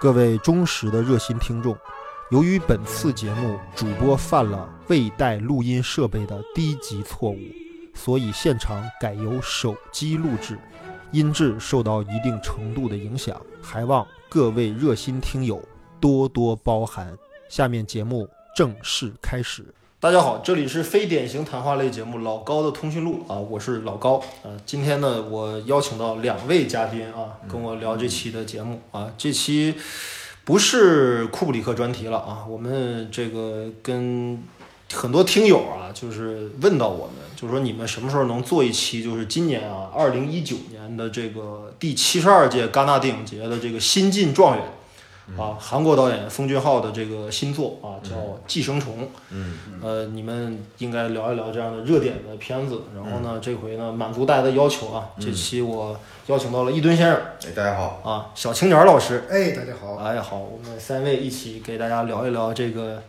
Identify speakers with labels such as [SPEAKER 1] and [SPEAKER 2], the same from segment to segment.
[SPEAKER 1] 各位忠实的热心听众，由于本次节目主播犯了未带录音设备的低级错误，所以现场改由手机录制，音质受到一定程度的影响，还望各位热心听友多多包涵。下面节目正式开始。大家好，这里是非典型谈话类节目《老高的通讯录》啊，我是老高。呃，今天呢，我邀请到两位嘉宾啊，跟我聊这期的节目啊。这期不是库布里克专题了啊，我们这个跟很多听友啊，就是问到我们，就说你们什么时候能做一期，就是今年啊，二零一九年的这个第七十二届戛纳电影节的这个新晋状元啊，韩国导演奉俊昊的这个新作啊，叫《寄生虫》。
[SPEAKER 2] 嗯，
[SPEAKER 1] 呃，你们应该聊一聊这样的热点的片子。然后呢，这回呢，满足大家的要求啊，这期我邀请到了一吨先生
[SPEAKER 2] 哎，大家好，
[SPEAKER 1] 啊，小青年老师。
[SPEAKER 3] 哎，大家好，
[SPEAKER 1] 哎，好，我们三位一起给大家聊一聊这个《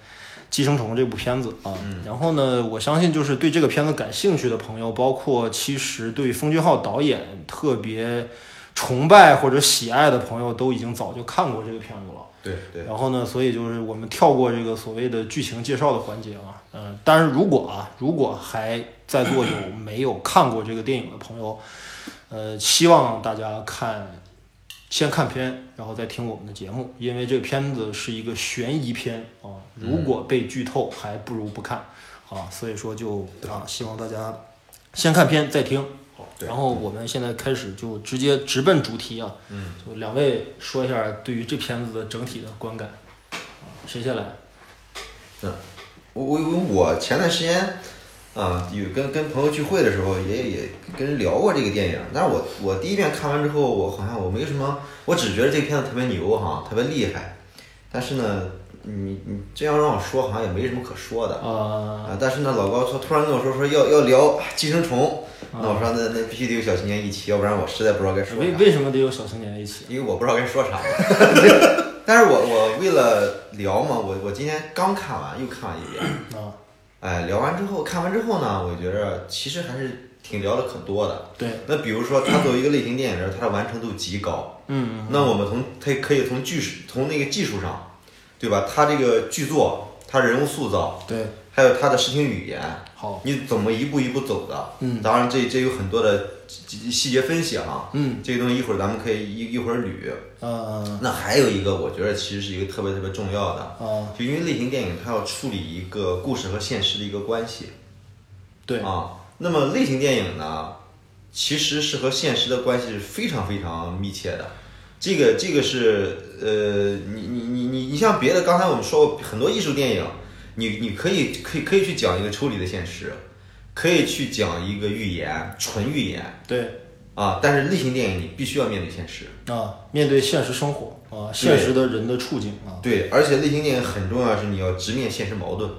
[SPEAKER 1] 寄生虫》这部片子啊。然后呢，我相信就是对这个片子感兴趣的朋友，包括其实对奉俊昊导演特别崇拜或者喜爱的朋友，都已经早就看过这个片子了。
[SPEAKER 2] 对对，
[SPEAKER 1] 然后呢，所以就是我们跳过这个所谓的剧情介绍的环节啊，嗯、但是如果啊，如果还在座有没有看过这个电影的朋友，呃，希望大家看先看片，然后再听我们的节目，因为这个片子是一个悬疑片啊，
[SPEAKER 2] 嗯
[SPEAKER 1] 如果被剧透，还不如不看啊，所以说就啊，希望大家先看片再听。好
[SPEAKER 2] 对
[SPEAKER 1] 然后我们现在开始就直接直奔主题啊，就两位说一下对于这片子的整体的观感，啊谁先来？
[SPEAKER 2] 我我我我前段时间啊，有跟跟朋友聚会的时候也也跟人聊过这个电影，但是我我第一遍看完之后，我好像我没什么，我只觉得这个片子特别牛哈，特别厉害，但是呢，你你这样让我说，好像也没什么可说的。
[SPEAKER 1] 呃，
[SPEAKER 2] 啊，但是呢，老高说突然跟我说说要要聊寄生虫，那我说那那必须得有小青年一期，要不然我实在不知道该说啥。
[SPEAKER 1] 为为什么得有小青年一起？
[SPEAKER 2] 因为我不知道该说 啥。但是我我为了聊嘛，我我今天刚看完，又看了一遍。
[SPEAKER 1] 啊，
[SPEAKER 2] 哎，聊完之后，看完之后呢，我觉着其实还是挺聊了很多的。
[SPEAKER 1] 对，
[SPEAKER 2] 那比如说，它作为一个类型电影人，它的完成度极高。
[SPEAKER 1] 嗯，
[SPEAKER 2] 那我们从它可以从剧从那个技术上，对吧？它这个剧作，它人物塑造，
[SPEAKER 1] 对，
[SPEAKER 2] 还有它的视听语言，
[SPEAKER 1] 好，
[SPEAKER 2] 你怎么一步一步走的？
[SPEAKER 1] 嗯
[SPEAKER 2] 当然这这有很多的细细节分析哈。
[SPEAKER 1] 嗯，
[SPEAKER 2] 这个东西一会儿咱们可以一一会儿捋。
[SPEAKER 1] 呃，
[SPEAKER 2] 那还有一个，我觉得其实是一个特别特别重要的，
[SPEAKER 1] 啊，
[SPEAKER 2] 就因为类型电影它要处理一个故事和现实的一个关系。
[SPEAKER 1] 对，
[SPEAKER 2] 啊，那么类型电影呢，其实是和现实的关系是非常非常密切的。这个这个是呃，你你你你你像别的，刚才我们说过很多艺术电影，你你可以可以可以去讲一个抽离的现实，可以去讲一个寓言，纯寓言
[SPEAKER 1] 对，
[SPEAKER 2] 啊，但是类型电影你必须要面对现实。
[SPEAKER 1] 啊，面对现实生活啊，现实的人的处境啊，
[SPEAKER 2] 对，而且类型电影很重要是你要直面现实矛盾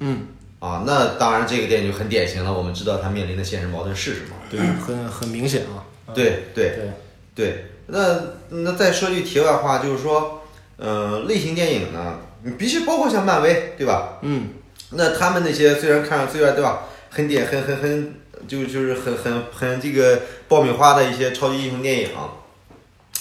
[SPEAKER 1] 嗯，
[SPEAKER 2] 啊。那当然，这个电影就很典型了，我们知道它面临的现实矛盾是什么。
[SPEAKER 1] 对，很很明显啊，啊
[SPEAKER 2] 对对，
[SPEAKER 1] 对，
[SPEAKER 2] 对，那那再说句题外话，就是说，呃，类型电影呢，你必须包括像漫威，对吧？
[SPEAKER 1] 嗯，
[SPEAKER 2] 那他们那些虽然看上虽然对吧，很典很很很就就是很很很这个爆米花的一些超级英雄电影，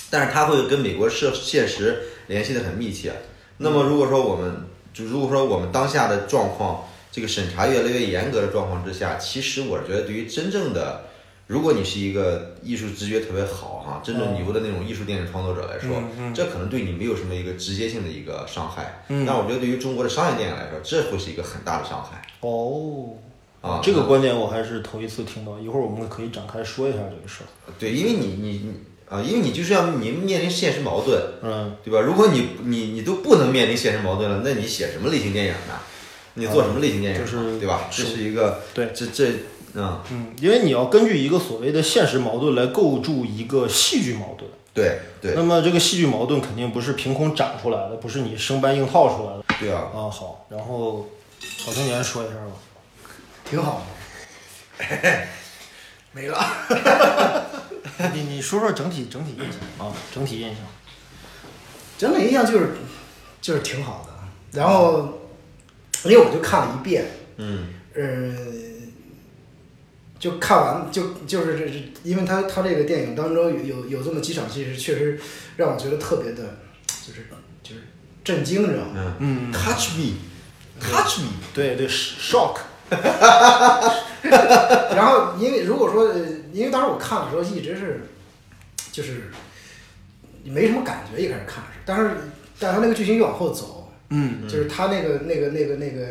[SPEAKER 2] 但是它会跟美国社现实联系的很密切。那么如果说我们就如果说我们当下的状况，这个审查越来越严格的状况之下，其实我觉得对于真正的，如果你是一个艺术直觉特别好哈、真正牛的那种艺术电影创作者来说，
[SPEAKER 1] 嗯
[SPEAKER 2] 这可能对你没有什么一个直接性的一个伤害。
[SPEAKER 1] 嗯
[SPEAKER 2] 但我觉得对于中国的商业电影来说，这会是一个很大的伤害
[SPEAKER 1] 哦。
[SPEAKER 2] 啊。
[SPEAKER 1] 这个观点我还是头一次听到，一会儿我们可以展开说一下这个事儿。
[SPEAKER 2] 对，因为你你你啊，因为你就是要你面临现实矛盾，
[SPEAKER 1] 嗯，
[SPEAKER 2] 对吧？如果你你你都不能面临现实矛盾了，那你写什么类型电影呢？你做什么类型电影呢？
[SPEAKER 1] 嗯就是
[SPEAKER 2] 对吧？这
[SPEAKER 1] 是
[SPEAKER 2] 是一个
[SPEAKER 1] 对，
[SPEAKER 2] 这这嗯
[SPEAKER 1] 嗯，因为你要根据一个所谓的现实矛盾来构筑一个戏剧矛盾。
[SPEAKER 2] 对对
[SPEAKER 1] 那么这个戏剧矛盾肯定不是凭空长出来的，不是你生搬硬套出来的
[SPEAKER 2] 对啊，
[SPEAKER 1] 啊。好，然后小青年说一下吧。
[SPEAKER 3] 挺好的。 没了。
[SPEAKER 1] 你你说说整体整体印象啊，整体印象。
[SPEAKER 3] 整体印象就是就是挺好的。然后，因为我就看了一遍，
[SPEAKER 2] 嗯
[SPEAKER 3] 呃，就看完就就是这，因为他他这个电影当中有有有这么几场戏是确实让我觉得特别的就是就是震惊，你知道吗？
[SPEAKER 1] 嗯，
[SPEAKER 2] 嗯，Touch me，Touch me，
[SPEAKER 1] 对对，shock，
[SPEAKER 3] 然后因为如果说，呃因为当时我看的时候一直是，就是没什么感觉，一开始看是，但是但他那个剧情越往后走，
[SPEAKER 1] 嗯
[SPEAKER 3] 就是他那个那个那个那个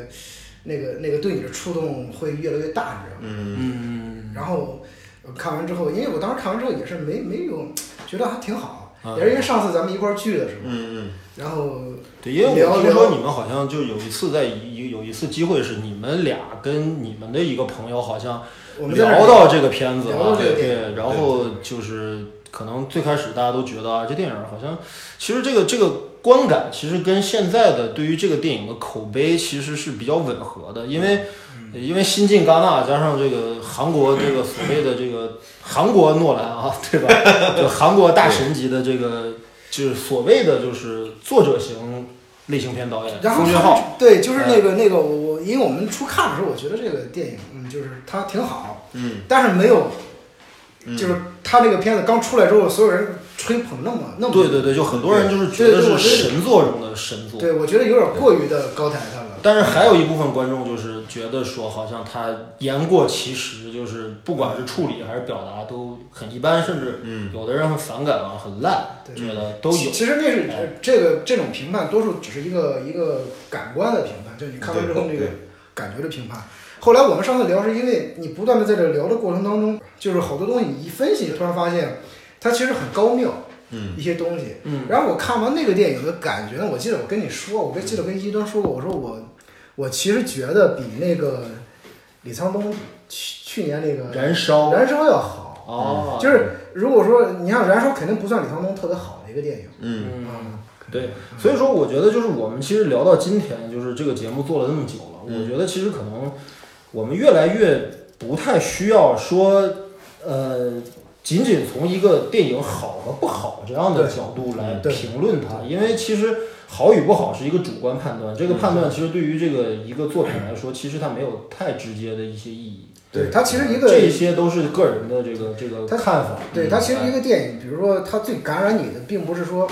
[SPEAKER 3] 那个那个对你的触动会越来越大，你知道吗？
[SPEAKER 2] 嗯
[SPEAKER 1] 嗯，
[SPEAKER 3] 然后呃看完之后，因为我当时看完之后也是没没有觉得还挺好
[SPEAKER 1] 啊，
[SPEAKER 3] 也是因为上次咱们一块儿聚的时候，
[SPEAKER 2] 嗯
[SPEAKER 3] 然后
[SPEAKER 1] 对，因为
[SPEAKER 3] 聊
[SPEAKER 1] 我听说
[SPEAKER 3] 聊
[SPEAKER 1] 你们好像就有一次在一有一次机会是你们俩跟你们的一个朋友好像
[SPEAKER 3] 我们在那
[SPEAKER 1] 聊
[SPEAKER 3] 儿
[SPEAKER 1] 到这个片子
[SPEAKER 3] 聊
[SPEAKER 1] 了，
[SPEAKER 3] 到这个
[SPEAKER 1] 对，
[SPEAKER 3] 电
[SPEAKER 1] 然后就是可能最开始大家都觉得啊，这电影好像其实这个这个观感其实跟现在的对于这个电影的口碑其实是比较吻合的，因为。
[SPEAKER 3] 嗯
[SPEAKER 1] 因为新晋戛纳加上这个韩国这个所谓的这个韩国诺兰啊，对吧？就韩国大神级的这个，就是所谓的就是作者型类型片导演
[SPEAKER 3] 然后
[SPEAKER 1] 奉俊
[SPEAKER 3] 他
[SPEAKER 1] 昊，
[SPEAKER 3] 们对，就是
[SPEAKER 1] 哎
[SPEAKER 3] 那个那个我我，因为我们初看的时候，我觉得这个电影嗯，就是它挺好，
[SPEAKER 2] 嗯
[SPEAKER 3] 但是没有，
[SPEAKER 2] 嗯，
[SPEAKER 3] 就是它这个片子刚出来之后，所有人吹捧那么那么，
[SPEAKER 1] 对对对，就很多人就是觉得是神作中的神作。
[SPEAKER 3] 对我觉得有点过于的高抬它了。
[SPEAKER 1] 但是还有一部分观众就是觉得说，好像他言过其实，就是不管是处理还是表达都很一般，甚至
[SPEAKER 2] 嗯
[SPEAKER 1] 有的人很反感啊，很烂，
[SPEAKER 3] 对
[SPEAKER 1] 觉得都
[SPEAKER 3] 其
[SPEAKER 1] 有。
[SPEAKER 3] 其实那是呃这个这种评判，多数只是一个一个感官的评判，就你看完之后
[SPEAKER 2] 对
[SPEAKER 3] 那个
[SPEAKER 2] 对
[SPEAKER 3] 感觉的评判。后来我们上次聊，是因为你不断的在这聊的过程当中，就是好多东西你一分析，突然发现它其实很高妙
[SPEAKER 2] 嗯
[SPEAKER 3] 一些东西。
[SPEAKER 1] 嗯
[SPEAKER 3] 然后我看完那个电影的感觉呢，我记得我跟你说，我跟记得跟一端说过，我说我我其实觉得比那个李沧东去去年那个
[SPEAKER 1] 燃烧
[SPEAKER 3] 燃烧要好。
[SPEAKER 1] 哦，
[SPEAKER 3] 就是如果说你像《燃烧》，肯定不算李沧东特别好的一个电影。
[SPEAKER 2] 嗯
[SPEAKER 1] 嗯。
[SPEAKER 3] 啊，
[SPEAKER 1] 对，所以说我觉得就是我们其实聊到今天，就是这个节目做了那么久了，
[SPEAKER 3] 嗯
[SPEAKER 1] 我觉得其实可能我们越来越不太需要说，呃，仅仅从一个电影好和不好这样的
[SPEAKER 3] 对嗯
[SPEAKER 1] 角度来
[SPEAKER 3] 对
[SPEAKER 1] 评论它，因为其实好与不好是一个主观判断，
[SPEAKER 3] 嗯
[SPEAKER 1] 这个判断其实对于这个一个作品来说，其实它没有太直接的一些意义，
[SPEAKER 3] 对它其实一个，
[SPEAKER 1] 这些都是个人的这个这个
[SPEAKER 3] 它
[SPEAKER 1] 看法。
[SPEAKER 3] 对
[SPEAKER 1] 嗯
[SPEAKER 3] 它其实一个电影，比如说它最感染你的，并不是说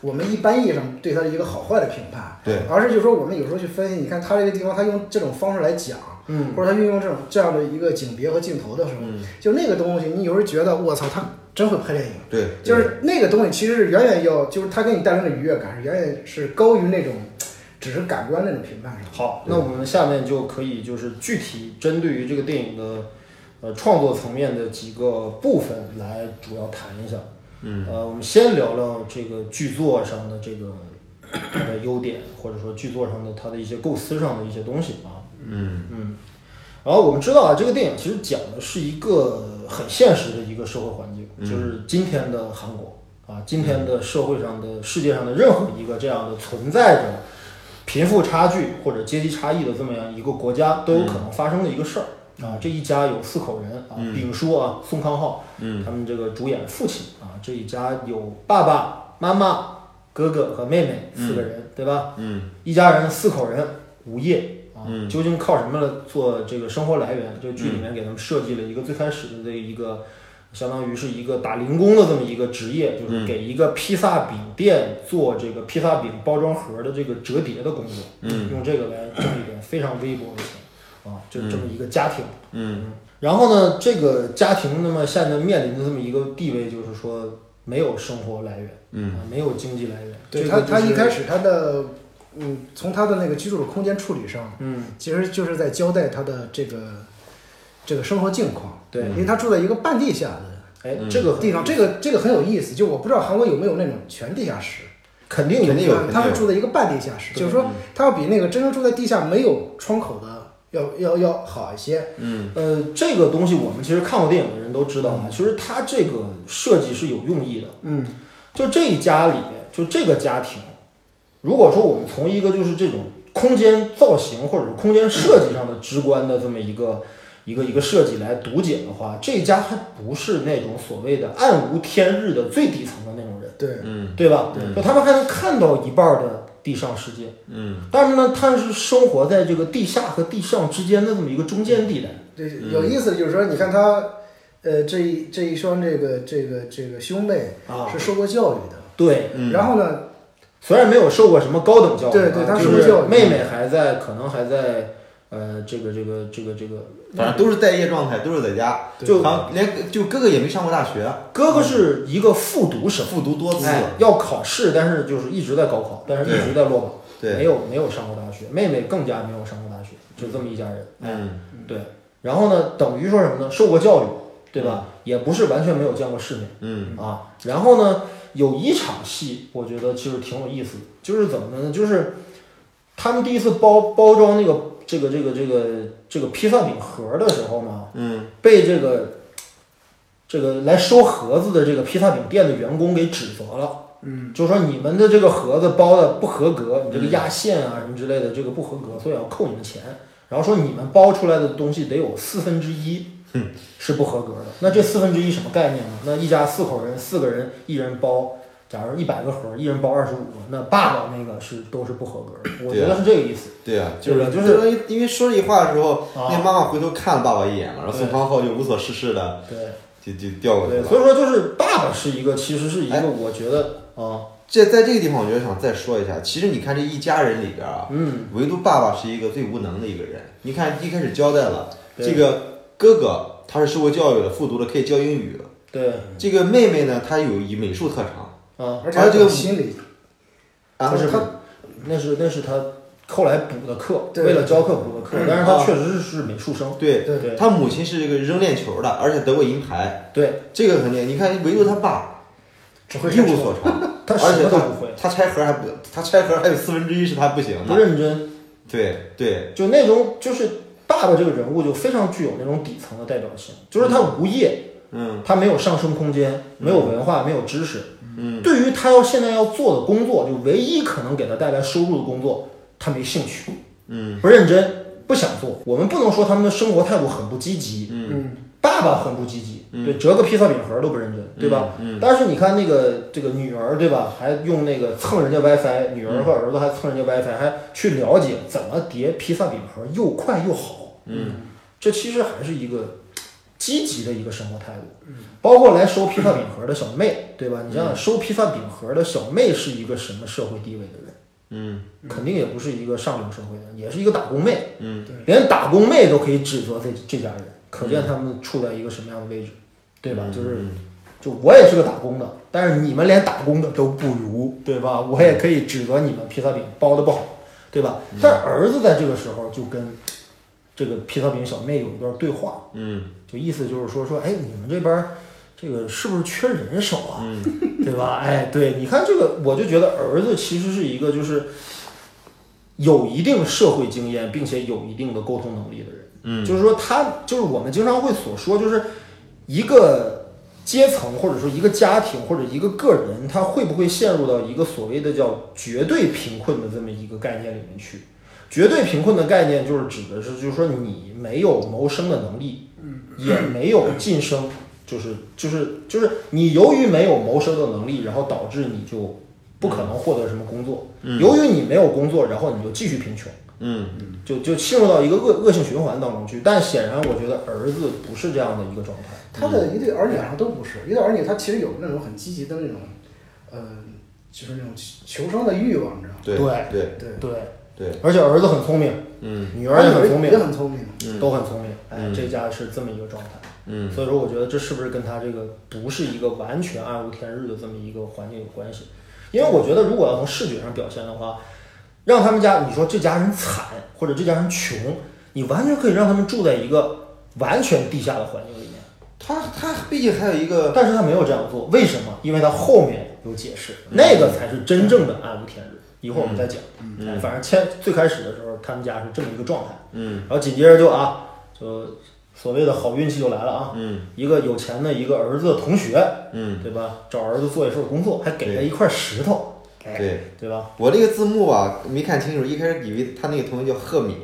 [SPEAKER 3] 我们一般意义上对它的一个好坏的评判，
[SPEAKER 2] 对，
[SPEAKER 3] 而是就是说我们有时候去分析，你看它这个地方，它用这种方式来讲，
[SPEAKER 1] 嗯，
[SPEAKER 3] 或者它运用这种这样的一个景别和镜头的时候，
[SPEAKER 2] 嗯，
[SPEAKER 3] 就那个东西，你有时候觉得我操，他真会拍电影。
[SPEAKER 2] 对，
[SPEAKER 3] 就是那个东西，其实是远远要，就是它给你带来的愉悦感是远远是高于那种只是感官那种评判上。
[SPEAKER 1] 好，那我们下面就可以就是具体针对于这个电影的呃创作层面的几个部分来主要谈一下。
[SPEAKER 2] 嗯，
[SPEAKER 1] 呃，我们先聊聊这个剧作上的这个它的优点，或者说剧作上的它的一些构思上的一些东西啊。
[SPEAKER 2] 嗯
[SPEAKER 1] 嗯，然后我们知道啊，这个电影其实讲的是一个很现实的一个社会环境，
[SPEAKER 2] 嗯
[SPEAKER 1] 就是今天的韩国啊，今天的社会上的、世界上的任何一个这样的存在着贫富差距或者阶级差异的这么样一个国家都有可能发生的一个事儿。啊，这一家有四口人啊，
[SPEAKER 2] 嗯
[SPEAKER 1] 丙叔啊，宋康昊，
[SPEAKER 2] 嗯
[SPEAKER 1] 他们这个主演父亲啊，这一家有爸爸妈妈、哥哥和妹妹四个人，对吧？
[SPEAKER 2] 嗯
[SPEAKER 1] 一家人四口人无业啊，
[SPEAKER 2] 嗯
[SPEAKER 1] 究竟靠什么来做这个生活来源？就剧里面给他们设计了一个最开始的一个，相当于是一个打零工的这么一个职业，就是
[SPEAKER 2] 嗯
[SPEAKER 1] 给一个披萨饼店做这个披萨饼包装盒的这个折叠的工作，
[SPEAKER 2] 嗯
[SPEAKER 1] 用这个来挣一点非常微薄的钱啊，就这么一个家庭。
[SPEAKER 2] 嗯
[SPEAKER 1] 然后呢，这个家庭那么现在面临的这么一个地位，就是说没有生活来源，
[SPEAKER 2] 嗯
[SPEAKER 1] 啊，没有经济来源。
[SPEAKER 3] 对
[SPEAKER 1] 这
[SPEAKER 3] 他，
[SPEAKER 1] 个
[SPEAKER 3] 他
[SPEAKER 1] 就
[SPEAKER 3] 一
[SPEAKER 1] 是
[SPEAKER 3] 开始他的，嗯，从他的那个居住的空间处理上，
[SPEAKER 1] 嗯，
[SPEAKER 3] 其实就是在交代他的这个这个生活境况，
[SPEAKER 1] 对，
[SPEAKER 3] 因为他住在一个半地下的
[SPEAKER 1] 哎，
[SPEAKER 2] 嗯
[SPEAKER 1] 这个
[SPEAKER 3] 地方，这个这个很有意思。就我不知道韩国有没有那种全地下室，
[SPEAKER 1] 肯定有
[SPEAKER 2] 肯定有嗯
[SPEAKER 3] 嗯他们住在一个半地下室，
[SPEAKER 1] 对
[SPEAKER 3] 就是说他要比那个真正住在地下没有窗口的要要要好一些。
[SPEAKER 2] 嗯
[SPEAKER 1] 呃，这个东西我们其实看过电影的人都知道啊，其实它这个设计是有用意的。
[SPEAKER 3] 嗯，
[SPEAKER 1] 就这一家里面，就这个家庭，如果说我们从一个就是这种空间造型或者是空间设计上的直观的这么一个一个一个设计来读解的话，这家还不是那种所谓的暗无天日的最底层的那种人，
[SPEAKER 3] 对，
[SPEAKER 2] 嗯
[SPEAKER 1] 对吧？
[SPEAKER 2] 对
[SPEAKER 1] 就他们还能看到一半儿的地上世界，
[SPEAKER 2] 嗯
[SPEAKER 1] 但是呢，他是生活在这个地下和地上之间的这么一个中间地带。
[SPEAKER 3] 对，
[SPEAKER 2] 嗯
[SPEAKER 3] 有意思的就是说，你看他，呃，这一这一双这个这个这个兄妹
[SPEAKER 1] 啊
[SPEAKER 3] 是受过教育的，
[SPEAKER 1] 对，
[SPEAKER 2] 嗯，
[SPEAKER 3] 然后呢，
[SPEAKER 1] 虽然没有受过什么高等教育啊，
[SPEAKER 3] 对对他
[SPEAKER 1] 就
[SPEAKER 3] 受过教
[SPEAKER 1] 是
[SPEAKER 3] 育
[SPEAKER 1] 妹妹还在，可能还在呃这个这个这个这个，
[SPEAKER 2] 反正都是待业状态，都是在家，
[SPEAKER 3] 对
[SPEAKER 1] 就
[SPEAKER 2] 好像连就哥哥也没上过大学，
[SPEAKER 1] 哥哥是一个复读生，
[SPEAKER 2] 复读多次，
[SPEAKER 1] 哎，要考试，但是就是一直在高考，但是一直在落榜，没
[SPEAKER 2] 对，
[SPEAKER 1] 有没有上过大学，妹妹更加没有上过大学，就这么一家人，哎，
[SPEAKER 2] 嗯，
[SPEAKER 1] 对，然后呢，等于说什么呢？受过教育，对吧？也不是完全没有见过世面。
[SPEAKER 2] 嗯，
[SPEAKER 1] 啊，然后呢，有一场戏我觉得其实挺有意思的，就是怎么呢？就是他们第一次包包装那个这个这个这个这个批饭饼盒的时候呢，
[SPEAKER 2] 嗯，
[SPEAKER 1] 被这个这个来收盒子的这个批饭饼店的员工给指责了。
[SPEAKER 3] 嗯，
[SPEAKER 1] 就说你们的这个盒子包的不合格，你这个压线啊什么之类的，这个不合格，所以要扣你们钱。然后说你们包出来的东西得有四分之一是不合格的。那这四分之一什么概念呢？那一家四口人，四个人一人包，假如一百个盒，一人包二十五个，那爸爸那个是都是不合格的。我觉得是这个意思。
[SPEAKER 2] 对啊，
[SPEAKER 1] 对
[SPEAKER 2] 就是
[SPEAKER 1] 吧就是
[SPEAKER 2] 是因为说这句话的时候，
[SPEAKER 1] 啊
[SPEAKER 2] 那妈妈回头看了爸爸一眼嘛，然后宋
[SPEAKER 1] 对
[SPEAKER 2] 康昊就无所事事的
[SPEAKER 1] 对
[SPEAKER 2] 就就掉过去
[SPEAKER 1] 对，
[SPEAKER 2] 了。
[SPEAKER 1] 所以说就是爸爸是一个，其实是一
[SPEAKER 2] 哎
[SPEAKER 1] 个，我觉得啊，
[SPEAKER 2] 这在这个地方，我觉得想再说一下，其实你看这一家人里边啊，
[SPEAKER 1] 嗯，
[SPEAKER 2] 唯独爸爸是一个最无能的一个人。你看一开始交代了，
[SPEAKER 1] 对
[SPEAKER 2] 这个哥哥他是受过教育的，复读的，可以教英语的。
[SPEAKER 1] 对
[SPEAKER 2] 这个妹妹呢，她有以美术特长
[SPEAKER 1] 啊，
[SPEAKER 3] 而且
[SPEAKER 2] 而且
[SPEAKER 3] 还有心理，
[SPEAKER 2] 啊，
[SPEAKER 1] 不是
[SPEAKER 2] 她
[SPEAKER 1] 不是那是那是他后来补的课，
[SPEAKER 3] 对
[SPEAKER 1] 为了教课补的课，但是
[SPEAKER 2] 啊
[SPEAKER 1] 他确实是是美术生。
[SPEAKER 2] 对，
[SPEAKER 3] 对
[SPEAKER 1] 对
[SPEAKER 2] 她母亲是一个扔链球的，而且得过银牌，
[SPEAKER 1] 对，
[SPEAKER 2] 这个很厉害。你看，唯独他爸
[SPEAKER 3] 只会
[SPEAKER 2] 一
[SPEAKER 3] 开
[SPEAKER 2] 无
[SPEAKER 3] 车，
[SPEAKER 2] 所长，
[SPEAKER 1] 他
[SPEAKER 2] 而
[SPEAKER 1] 什
[SPEAKER 2] 且
[SPEAKER 1] 么
[SPEAKER 2] 他
[SPEAKER 1] 都不会，
[SPEAKER 2] 他拆盒还不，他拆盒还有四分之一是他不行
[SPEAKER 1] 不
[SPEAKER 2] 的。
[SPEAKER 1] 认真，
[SPEAKER 2] 对对，
[SPEAKER 1] 就那种就是爸爸这个人物就非常具有那种底层的代表性，就是他无业，
[SPEAKER 2] 嗯
[SPEAKER 1] 他没有上升空间，没有文化，没有知识。
[SPEAKER 2] 嗯，
[SPEAKER 1] 对于他要现在要做的工作，就唯一可能给他带来收入的工作，他没兴趣，
[SPEAKER 2] 嗯
[SPEAKER 1] 不认真，不想做。我们不能说他们的生活态度很不积极，
[SPEAKER 3] 嗯，
[SPEAKER 1] 爸爸很不积极，对，折个披萨饼盒都不认真，对吧？
[SPEAKER 2] 嗯
[SPEAKER 1] 但是你看那个这个女儿，对吧？还用那个蹭人家 WiFi，女儿和儿子还蹭人家 WiFi，还去了解怎么叠披萨饼盒又快又好。
[SPEAKER 2] 嗯，
[SPEAKER 1] 这其实还是一个积极的一个生活态度。包括来收披萨饼盒的小妹，对吧？你
[SPEAKER 2] 嗯
[SPEAKER 1] 想想，收披萨饼盒的小妹是一个什么社会地位的人？
[SPEAKER 2] 嗯
[SPEAKER 1] 肯定也不是一个上流社会的人，也是一个打工妹。
[SPEAKER 2] 嗯，
[SPEAKER 1] 连打工妹都可以指责这这家人，可见他们处在一个什么样的位置，对
[SPEAKER 2] 嗯
[SPEAKER 1] 吧？就是，就我也是个打工的，但是你们连打工的都不如，对吧？我也可以指责你们披萨饼包的不好，对吧？但儿子在这个时候就跟这个披萨饼小妹有一段对话，
[SPEAKER 2] 嗯
[SPEAKER 1] 就意思就是说说，哎，你们这边儿这个是不是缺人手啊？
[SPEAKER 2] 嗯
[SPEAKER 1] 对 吧？哎，对，你看这个，我就觉得儿子其实是一个就是有一定社会经验，并且有一定的沟通能力的人。
[SPEAKER 2] 嗯，
[SPEAKER 1] 就是说他就是我们经常会所说，就是一个阶层或者说一个家庭或者一个个人，他会不会陷入到一个所谓的叫绝对贫困的这么一个概念里面去？绝对贫困的概念就是指的是，就是说你没有谋生的能力，也没有晋升，就是就是就是你由于没有谋生的能力，然后导致你就不可能获得什么工作。由于你没有工作，然后你就继续贫穷。
[SPEAKER 2] 嗯
[SPEAKER 1] 就就陷入到一个恶恶性循环当中去。但显然，我觉得儿子不是这样的一个状态。
[SPEAKER 3] 他的
[SPEAKER 1] 嗯
[SPEAKER 3] 一对儿女好啊像都不是，一对儿女他其实有那种很积极的那种，呃，就是那种求生的欲望，你知道吗？
[SPEAKER 2] 对
[SPEAKER 1] 对
[SPEAKER 2] 对
[SPEAKER 3] 对，
[SPEAKER 1] 对，
[SPEAKER 2] 对，
[SPEAKER 1] 而且儿子很聪明，
[SPEAKER 2] 嗯
[SPEAKER 1] 女儿也很聪
[SPEAKER 3] 也
[SPEAKER 1] 明，
[SPEAKER 3] 很聪明，
[SPEAKER 1] 都很聪明。哎
[SPEAKER 2] 嗯，
[SPEAKER 1] 这家是这么一个状态。
[SPEAKER 2] 嗯
[SPEAKER 1] 所以说，我觉得这是不是跟他这个不是一个完全暗无天日的这么一个环境有关系？因为我觉得，如果要从视觉上表现的话，让他们家你说这家人惨或者这家人穷，你完全可以让他们住在一个完全地下的环境里面。
[SPEAKER 2] 他他毕竟还有一个
[SPEAKER 1] 但是他没有这样做，为什么？因为他后面有解释，
[SPEAKER 2] 嗯
[SPEAKER 1] 那个才是真正的暗无天日。一会儿我们再讲。哎反正先最开始的时候，他们家是这么一个状态，
[SPEAKER 2] 嗯
[SPEAKER 1] 然后紧接着就啊，就所谓的好运气就来了啊。
[SPEAKER 2] 嗯
[SPEAKER 1] 一个有钱的一个儿子的同学，
[SPEAKER 2] 嗯
[SPEAKER 1] 对吧？找儿子做一份工作，还给了一块石头，哎，
[SPEAKER 2] 嗯对。
[SPEAKER 1] 对吧？
[SPEAKER 2] 我这个字幕啊，没看清楚，一开始以为他那个同学叫赫 敏，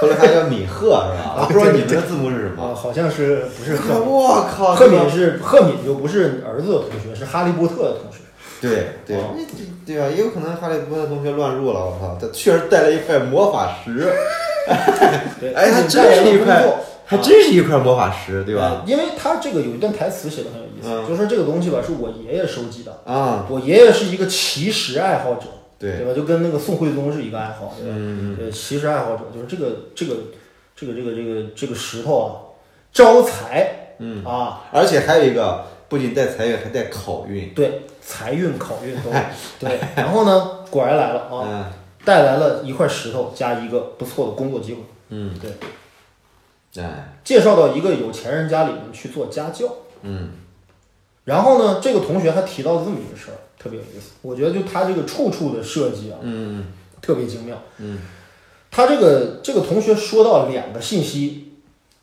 [SPEAKER 2] 后来发现叫米赫是吧？我不知道你们的字幕是什
[SPEAKER 1] 啊，
[SPEAKER 2] 么。
[SPEAKER 1] 好像是不是赫敏？
[SPEAKER 2] 我靠，
[SPEAKER 1] 赫敏是赫敏就不是儿子的同学，是哈利波特的同学。
[SPEAKER 2] 对对那对吧？也有可能哈利波特同学乱入了，我操，他确实带了一块魔法石，
[SPEAKER 1] 对，
[SPEAKER 2] 哎还
[SPEAKER 1] 给你
[SPEAKER 2] 真
[SPEAKER 1] 带来
[SPEAKER 2] 是
[SPEAKER 1] 了
[SPEAKER 2] 一
[SPEAKER 1] 工
[SPEAKER 2] 块
[SPEAKER 1] 作
[SPEAKER 2] 还真是一块魔法石，对吧？
[SPEAKER 1] 呃因为他这个有一段台词写的很有意思，
[SPEAKER 2] 嗯
[SPEAKER 1] 就说这个东西吧是我爷爷收集的，
[SPEAKER 2] 啊，
[SPEAKER 1] 我爷爷是一个奇石爱好者，
[SPEAKER 2] 对，
[SPEAKER 1] 对吧？就跟那个宋徽宗是一个爱好，对吧？
[SPEAKER 2] 嗯，
[SPEAKER 1] 呃，奇石爱好者就是这个这个这个这个这个这个石头啊，招财，嗯啊，
[SPEAKER 2] 而且还有一个，不仅带财运，还带考运。
[SPEAKER 1] 对，财运、考运都有对。然后呢，果然来了啊，
[SPEAKER 2] 哎嗯，
[SPEAKER 1] 带来了一块石头加一个不错的工作机会。
[SPEAKER 2] 嗯，
[SPEAKER 1] 对，
[SPEAKER 2] 哎，
[SPEAKER 1] 介绍到一个有钱人家里面去做家教。
[SPEAKER 2] 嗯，
[SPEAKER 1] 然后呢，这个同学还提到了这么一个事儿，特别有意思。我觉得就他这个处处的设计啊，
[SPEAKER 2] 嗯，
[SPEAKER 1] 特别精妙。嗯，他这个这个同学说到两个信息，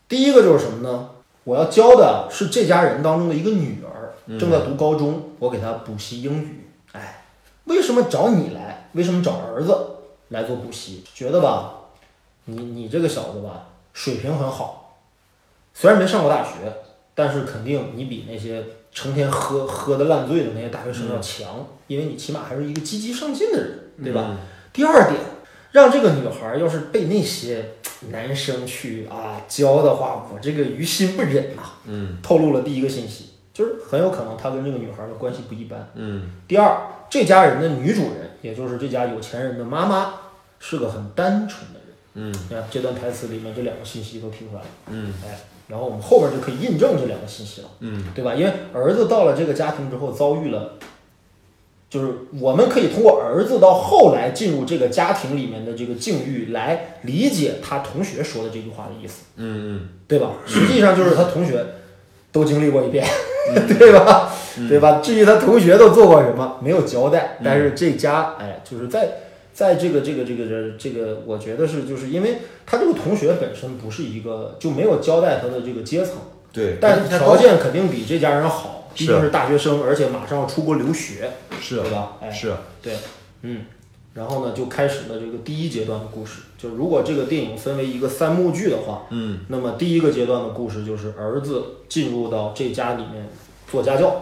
[SPEAKER 1] 第一个就是什么呢？我要教的啊是这家人当中的一个女儿，正在读高中，我给她补习英语。哎，为什么找你来？为什么找儿子来做补习？觉得吧，你你这个小子吧，水平很好，虽然没上过大学，但是肯定你比那些成天喝喝的烂醉的那些大学生要强，因为你起码还是一个积极上进的人，对吧？第二点，让这个女孩儿要是被那些男生去啊教的话，我这个于心不忍呐、
[SPEAKER 2] 嗯
[SPEAKER 1] 透露了第一个信息，就是很有可能他跟这个女孩儿的关系不一般。
[SPEAKER 2] 嗯
[SPEAKER 1] 第二，这家人的女主人，也就是这家有钱人的妈妈，是个很单纯的人。
[SPEAKER 2] 嗯
[SPEAKER 1] 你看这段台词里面这两个信息都提出来了，
[SPEAKER 2] 嗯
[SPEAKER 1] 哎，然后我们后边就可以印证这两个信息了。
[SPEAKER 2] 嗯
[SPEAKER 1] 对吧？因为儿子到了这个家庭之后，遭遇了，就是我们可以通过儿子到后来进入这个家庭里面的这个境遇来理解他同学说的这句话的意思，
[SPEAKER 2] 嗯嗯，
[SPEAKER 1] 对吧？实际上就是他同学都经历过一遍，
[SPEAKER 2] 嗯
[SPEAKER 1] 对吧？对吧？至于他同学都做过什么，没有交
[SPEAKER 2] 嗯
[SPEAKER 1] 代，但是这家哎，就是在。在这个这个这个这这个，我觉得是就是因为他这个同学本身不是一个就没有交代他的这个阶层，
[SPEAKER 2] 对，
[SPEAKER 1] 但
[SPEAKER 2] 他
[SPEAKER 1] 是条
[SPEAKER 2] 高
[SPEAKER 1] 件肯定比这家人好，毕竟
[SPEAKER 2] 是
[SPEAKER 1] 是大学生，而且马上要出国留学，
[SPEAKER 2] 是
[SPEAKER 1] 对吧？哎，
[SPEAKER 2] 是，
[SPEAKER 1] 对，嗯，然后呢，就开始了这个第一阶段的故事。就如果这个电影分为一个三幕剧的话，
[SPEAKER 2] 嗯，
[SPEAKER 1] 那么第一个阶段的故事就是儿子进入到这家里面做家教，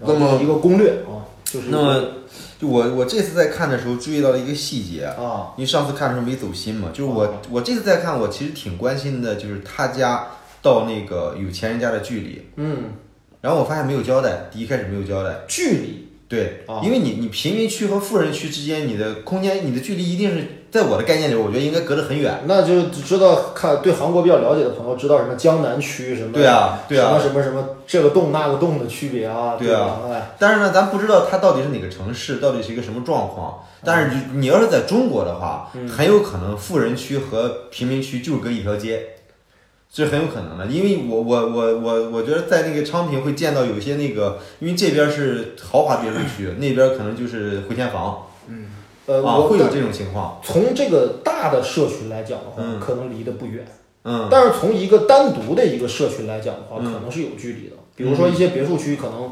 [SPEAKER 1] 然后
[SPEAKER 2] 那么
[SPEAKER 1] 就是一个攻略啊，就是一
[SPEAKER 2] 那
[SPEAKER 1] 个
[SPEAKER 2] 么就我我这次在看的时候注意到了一个细节，
[SPEAKER 1] 啊，
[SPEAKER 2] 因为上次看的时候没走心嘛，就是
[SPEAKER 1] 啊
[SPEAKER 2] 我我这次在看，我其实挺关心的，就是他家到那个有钱人家的距离，
[SPEAKER 1] 嗯，
[SPEAKER 2] 然后我发现没有交代，第一开始没有交代，
[SPEAKER 1] 距离
[SPEAKER 2] 对
[SPEAKER 1] 啊，
[SPEAKER 2] 因为你你贫民区和富人区之间，你的空间、你的距离一定是在我的概念里，我觉得应该隔得很远。
[SPEAKER 1] 那就知道看对韩国比较了解的朋友知道什么江南区什么
[SPEAKER 2] 对啊，对啊。
[SPEAKER 1] 什么什么什么这个洞那个洞的区别啊，
[SPEAKER 2] 对啊
[SPEAKER 1] 吧哎。
[SPEAKER 2] 但是呢，咱不知道它到底是哪个城市，到底是一个什么状况。但是你你要是在中国的话，
[SPEAKER 1] 嗯
[SPEAKER 2] 很有可能富人区和贫民区就是隔一条街，这是很有可能的。因为我我我我我觉得在那个昌平会见到有些那个，因为这边是豪华别墅 区，那边可能就是回迁房
[SPEAKER 1] 呃，
[SPEAKER 2] 啊，
[SPEAKER 1] 我
[SPEAKER 2] 会有这种情况。
[SPEAKER 1] 从这个大的社群来讲的话，
[SPEAKER 2] 嗯
[SPEAKER 1] 可能离得不远，
[SPEAKER 2] 嗯
[SPEAKER 1] 但是从一个单独的一个社群来讲的话，可能是有距离的。比如说一些别墅区，可能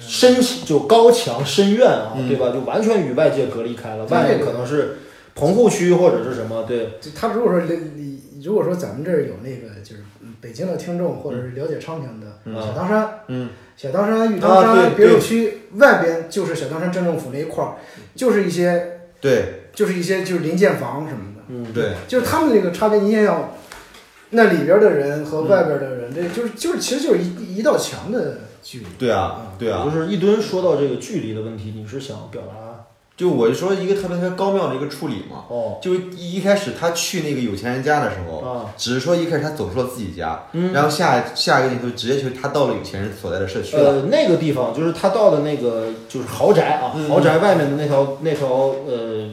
[SPEAKER 1] 深就高墙深院啊，
[SPEAKER 2] 嗯
[SPEAKER 1] 对吧？就完全与外界隔离开了，
[SPEAKER 3] 对
[SPEAKER 1] 外面可能是棚户区或者是什么，对，
[SPEAKER 3] 就他如果说你如果说咱们这儿有那个就是嗯北京的听众或者是了解昌平的
[SPEAKER 1] 嗯
[SPEAKER 3] 小汤山，
[SPEAKER 2] 嗯，
[SPEAKER 3] 小汤山、玉
[SPEAKER 1] 啊
[SPEAKER 3] 汤
[SPEAKER 1] 对
[SPEAKER 3] 山别墅区外边就是小汤山镇政府那一块儿，就是一些
[SPEAKER 2] 对
[SPEAKER 3] 就是一些就是临建房什么的，
[SPEAKER 1] 嗯，
[SPEAKER 2] 对，
[SPEAKER 3] 就是他们那个差别，你也要那里边的人和外边的人，这就是就是其实就是一一道墙的距离。
[SPEAKER 2] 对啊，对啊。
[SPEAKER 1] 就是一吨说到这个距离的问题，你是想表达
[SPEAKER 2] 就我就说一个特别特别高妙的一个处理嘛，
[SPEAKER 1] 哦
[SPEAKER 2] 就一一开始他去那个有钱人家的时候，
[SPEAKER 1] 啊，
[SPEAKER 2] 只是说一开始他走出了自己家，
[SPEAKER 1] 嗯
[SPEAKER 2] 哦然后下下一个镜头直接就是他到了有钱人所在的社区了。
[SPEAKER 1] 呃，那个地方就是他到的那个就是豪宅啊，
[SPEAKER 2] 嗯
[SPEAKER 1] 豪宅外面的那条那条呃，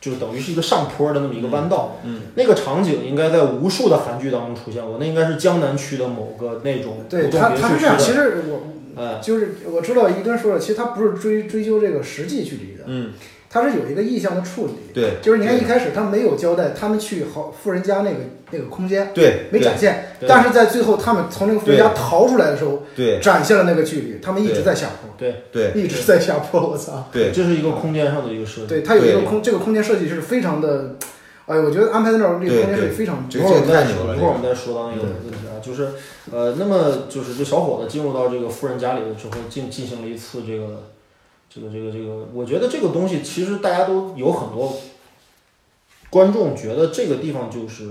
[SPEAKER 1] 就等于是一个上坡的那么一个弯
[SPEAKER 3] 呃
[SPEAKER 1] 道。
[SPEAKER 2] 嗯
[SPEAKER 1] 那个场景应该在无数的韩剧当中出现过，那应该是江南区的某个那种
[SPEAKER 3] 对
[SPEAKER 1] 独栋
[SPEAKER 3] 他，
[SPEAKER 1] 别
[SPEAKER 3] 他
[SPEAKER 1] 墅
[SPEAKER 3] 是
[SPEAKER 1] 区
[SPEAKER 3] 这样。其
[SPEAKER 1] 的。
[SPEAKER 3] 实我
[SPEAKER 1] 哎，
[SPEAKER 3] 就是我知道一顿说了，其实他不是追追究这个实际距离的，
[SPEAKER 2] 嗯，
[SPEAKER 3] 他是有一个意向的处理。
[SPEAKER 2] 对，
[SPEAKER 3] 就是你看一开始他没有交代他们去好富人家那个那个空间
[SPEAKER 2] 对
[SPEAKER 3] 没展现，
[SPEAKER 1] 对
[SPEAKER 3] 但是在最后他们从那个富人家
[SPEAKER 2] 对
[SPEAKER 3] 逃出来的时候，
[SPEAKER 2] 对
[SPEAKER 3] 展现了那个距离，他们一直在下坡，
[SPEAKER 1] 对
[SPEAKER 2] 对
[SPEAKER 3] 一直在下坡，我操！
[SPEAKER 2] 对
[SPEAKER 1] 这是一个空间上的一个设计。
[SPEAKER 3] 对，它有一个
[SPEAKER 2] 对
[SPEAKER 3] 空，这个空间设计是非常的，哎呦，我觉得安排在那儿，这个
[SPEAKER 2] 对
[SPEAKER 3] 空间设计
[SPEAKER 2] 对
[SPEAKER 3] 非常
[SPEAKER 2] 这
[SPEAKER 1] 一
[SPEAKER 2] 个
[SPEAKER 1] 会儿我
[SPEAKER 2] 这
[SPEAKER 1] 们
[SPEAKER 2] 个
[SPEAKER 1] 再
[SPEAKER 2] 太牛
[SPEAKER 1] 说，
[SPEAKER 2] 了，
[SPEAKER 1] 一
[SPEAKER 2] 这
[SPEAKER 1] 会儿我
[SPEAKER 2] 个
[SPEAKER 1] 们再说到那个问题啊，就是呃，那么就是这小伙子进入到这个富人家里了之后，进进行了一次这个这个这个这个，我觉得这个东西其实大家都有很多观众觉得这个地方就是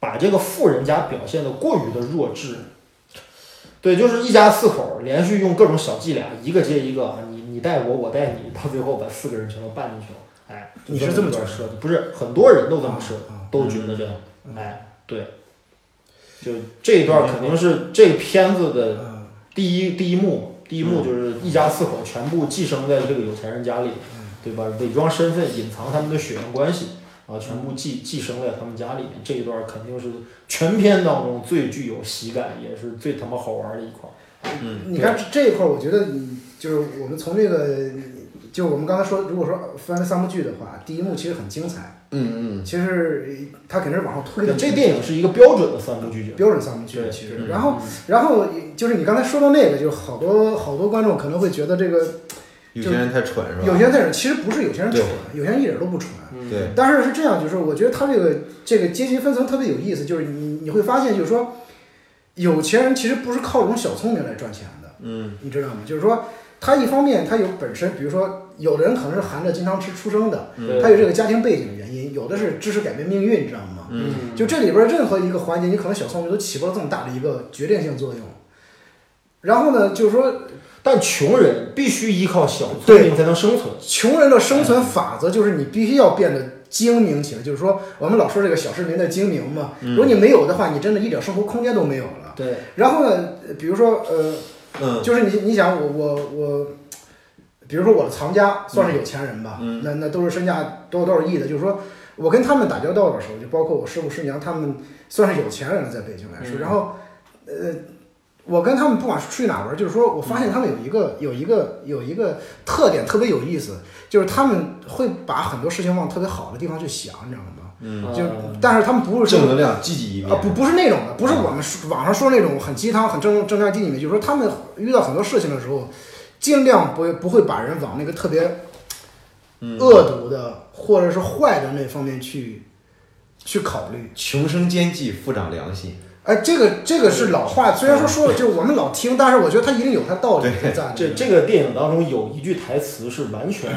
[SPEAKER 1] 把这个富人家表现的过于的弱智。对，就是一家四口连续用各种小伎俩，一个接一个，你你你带我，我带你，到最后把四个人全都办进去了。哎，就
[SPEAKER 3] 你是这么
[SPEAKER 1] 一
[SPEAKER 3] 觉
[SPEAKER 1] 段
[SPEAKER 3] 得
[SPEAKER 1] 设计，不是很多人都这么设计，
[SPEAKER 3] 啊
[SPEAKER 1] 都觉得这样。哎，对，就这一段肯定是这个片子的
[SPEAKER 3] 嗯
[SPEAKER 1] 第一第一幕，第一幕就是一家四口全部寄生在这个有钱人家里，对吧？伪装身份，隐藏他们的血缘关系，啊，全部寄寄生在他们家里面。这一段肯定是全片当中最具有喜感，也是最他妈好玩的一块。
[SPEAKER 2] 嗯
[SPEAKER 3] 你看这一块儿，我觉得嗯就是我们从这个，就我们刚才说，如果说翻三部剧的话，第一幕其实很精彩，
[SPEAKER 2] 嗯嗯，
[SPEAKER 3] 其实呃它肯定是往后推的。
[SPEAKER 1] 这电影是一个标准的三部剧情。
[SPEAKER 3] 标准三部剧
[SPEAKER 1] 对
[SPEAKER 3] 其实，
[SPEAKER 1] 对
[SPEAKER 3] 然后然后就是你刚才说到那个，就是好多好多观众可能会觉得这个
[SPEAKER 2] 有些人太蠢是吧？
[SPEAKER 3] 有钱人其实不是有钱人
[SPEAKER 2] 对
[SPEAKER 3] 蠢，有钱人一点都不蠢。
[SPEAKER 1] 嗯
[SPEAKER 2] 对，
[SPEAKER 3] 但是是这样，就是我觉得他这个这个阶级分层特别有意思，就是你你会发现，就是说，有钱人其实不是靠这种小聪明来赚钱的，
[SPEAKER 2] 嗯
[SPEAKER 3] 你知道吗？就是说，他一方面他有本身，比如说，有的人可能是含着金汤匙出
[SPEAKER 2] 嗯
[SPEAKER 3] 生的，
[SPEAKER 1] 对
[SPEAKER 3] 他有这个家庭背景的原因，有的是知识改变命运，你知道吗？
[SPEAKER 2] 嗯，
[SPEAKER 3] 就这里边任何一个环节，你可能小聪明都起不了这么大的一个决定性作用。然后呢，就是说，
[SPEAKER 1] 但穷人必须依靠小聪
[SPEAKER 3] 对
[SPEAKER 1] 明才能生存。
[SPEAKER 3] 穷人的生存法则就是你必须要变得精明起来，就是说我们老说这个小市民的精明嘛，如果你没有的话，你真的一点生活空间都没有了。
[SPEAKER 1] 对，
[SPEAKER 3] 然后呢，呃比如说呃，
[SPEAKER 2] 嗯
[SPEAKER 3] 就是你你想我我我，比如说我的藏家算是有钱人吧，那那都是身价多少多少亿的，就是说我跟他们打交道的时候，就包括我师傅师娘他们算是有钱人了，在北京来说，然后呃。我跟他们不管是去哪玩，就是说我发现他们有一个、有一个有一个特点特别有意思，就是他们会把很多事情往特别好的地方去想，你知道吗？
[SPEAKER 2] 嗯，
[SPEAKER 3] 就
[SPEAKER 1] 嗯
[SPEAKER 3] 但是他们不是说
[SPEAKER 2] 正能量积极一面
[SPEAKER 3] 啊，不不是那种的，不是我们说网上说那种很鸡汤、很正正向积极面，就是说他们遇到很多事情的时候，尽量不不会把人往那个特别恶毒的或者是坏的那方面去去考虑。
[SPEAKER 2] 穷生奸计，富长良心。
[SPEAKER 3] 哎，这个这个是老话，虽然说说了就是我们老听，但是我觉得它一定有它道理在里
[SPEAKER 1] 啊这
[SPEAKER 3] 面
[SPEAKER 1] 这个电影当中有一句台词是完全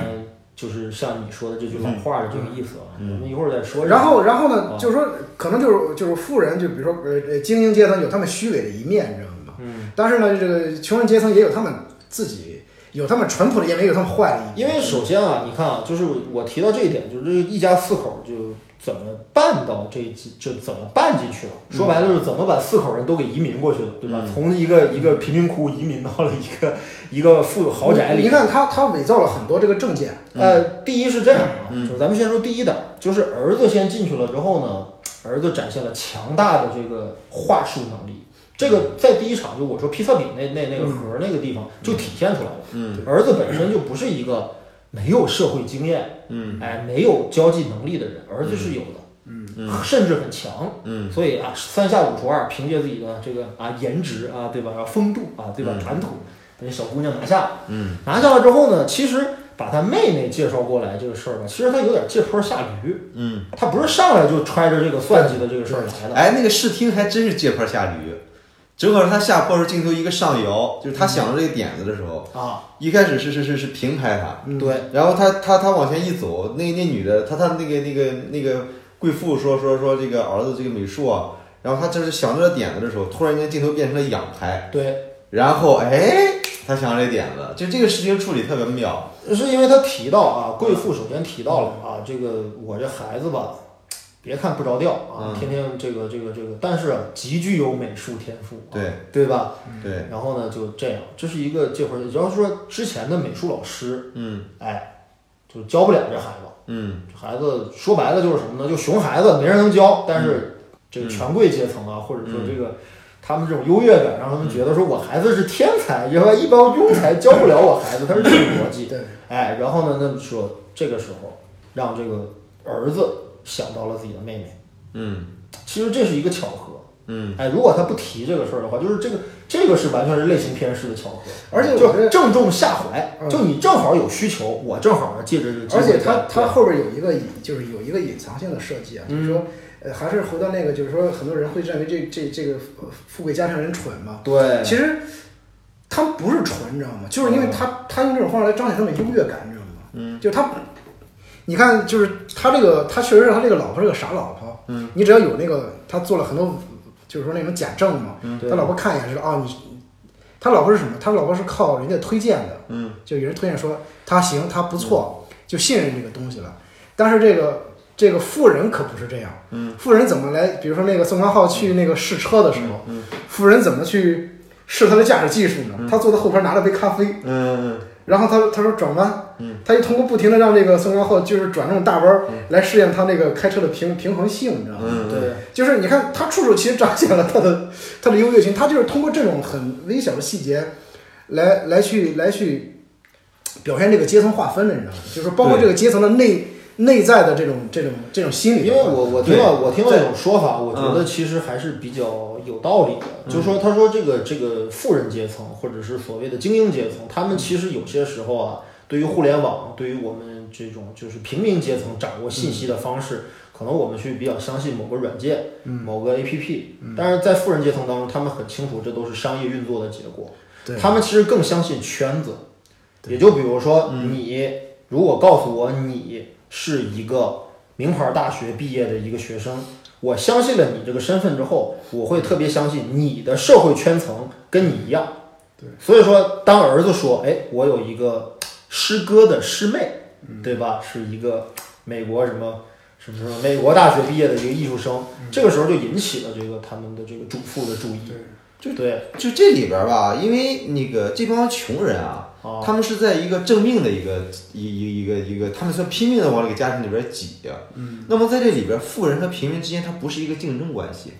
[SPEAKER 1] 就是像你说的这句老话的这个意思啊，
[SPEAKER 3] 嗯
[SPEAKER 1] 我们一会儿再说。
[SPEAKER 3] 然后，然后呢
[SPEAKER 1] 啊，
[SPEAKER 3] 就是说，可能就是就是富人，就比如说呃呃精英阶层有他们虚伪的一面，你知道吗？
[SPEAKER 1] 嗯。
[SPEAKER 3] 但是呢，这个穷人阶层也有他们自己有他们淳朴的一面，也有他们坏的一
[SPEAKER 1] 因
[SPEAKER 3] 面。
[SPEAKER 1] 为首先啊，你看啊，就是我提到这一点，就是这一家四口就怎么办到这几，就怎么办进去了。说白了就是怎么把四口人都给移民过去的，对吧？
[SPEAKER 3] 嗯
[SPEAKER 1] 从一个一个贫民窟移民到了一个一个富豪宅里
[SPEAKER 3] 你。看他他伪造了很多这个证件，
[SPEAKER 1] 呃，
[SPEAKER 2] 嗯
[SPEAKER 1] 第一是这样啊，就是咱们先说第一点，就是儿子先进去了之后呢，儿子展现了强大的这个话术能力。这个在第一场就我说披萨饼那那那个盒儿那个地方就体现出来了。
[SPEAKER 2] 嗯
[SPEAKER 1] 儿子本身就不是一个没有社会经验，
[SPEAKER 2] 嗯，
[SPEAKER 1] 哎，没有交际能力的人，儿子是有的，
[SPEAKER 2] 嗯
[SPEAKER 1] 甚至很强。
[SPEAKER 2] 嗯
[SPEAKER 1] 所以啊，三下五除二，凭借自己的这个啊颜值啊，对吧？然后风度啊，对吧？谈吐，把这小姑娘拿下了。
[SPEAKER 2] 嗯
[SPEAKER 1] 拿下了之后呢，其实把他妹妹介绍过来这个事儿吧，其实他有点借坡下驴，
[SPEAKER 2] 嗯，
[SPEAKER 1] 他不是上来就揣着这个算计的这个事儿来的。
[SPEAKER 2] 哎，那个视听还真是借坡下驴，正好是他下坡时候镜头一个上摇，就是他想到这个点子的时候，
[SPEAKER 1] 啊，
[SPEAKER 2] 一开始是是是是平拍他，
[SPEAKER 1] 对，
[SPEAKER 2] 然后他他他往前一走，那那女的，她她那个那个那个贵妇说说说这个儿子这个美术啊，然后他这是想这个点子的时候，突然间镜头变成了仰拍，
[SPEAKER 1] 对，
[SPEAKER 2] 然后哎，他想这点子，就这个事情处理特别妙，
[SPEAKER 1] 是因为他提到啊，贵妇首先提到了啊，这个我这孩子吧，别看不着调啊，
[SPEAKER 2] 嗯
[SPEAKER 1] 天天这个这个这个，但是啊，极具有美术天赋，啊
[SPEAKER 2] 对
[SPEAKER 1] 对吧？
[SPEAKER 2] 对，
[SPEAKER 1] 然后呢，就这样，这是一个这会儿，你要说之前的美术老师，
[SPEAKER 2] 嗯
[SPEAKER 1] 哎，就教不了这孩子。
[SPEAKER 2] 嗯
[SPEAKER 1] 孩子说白了就是什么呢？就熊孩子没人能教，但是
[SPEAKER 3] 嗯
[SPEAKER 1] 这个权贵阶层啊，或者说这个他们这种优越感，让他们觉得说我孩子是天才，因为一般庸才教不了我孩子，他是这个逻辑。
[SPEAKER 3] 嗯对，
[SPEAKER 1] 哎，然后呢，那么说这个时候让这个儿子想到了自己的妹妹，
[SPEAKER 2] 嗯
[SPEAKER 1] 其实这是一个巧合。
[SPEAKER 2] 嗯，
[SPEAKER 1] 哎，如果他不提这个事儿的话，就是这个这个是完全是类型片式的巧合，
[SPEAKER 3] 而且我觉
[SPEAKER 1] 就
[SPEAKER 3] 得
[SPEAKER 1] 正中下怀，
[SPEAKER 3] 嗯
[SPEAKER 1] 就你正好有需求，我正好借着这个机会干。
[SPEAKER 3] 而且它它
[SPEAKER 1] 对嗯
[SPEAKER 3] 后边有一个就是有一个隐藏性的设计啊，就是说，呃，还是回到那个，就是说很多人会认为这这这个呃富贵家庭人蠢嘛，
[SPEAKER 1] 对，
[SPEAKER 3] 其实他们不是蠢，你知道吗？就是因为他他用这种方式来彰显他们的优越感，你知道吗？哦嗯，就他，你看，就是他这个，他确实是他这个老婆是个傻老婆，嗯，你只要有那个，他做了很多，就是说那种假证嘛，
[SPEAKER 1] 对
[SPEAKER 3] 他老婆看一眼知道，哦，你他老婆是什么？他老婆是靠人家推荐的，
[SPEAKER 2] 嗯
[SPEAKER 3] 就有人推荐说他行，他不错，就信任这个东西了。但是这个这个富人可不是这样，
[SPEAKER 2] 嗯，
[SPEAKER 3] 富人怎么来？比如说那个宋康昊去那个试车的时候，
[SPEAKER 2] 嗯
[SPEAKER 3] 富人怎么去试他的驾驶技术呢？他坐在后边拿了杯咖啡，
[SPEAKER 2] 嗯嗯
[SPEAKER 3] 然后他他说转弯，
[SPEAKER 2] 嗯，
[SPEAKER 3] 他就通过不停的让这个宋康昊就是转这种大弯儿
[SPEAKER 2] 嗯
[SPEAKER 3] 来试验他那个开车的平平衡性，你知道吗？
[SPEAKER 2] 嗯，
[SPEAKER 3] 对，就是你看他处处其实彰显了他的他的优越性，他就是通过这种很微小的细节来来去来去表现这个阶层划分的，你知道吗？就是包括
[SPEAKER 2] 对
[SPEAKER 3] 这个阶层的内内在的这种这种这种心理
[SPEAKER 1] 因
[SPEAKER 3] 的
[SPEAKER 1] 为
[SPEAKER 3] 话，
[SPEAKER 1] 我我
[SPEAKER 2] 对
[SPEAKER 1] 听到我听到
[SPEAKER 3] 对嗯
[SPEAKER 1] 一种说法，我觉得其实还是比较有道理的，就是说他说这个这个富人阶层或者是所谓的精英阶层，他们其实有些时候啊，对于互联网，对于我们这种就是平民阶层掌握信
[SPEAKER 3] 嗯
[SPEAKER 1] 息的方式，可能我们去比较相信某个软件、某个 APP，但
[SPEAKER 3] 嗯
[SPEAKER 1] 是在富人阶层当中，他们很清楚这都是商业运作的结果。
[SPEAKER 3] 对
[SPEAKER 1] 他们其实更相信圈子，也就比如说
[SPEAKER 3] 嗯
[SPEAKER 1] 你如果告诉我你是一个名牌大学毕业的一个学生，我相信了你这个身份之后，我会特别相信你的社会圈层跟你一样。
[SPEAKER 3] 对，
[SPEAKER 1] 所以说当儿子说，哎，我有一个师哥的师妹，
[SPEAKER 3] 嗯
[SPEAKER 1] 对吧？是一个美国什么。什么什么美国大学毕业的一个艺术生，
[SPEAKER 3] 嗯
[SPEAKER 1] 这个时候就引起了这个他们的这个主妇的注意，对对
[SPEAKER 2] 就这里边儿吧，因为那个这帮穷人啊，
[SPEAKER 1] 啊，
[SPEAKER 2] 他们是在一个正命的一个一一一个一个，他们算拼命的往这个家庭里边挤呀、嗯。那么在这里边，富人和平民之间，它不是一个竞争关系，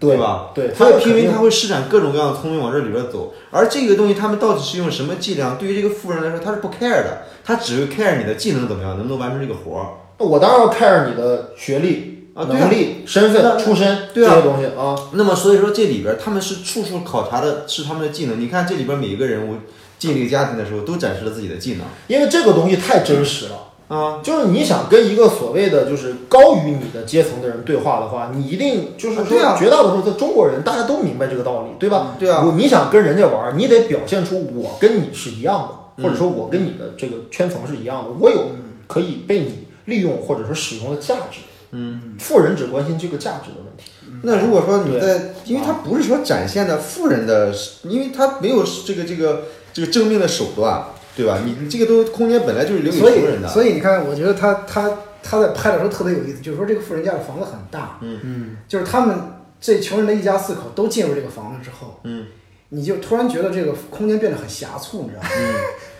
[SPEAKER 2] 对吧？
[SPEAKER 1] 对，
[SPEAKER 2] 他
[SPEAKER 1] 这个
[SPEAKER 2] 平
[SPEAKER 1] 肯
[SPEAKER 2] 民
[SPEAKER 1] 定
[SPEAKER 2] 他会施展各种各样的聪明往这里边走，而这个东西他们到底是用什么伎俩，对于这个富人来说他是不 care 的，他只会 care 你的技能怎么样，能不能完成这个活儿
[SPEAKER 1] 那我当然要 care 你的学历、
[SPEAKER 2] 啊？对啊
[SPEAKER 1] 能力、身份、出身
[SPEAKER 2] 对啊
[SPEAKER 1] 这些东西啊。
[SPEAKER 2] 那么所以说这里边他们是处处考察的是他们的技能。你看这里边每一个人物进这个家庭的时候，都展示了自己的技能
[SPEAKER 1] 因为这个东西太真实了，
[SPEAKER 2] 啊。
[SPEAKER 1] 就是你想跟一个所谓的就是高于你的阶层的人对话的话，你一定就是
[SPEAKER 2] 啊
[SPEAKER 1] 说
[SPEAKER 2] 对啊
[SPEAKER 1] 绝大多数的中国人大家都明白这个道理，对吧？
[SPEAKER 2] 对啊
[SPEAKER 1] 我你想跟人家玩，你得表现出我跟你是一样的，
[SPEAKER 2] 嗯
[SPEAKER 1] 或者说我跟你的这个圈层是一样的，我有可以被你利用或者说使用的价值。嗯，富人只关心这个价值的问题。
[SPEAKER 2] 那如果说你
[SPEAKER 1] 对
[SPEAKER 2] 在，因为他不是说展现的富人的，因为他没有这个这个这个正面的手段，对吧？你你这个都空间本来就是留给
[SPEAKER 3] 所
[SPEAKER 2] 穷人
[SPEAKER 3] 以
[SPEAKER 2] 的，
[SPEAKER 3] 所以你看，我觉得他他他在拍的时候特别有意思，就是说这个富人家的房子很大，
[SPEAKER 2] 嗯
[SPEAKER 3] 嗯，就是他们这穷人的一家四口都进入这个房子之后，
[SPEAKER 2] 嗯，
[SPEAKER 3] 你就突然觉得这个空间变得很狭促，你知道吗？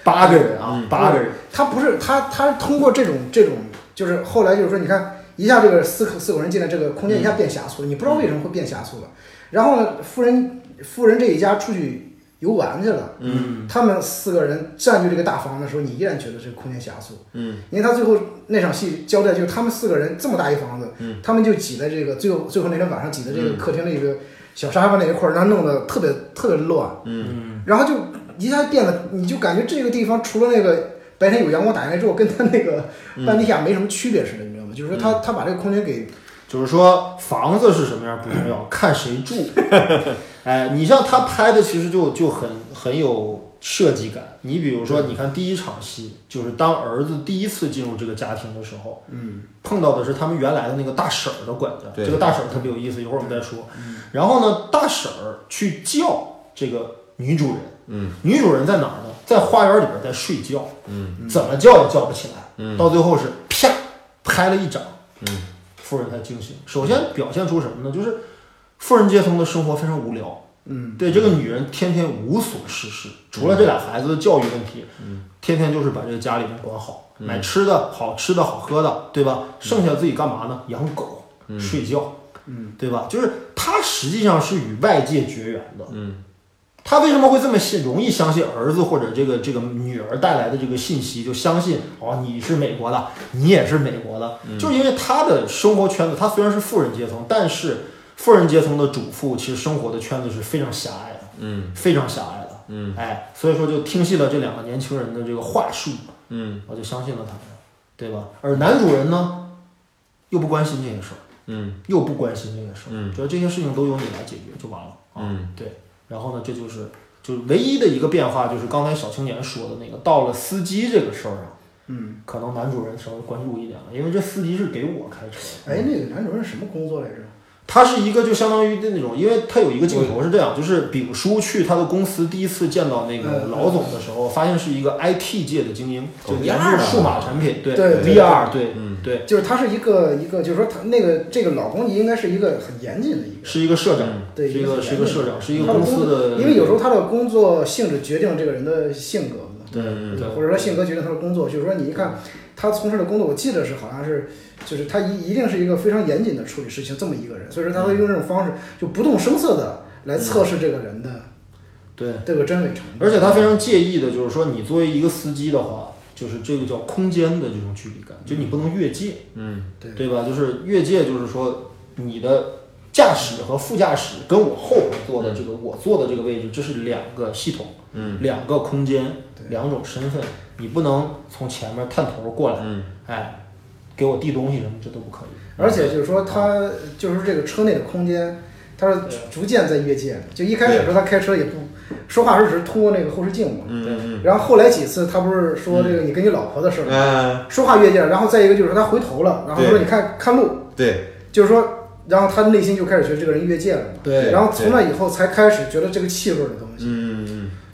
[SPEAKER 1] 八个人啊，
[SPEAKER 2] 嗯
[SPEAKER 1] 八个人，
[SPEAKER 3] 他不是他，他是通过这种这种，就是后来就是说，你看一下这个四口四口人进来，这个空间一下变狭促了，你不知道为什么会变狭促了。然后呢，富人富人这一家出去游玩去了，
[SPEAKER 2] 嗯，
[SPEAKER 3] 他们四个人占据这个大房的时候，你依然觉得这个空间狭促，
[SPEAKER 2] 嗯，
[SPEAKER 3] 因为他最后那场戏交代就是他们四个人这么大一房子，
[SPEAKER 2] 嗯，
[SPEAKER 3] 他们就挤在这个最后最后那天晚上挤在这个客厅的一个小沙发那一块儿，然后弄得特别特别乱，
[SPEAKER 2] 嗯，
[SPEAKER 3] 然后就一下变了，你就感觉这个地方除了那个白天有阳光打下来之后，跟他那个半地下没什么区别似的，你知道吗？就是说他他把这个空间给
[SPEAKER 1] 就是说房子是什么样不 重要，看谁住。哎，你像他拍的其实就就很很有设计感。你比如说，你看第一场戏，就是当儿子第一次进入这个家庭的时候，嗯，碰到的是他们原来的那个大婶儿的管家，
[SPEAKER 2] 对嗯
[SPEAKER 1] 这个大婶儿特别有意思，一会儿我们再说。然后呢，大婶儿去叫这个女主人，
[SPEAKER 2] 嗯，
[SPEAKER 1] 女主人在哪儿呢？在花园里边在睡觉，
[SPEAKER 2] 嗯，
[SPEAKER 1] 怎么叫也叫不起来，
[SPEAKER 2] 嗯
[SPEAKER 1] 到最后是啪拍了一掌，
[SPEAKER 2] 嗯，
[SPEAKER 1] 富人才惊醒。首先表现出什么呢？就是富人阶层的生活非常无聊，
[SPEAKER 3] 嗯，
[SPEAKER 1] 对这个女人天天无所事事，除了这俩孩子的教育问题，
[SPEAKER 2] 嗯，
[SPEAKER 1] 天天就是把这个家里面管好，
[SPEAKER 2] 嗯
[SPEAKER 1] 买吃的好吃的好喝的，对吧？剩下自己干嘛呢？养狗，
[SPEAKER 2] 嗯
[SPEAKER 1] 睡觉，
[SPEAKER 3] 嗯，
[SPEAKER 1] 对吧？就是她实际上是与外界绝缘的，
[SPEAKER 2] 嗯
[SPEAKER 1] 他为什么会这么信容易相信儿子或者这个这个女儿带来的这个信息，就相信哦你是美国的，你也是美国的，
[SPEAKER 2] 嗯
[SPEAKER 1] 就是因为他的生活圈子，他虽然是富人阶层，但是富人阶层的主妇其实生活的圈子是非常狭隘的，
[SPEAKER 2] 嗯
[SPEAKER 1] 非常狭隘的，
[SPEAKER 2] 嗯
[SPEAKER 1] 哎，所以说就听信了这两个年轻人的这个话术，
[SPEAKER 2] 嗯
[SPEAKER 1] 我就相信了他们，对吧？而男主人呢，又不关心这些事儿，
[SPEAKER 2] 嗯
[SPEAKER 1] 又不关心这些事儿，
[SPEAKER 2] 嗯
[SPEAKER 1] 觉得这些事情都由你来解决就完了啊。
[SPEAKER 2] 嗯
[SPEAKER 1] 对，然后呢，这就是就是唯一的一个变化，就是刚才小青年说的那个，到了司机这个事儿上，
[SPEAKER 3] 嗯，
[SPEAKER 1] 可能男主人稍微关注一点了，因为这司机是给我开车的，
[SPEAKER 3] 哎哎，那个男主人什么工作来着？
[SPEAKER 1] 它是一个就相当于那种，因为它有一个镜头是这样，就是丙叔去他的公司第一次见到那个
[SPEAKER 3] 嗯
[SPEAKER 1] 老总的时候，发现是一个 IT 界的精英，
[SPEAKER 2] 哦
[SPEAKER 1] 就研制
[SPEAKER 2] VR
[SPEAKER 1] 数码产品，对
[SPEAKER 3] 对对
[SPEAKER 1] VR，对
[SPEAKER 2] 嗯
[SPEAKER 1] 对，
[SPEAKER 3] 就是他是一个一个，就是说他那个这个老公应该是一个很严谨的一个，
[SPEAKER 1] 是一个社长，
[SPEAKER 3] 嗯对，
[SPEAKER 1] 是一个是一
[SPEAKER 3] 很
[SPEAKER 1] 个
[SPEAKER 3] 严谨
[SPEAKER 1] 社长，是一
[SPEAKER 3] 他
[SPEAKER 1] 个
[SPEAKER 3] 的
[SPEAKER 1] 公司的，
[SPEAKER 3] 因为有时候他的工作性质决定这个人的性格嘛，
[SPEAKER 1] 对
[SPEAKER 2] 嗯
[SPEAKER 1] 对
[SPEAKER 3] 或者说性格决定他的工作，就是说你一看他从事的工作，我记得是好像是，就是他一一定是一个非常严谨的处理事情这么一个人，所以说他会用这种方式就不动声色的来测试这个人的
[SPEAKER 1] 对，
[SPEAKER 3] 这个真伪程度。
[SPEAKER 1] 而且他非常介意的就是说，你作为一个司机的话，就是这个叫空间的这种距离感，就你不能越界，
[SPEAKER 2] 嗯
[SPEAKER 3] 嗯对
[SPEAKER 1] 对吧？就是越界，就是说你的驾驶和副驾驶跟我后排坐的这个我坐的这个位置，这是两个系统，
[SPEAKER 2] 嗯
[SPEAKER 1] 两个空间，
[SPEAKER 3] 对
[SPEAKER 1] 两种身份，你不能从前面探头过来，
[SPEAKER 2] 嗯
[SPEAKER 1] 哎，给我递东西什么，这都不可以。
[SPEAKER 3] 而且就是说他就是这个车内的空间，他是逐渐在越界的，就一开始的时候他开车也不说话时候只是通过那个后视镜嘛，
[SPEAKER 2] 嗯
[SPEAKER 3] 然后后来几次他不是说这个你跟你老婆的事儿
[SPEAKER 2] 嗯，
[SPEAKER 3] 吗，
[SPEAKER 2] 啊，
[SPEAKER 3] 说话越界了，然后再一个就是他回头了，然后说
[SPEAKER 2] 对
[SPEAKER 3] 你看看路，
[SPEAKER 2] 对，
[SPEAKER 3] 就是说，然后他内心就开始觉得这个人越界了嘛，
[SPEAKER 2] 对
[SPEAKER 3] 然后从那以后才开始觉得这个气味儿的东西，
[SPEAKER 2] 嗯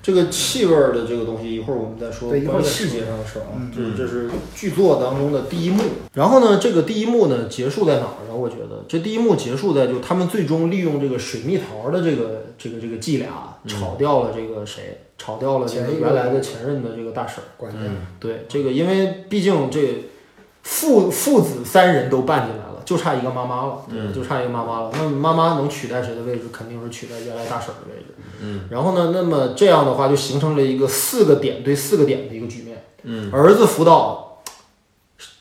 [SPEAKER 1] 这个气味儿的这个东西，一会儿我们再说
[SPEAKER 3] 对一会儿
[SPEAKER 1] 关于
[SPEAKER 3] 再
[SPEAKER 1] 细
[SPEAKER 3] 说
[SPEAKER 1] 节上的事儿啊
[SPEAKER 3] 嗯。
[SPEAKER 1] 就是这是剧作当中的第一幕。然后呢，这个第一幕呢结束在哪儿呢？我觉得这第一幕结束在就他们最终利用这个水蜜桃的这个这个这个伎俩，炒掉了这个谁，炒掉了这个
[SPEAKER 3] 前一个
[SPEAKER 1] 原来的前任的这个大婶儿。
[SPEAKER 3] 管家，
[SPEAKER 2] 嗯
[SPEAKER 1] 对，这个因为毕竟这父父子三人都办进来了，就差一个妈妈了，对吧
[SPEAKER 2] 嗯
[SPEAKER 1] 就差一个妈妈了。那么妈妈能取代谁的位置？肯定是取代原来大婶儿的位置。
[SPEAKER 2] 嗯，
[SPEAKER 1] 然后呢，那么这样的话就形成了一个四个点对四个点的一个局面。
[SPEAKER 2] 嗯，
[SPEAKER 1] 儿子辅导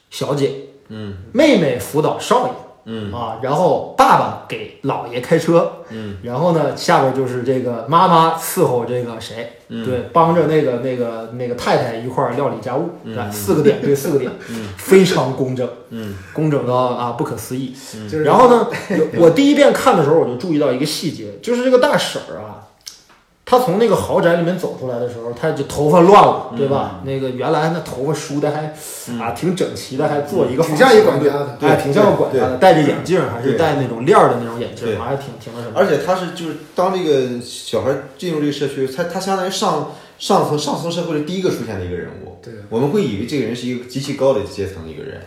[SPEAKER 1] 小姐，
[SPEAKER 2] 嗯
[SPEAKER 1] 妹妹辅导少爷
[SPEAKER 2] 嗯
[SPEAKER 1] 啊，然后爸爸给姥爷开车，
[SPEAKER 2] 嗯，
[SPEAKER 1] 然后呢，下边就是这个妈妈伺候这个谁，
[SPEAKER 2] 嗯，
[SPEAKER 1] 对，帮着那个那个那个太太一块儿料理家务，
[SPEAKER 2] 嗯
[SPEAKER 1] 哎四个点对四个点，非常工整，
[SPEAKER 2] 嗯
[SPEAKER 1] 工整到啊不可思议。
[SPEAKER 3] 就是
[SPEAKER 1] 然后呢，有我第一遍看的时候我就注意到一个细节，就是这个大婶儿啊，她从那个豪宅里面走出来的时候，她就头发乱了，对吧？那个原来那头发梳的还、啊挺整齐的，还做一个
[SPEAKER 3] 嗯挺
[SPEAKER 1] 发
[SPEAKER 3] 像一
[SPEAKER 1] 型
[SPEAKER 3] 管家的，
[SPEAKER 2] 对
[SPEAKER 1] 哎，挺像个管家的，戴着眼镜还是
[SPEAKER 2] 对
[SPEAKER 1] 戴那种链儿的那种眼镜
[SPEAKER 2] 对，
[SPEAKER 1] 还是挺挺那什么的。
[SPEAKER 2] 而且他是就是当这个小孩进入这个社区，他他相当于上上层上层社会的第一个出现的一个人物。
[SPEAKER 3] 对，
[SPEAKER 2] 我们会以为这个人是一个极其高的阶层的一个人。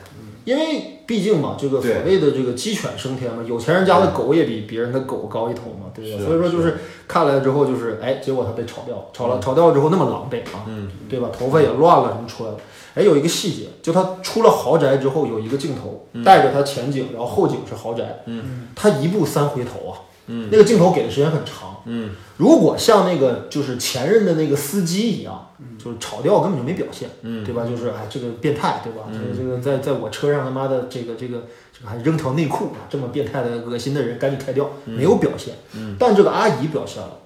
[SPEAKER 1] 因为毕竟嘛，这个所
[SPEAKER 2] 对
[SPEAKER 1] 谓的这个鸡犬升天嘛，有钱人家的狗也比别人的狗高一头嘛，对吧？
[SPEAKER 2] 是
[SPEAKER 1] 所以说就是是看来之后就是，哎，结果他被炒掉，炒了，炒掉之后那么狼狈啊，
[SPEAKER 2] 嗯
[SPEAKER 1] 对吧？头发也乱了，什么出来了？哎，有一个细节，就他出了豪宅之后有一个镜头，带着他前景，然后后景是豪宅，
[SPEAKER 2] 嗯，
[SPEAKER 1] 他一步三回头啊，
[SPEAKER 2] 嗯，
[SPEAKER 1] 那个镜头给的时间很长，
[SPEAKER 2] 嗯，
[SPEAKER 1] 如果像那个就是前任的那个司机一样，就是炒掉根本就没表现，
[SPEAKER 2] 嗯
[SPEAKER 1] 对吧？就是哎，这个变态，对吧？
[SPEAKER 2] 嗯
[SPEAKER 1] 这个这个在在我车上他妈的这个这个这个还扔条内裤啊，这么变态的恶心的人赶紧开掉，没有表现。
[SPEAKER 2] 嗯
[SPEAKER 1] 但这个阿姨表现了，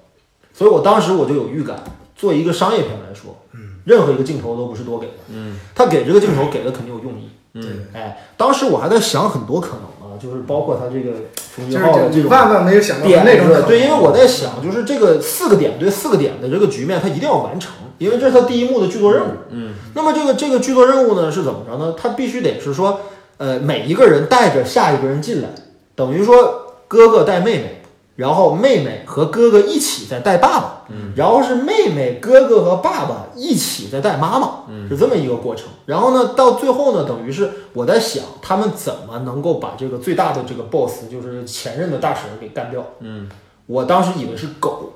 [SPEAKER 1] 所以我当时我就有预感，做一个商业片来说，任何一个镜头都不是多给的，
[SPEAKER 2] 嗯
[SPEAKER 1] 他给这个镜头给的肯定有用意。
[SPEAKER 2] 嗯
[SPEAKER 1] 哎，当时我还在想很多可能啊，就是包括他这个冯俊
[SPEAKER 3] 就是
[SPEAKER 1] 浩的
[SPEAKER 3] 这
[SPEAKER 1] 这
[SPEAKER 3] 你
[SPEAKER 1] 种
[SPEAKER 3] 万万没有想到
[SPEAKER 1] 点
[SPEAKER 3] 那种
[SPEAKER 1] 对，
[SPEAKER 3] 可能
[SPEAKER 1] 对，因为我在想，就是这个四个点对四个点的这个局面，他一定要完成，因为这是他第一幕的剧作任务。
[SPEAKER 2] 嗯
[SPEAKER 1] 那么这个这个剧作任务呢是怎么着呢？他必须得是说，呃，每一个人带着下一个人进来，等于说哥哥带妹妹，然后妹妹和哥哥一起再带爸爸，
[SPEAKER 2] 嗯
[SPEAKER 1] 然后是妹妹、哥哥和爸爸一起再带妈妈，
[SPEAKER 2] 嗯
[SPEAKER 1] 是这么一个过程。然后呢，到最后呢，等于是我在想，他们怎么能够把这个最大的这个 boss，就是前任的大婶儿给干掉。
[SPEAKER 2] 嗯
[SPEAKER 1] 我当时以为是狗，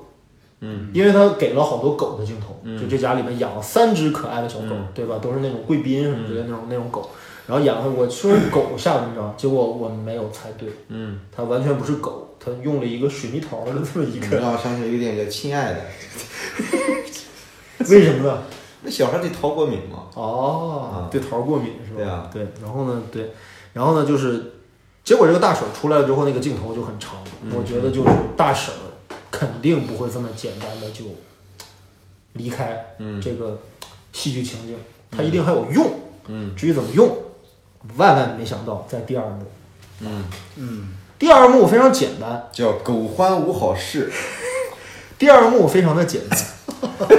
[SPEAKER 2] 嗯，
[SPEAKER 1] 因为他给了好多狗的镜头，
[SPEAKER 2] 嗯
[SPEAKER 1] 就这家里面养了三只可爱的小狗，
[SPEAKER 2] 嗯
[SPEAKER 1] 对吧？都是那种贵宾什么之类的那种、那种狗。然后养了，我说狗下文章，结果我没有猜对，
[SPEAKER 2] 嗯。
[SPEAKER 1] 它完全不是狗，它用了一个水蜜桃的这么一
[SPEAKER 2] 你
[SPEAKER 1] 个，
[SPEAKER 2] 让我想起一个电影叫《亲爱的》，
[SPEAKER 1] 为什么呢？
[SPEAKER 2] 那小孩对桃过敏嘛？
[SPEAKER 1] 哦
[SPEAKER 2] 啊，
[SPEAKER 1] 对桃儿过敏是吧？
[SPEAKER 2] 对啊
[SPEAKER 1] 对，然后呢，对，然后呢，就是结果这个大婶儿出来了之后，那个镜头就很长，
[SPEAKER 2] 嗯
[SPEAKER 1] 我觉得就是大婶儿肯定不会这么简单的就离开
[SPEAKER 2] 嗯
[SPEAKER 1] 这个戏剧情景，她一定还有用。
[SPEAKER 2] 嗯
[SPEAKER 1] 至于怎么用，万万没想到在第二幕，
[SPEAKER 2] 嗯，
[SPEAKER 3] 嗯，
[SPEAKER 1] 第二幕非常简单，
[SPEAKER 2] 叫“狗欢无好事
[SPEAKER 1] 第二幕非常的简单。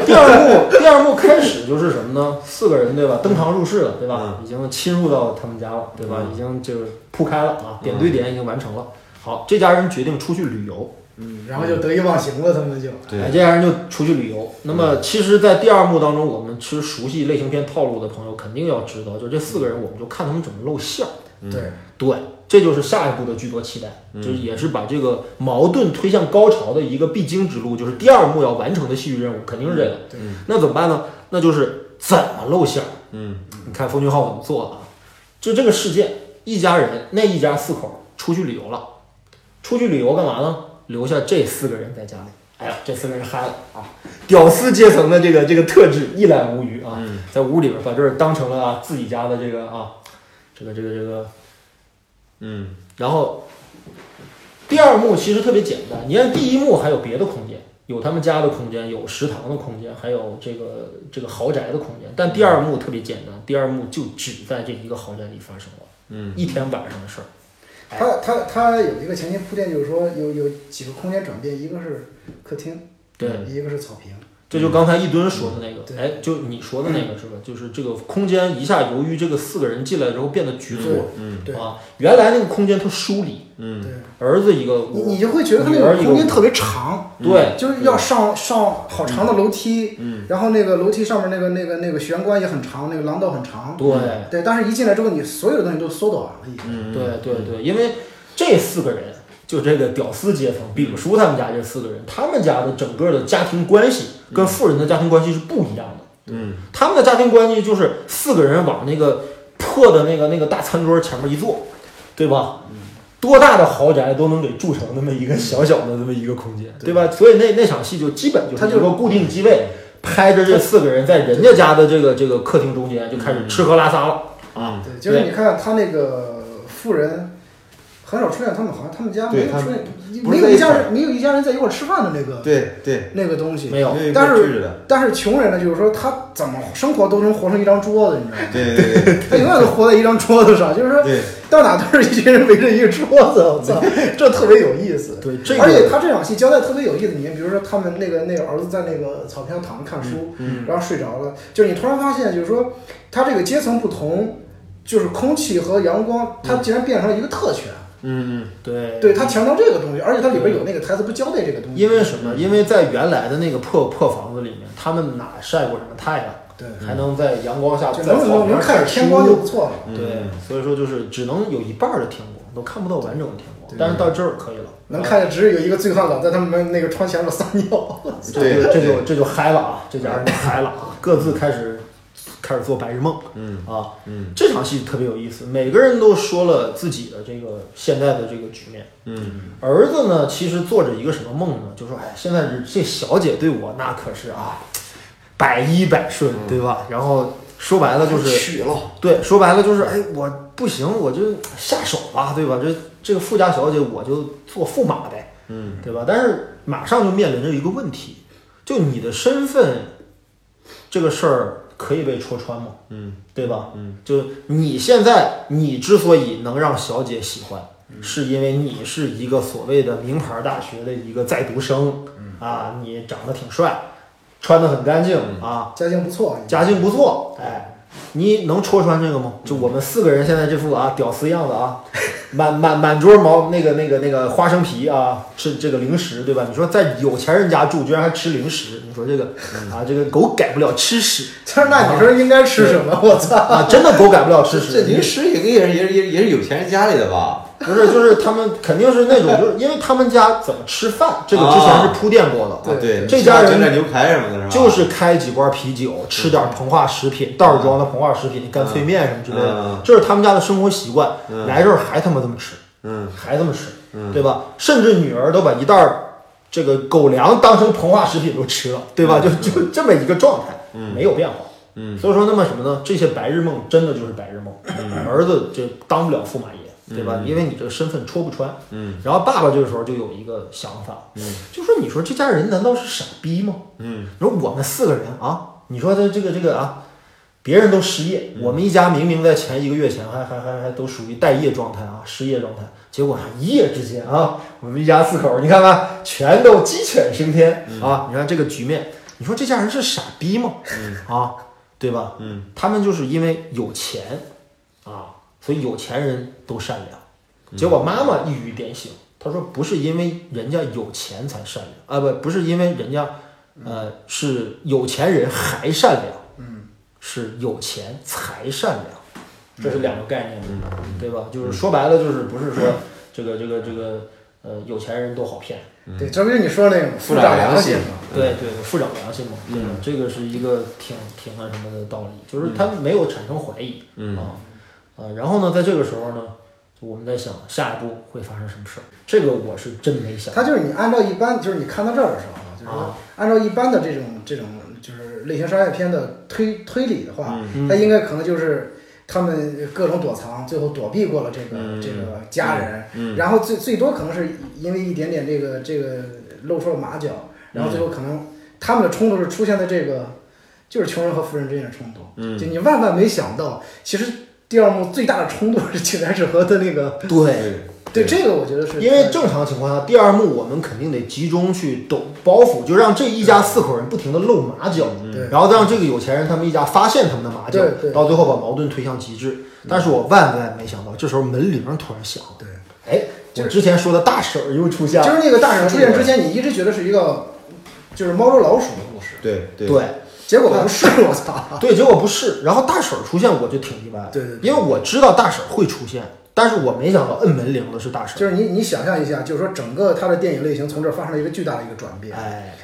[SPEAKER 1] 第二幕，第二幕开始就是什么呢？四个人对吧，登堂入室了，对吧？已经侵入到他们家了，对吧？已经就是铺开了啊，点对点已经完成了。好，这家人决定出去旅游，
[SPEAKER 3] 嗯，然后就得意忘形了，他们就
[SPEAKER 1] 哎，这家人就出去旅游。那么，其实，在第二幕当中，我们吃熟悉类型片套路的朋友肯定要知道，就这四个人，我们就看他们怎么露馅儿。
[SPEAKER 2] 嗯
[SPEAKER 3] 对，
[SPEAKER 1] 对，这就是下一步的剧多期待，就是也是把这个矛盾推向高潮的一个必经之路，就是第二幕要完成的戏剧任务，肯定是这个。
[SPEAKER 3] 对
[SPEAKER 1] 那怎么办呢？那就是怎么露馅儿。
[SPEAKER 2] 嗯，
[SPEAKER 1] 你看封俊浩怎么做的啊？就这个事件，一家人那一家四口出去旅游了，出去旅游干嘛呢？留下这四个人在家里。哎呀，这四个人嗨了啊！屌丝阶层的这个这个特质一览无余啊，在屋里边把这儿当成了、啊、自己家的这个啊，这个这个这个
[SPEAKER 2] 嗯
[SPEAKER 1] 然后第二幕其实特别简单，你看第一幕还有别的空间，有他们家的空间，有食堂的空间，还有这个这个豪宅的空间。但第二幕特别简单，第二幕就只在这一个豪宅里发生了，
[SPEAKER 2] 嗯，
[SPEAKER 1] 一天晚上的事儿。哎
[SPEAKER 3] 他他他有一个前期铺垫，就是说有有几个空间转变，一个是客厅，
[SPEAKER 1] 对，
[SPEAKER 3] 一个是草坪，
[SPEAKER 1] 这就刚才一吨说的那
[SPEAKER 3] 对
[SPEAKER 1] 个，哎，就你说的那个是吧？就是这个空间一下，由于这个四个人进来之后变得局促、
[SPEAKER 2] 嗯
[SPEAKER 3] 对
[SPEAKER 1] 啊，原来那个空间特疏离，
[SPEAKER 2] 嗯
[SPEAKER 3] 对，
[SPEAKER 1] 儿子一个
[SPEAKER 3] 你
[SPEAKER 1] 屋，
[SPEAKER 3] 你就会觉得他那个空间特别长，
[SPEAKER 1] 对，
[SPEAKER 3] 就是嗯要上上好长的楼梯，
[SPEAKER 2] 嗯
[SPEAKER 3] 然后那个楼梯上面那个那个那个玄关也很长，那个廊道很长，
[SPEAKER 1] 对，
[SPEAKER 3] 对，但是一进来之后，你所有的东西都缩短了，已经。
[SPEAKER 2] 嗯，
[SPEAKER 1] 对对对，因为这四个人，就这个屌丝阶层，丙叔他们家这四个人，他们家的整个的家庭关系跟富人的家庭关系是不一样的。
[SPEAKER 2] 嗯
[SPEAKER 1] 他们的家庭关系就是四个人往那个破的那个那个大餐桌前面一坐，对吧？多大的豪宅都能给住成那么一个小小的那么一个空间，对吧？所以那那场戏就基本就
[SPEAKER 3] 他
[SPEAKER 1] 是
[SPEAKER 3] 就
[SPEAKER 1] 一个固定机位，拍着这四个人在人家家的这个这个客厅中间就开始吃喝拉撒了。
[SPEAKER 2] 啊，
[SPEAKER 3] 对，就是你看他那个富人，很少出现他们好像他们家没
[SPEAKER 2] 对
[SPEAKER 3] 有
[SPEAKER 2] 他
[SPEAKER 3] 出现，
[SPEAKER 2] 不是
[SPEAKER 3] 没有
[SPEAKER 2] 在
[SPEAKER 3] 一
[SPEAKER 2] 一
[SPEAKER 3] 家
[SPEAKER 2] 块儿
[SPEAKER 3] 人没有一家人在一块儿吃饭的那个
[SPEAKER 2] 对对，
[SPEAKER 3] 那个东西
[SPEAKER 1] 没。有
[SPEAKER 2] 因为
[SPEAKER 3] 但是
[SPEAKER 2] 过制的，
[SPEAKER 3] 但是穷人呢，就是说他怎么生活都能活成一张桌子，你 知道吗？
[SPEAKER 2] 对对对对
[SPEAKER 3] 他永远都活在一张桌子上，就是说
[SPEAKER 2] 对，
[SPEAKER 3] 到哪都是一群人围着一个桌子，我操，这特别有意思。
[SPEAKER 1] 对，这个
[SPEAKER 3] 而且他这场戏交代特别有意思，你比如说他们那个那个儿子在那个草坪上躺着看书，
[SPEAKER 1] 嗯
[SPEAKER 3] 然后睡着了，就是你突然发现，就是说他这个阶层不同，就是空气和阳光，它竟然变成了一个特权，
[SPEAKER 2] 嗯
[SPEAKER 1] 对
[SPEAKER 3] 对他强调这个东西，而且它里边有那个台词不交代这个东西，
[SPEAKER 1] 因为什么？因为在原来的那个破破房子里面，他们哪晒过什么太阳，
[SPEAKER 3] 对，
[SPEAKER 1] 还能在阳光下
[SPEAKER 3] 就
[SPEAKER 1] 在
[SPEAKER 3] 能
[SPEAKER 1] 草
[SPEAKER 3] 能
[SPEAKER 1] 坪
[SPEAKER 3] 能
[SPEAKER 1] 上
[SPEAKER 3] 看着
[SPEAKER 1] 书
[SPEAKER 3] 天光就不错了。
[SPEAKER 2] 嗯，
[SPEAKER 1] 对，所以说就是只能有一半儿的天光，都看不到完整的天光
[SPEAKER 3] 对。
[SPEAKER 1] 但是到这儿可以了，
[SPEAKER 3] 能看见，只是有一个罪犯老在他们那个窗前面撒尿。
[SPEAKER 2] 啊嗯
[SPEAKER 1] 这
[SPEAKER 2] 对
[SPEAKER 1] 就这
[SPEAKER 2] 对
[SPEAKER 1] 就这就嗨了啊！这家人就嗨了啊，各自开始开始做白日梦
[SPEAKER 2] 嗯
[SPEAKER 1] 啊。
[SPEAKER 2] 嗯
[SPEAKER 1] 这场戏特别有意思，每个人都说了自己的这个现在的这个局面。
[SPEAKER 2] 嗯
[SPEAKER 1] 儿子呢，其实做着一个什么梦呢？就说，哎，现在这这小姐对我那可是啊，百依百顺，对吧？然后说白了就是，
[SPEAKER 2] 娶了，
[SPEAKER 1] 对，说白了就是，哎，我不行，我就下手吧，对吧？这这个富家小姐，我就做驸马呗，
[SPEAKER 2] 嗯
[SPEAKER 1] 对吧？但是马上就面临着一个问题，就你的身份这个事儿可以被戳穿吗？
[SPEAKER 2] 嗯
[SPEAKER 1] 对吧？
[SPEAKER 2] 嗯，
[SPEAKER 1] 就你现在你之所以能让小姐喜欢，
[SPEAKER 2] 嗯
[SPEAKER 1] 是因为你是一个所谓的名牌大学的一个在读生，
[SPEAKER 2] 嗯
[SPEAKER 1] 啊，你长得挺帅，穿得很干净
[SPEAKER 2] 嗯
[SPEAKER 1] 啊，
[SPEAKER 3] 家境不错，
[SPEAKER 1] 家境不错，哎。你能戳穿这个
[SPEAKER 2] 嗯
[SPEAKER 1] 吗？就我们四个人现在这副啊屌丝样子啊， 满满满桌毛那个那个那个花生皮啊，吃这个零食对吧？你说在有钱人家住居然还吃零食，你说这个
[SPEAKER 2] 嗯
[SPEAKER 1] 啊这个狗改不了吃 屎
[SPEAKER 3] 但是那你说应该吃什么？我操！
[SPEAKER 1] 啊，真的狗改不了吃
[SPEAKER 2] 这
[SPEAKER 1] 屎。
[SPEAKER 2] 这零食也也也也也是有钱人家里的吧？
[SPEAKER 1] 不是，就是他们肯定是那 种，就是因为他们家怎么吃饭，这个之前是铺垫过的，
[SPEAKER 2] 啊对，
[SPEAKER 1] 这家人
[SPEAKER 2] 整点牛排什么的，是吧？
[SPEAKER 1] 就是开几罐啤酒，吃点膨化食品，袋儿装的膨化食品，干脆面什么之类
[SPEAKER 2] 嗯
[SPEAKER 1] 的，这是他们家的生活习惯。
[SPEAKER 2] 嗯
[SPEAKER 1] 来这儿还他妈这么吃，
[SPEAKER 2] 嗯
[SPEAKER 1] 还这么吃，对吧？甚至女儿都把一袋儿这个狗粮当成膨化食品都吃了，对吧？就就这么一个状态，没有变化。
[SPEAKER 2] 嗯
[SPEAKER 1] 所以说，那么什么呢？这些白日梦真的就是白日梦。儿子这当不了驸马爷，对吧？因为你这个身份戳不穿。
[SPEAKER 2] 嗯
[SPEAKER 1] 然后爸爸这个时候就有一个想法，
[SPEAKER 2] 嗯
[SPEAKER 1] 就说你说这家人难道是傻逼吗？
[SPEAKER 2] 嗯
[SPEAKER 1] 你说我们四个人啊，你说这这个这个啊，别人都失业，我们一家明明在前一个月前还还还还都属于待业状态啊，失业状态，结果一夜之间啊，我们一家四口，你看看全都鸡犬升天啊！你看这个局面，你说这家人是傻逼吗？啊，对吧？
[SPEAKER 2] 嗯，
[SPEAKER 1] 他们就是因为有钱啊，所以有钱人都善良。结果妈妈一语点醒，她他说不是因为人家有钱才善良啊，不不是因为人家呃是有钱人还善良，嗯，是有钱才善良，这是两个概念，对吧？就是说白了，就是不是说这个这个这个呃有钱人都好骗，
[SPEAKER 3] 对，这不是你说那种
[SPEAKER 2] 富
[SPEAKER 3] 富
[SPEAKER 2] 长
[SPEAKER 3] 长
[SPEAKER 2] 良
[SPEAKER 3] 良
[SPEAKER 2] 心
[SPEAKER 3] 心吗？
[SPEAKER 1] 对嗯对，富长良心嘛，对吧？这个是一个挺挺那什么的道理，就是他没有产生怀疑，
[SPEAKER 2] 嗯
[SPEAKER 1] 啊啊，然后呢，在这个时候呢，就我们在想下一步会发生什么事儿，这个我是真没想
[SPEAKER 3] 他就是你按照一般，就是你看到这儿的时候啊，就是说
[SPEAKER 1] 啊
[SPEAKER 3] 按照一般的这种这种就是类型商业片的推推理的话，
[SPEAKER 1] 嗯
[SPEAKER 3] 他应该可能就是他们各种躲藏，最后躲避过了这个、
[SPEAKER 2] 嗯
[SPEAKER 3] 这个家人，
[SPEAKER 2] 嗯
[SPEAKER 3] 然后最最多可能是因为一点点这个这个露出了马脚，然后最后可能他们的冲突是出现在这个就是穷人和富人之间的冲突，
[SPEAKER 2] 嗯
[SPEAKER 3] 就你万万没想到，其实第二幕最大的冲突是竟然是和他那个
[SPEAKER 1] 对
[SPEAKER 3] 对这个我觉得是
[SPEAKER 1] 因为正常情况下，第二幕我们肯定得集中去抖包袱，就让这一家四口人不停的露马脚，
[SPEAKER 3] 对
[SPEAKER 1] 然后让这个有钱人他们一家发现他们的马脚
[SPEAKER 3] 对，对
[SPEAKER 1] 到最后把矛盾推向极致。但是我万万没想到，这时候门铃突然响，
[SPEAKER 3] 对。
[SPEAKER 1] 哎，我之前说的大婶儿又出现
[SPEAKER 3] 就
[SPEAKER 1] 了，
[SPEAKER 3] 是那个大婶出现之前，你一直觉得是一个就是猫捉老鼠的故事，
[SPEAKER 2] 对对
[SPEAKER 1] 对
[SPEAKER 3] 结果不是，我操！
[SPEAKER 1] 啊对，结果不是，然后大婶儿出现我就挺意外的，
[SPEAKER 3] 对对
[SPEAKER 1] 因为我知道大婶儿会出现，但是我没想到摁门铃的是大婶
[SPEAKER 3] 就
[SPEAKER 1] 儿，
[SPEAKER 3] 是你你想象一下，就是说整个他的电影类型从这儿发生了一个巨大的一个转变，
[SPEAKER 1] 哎，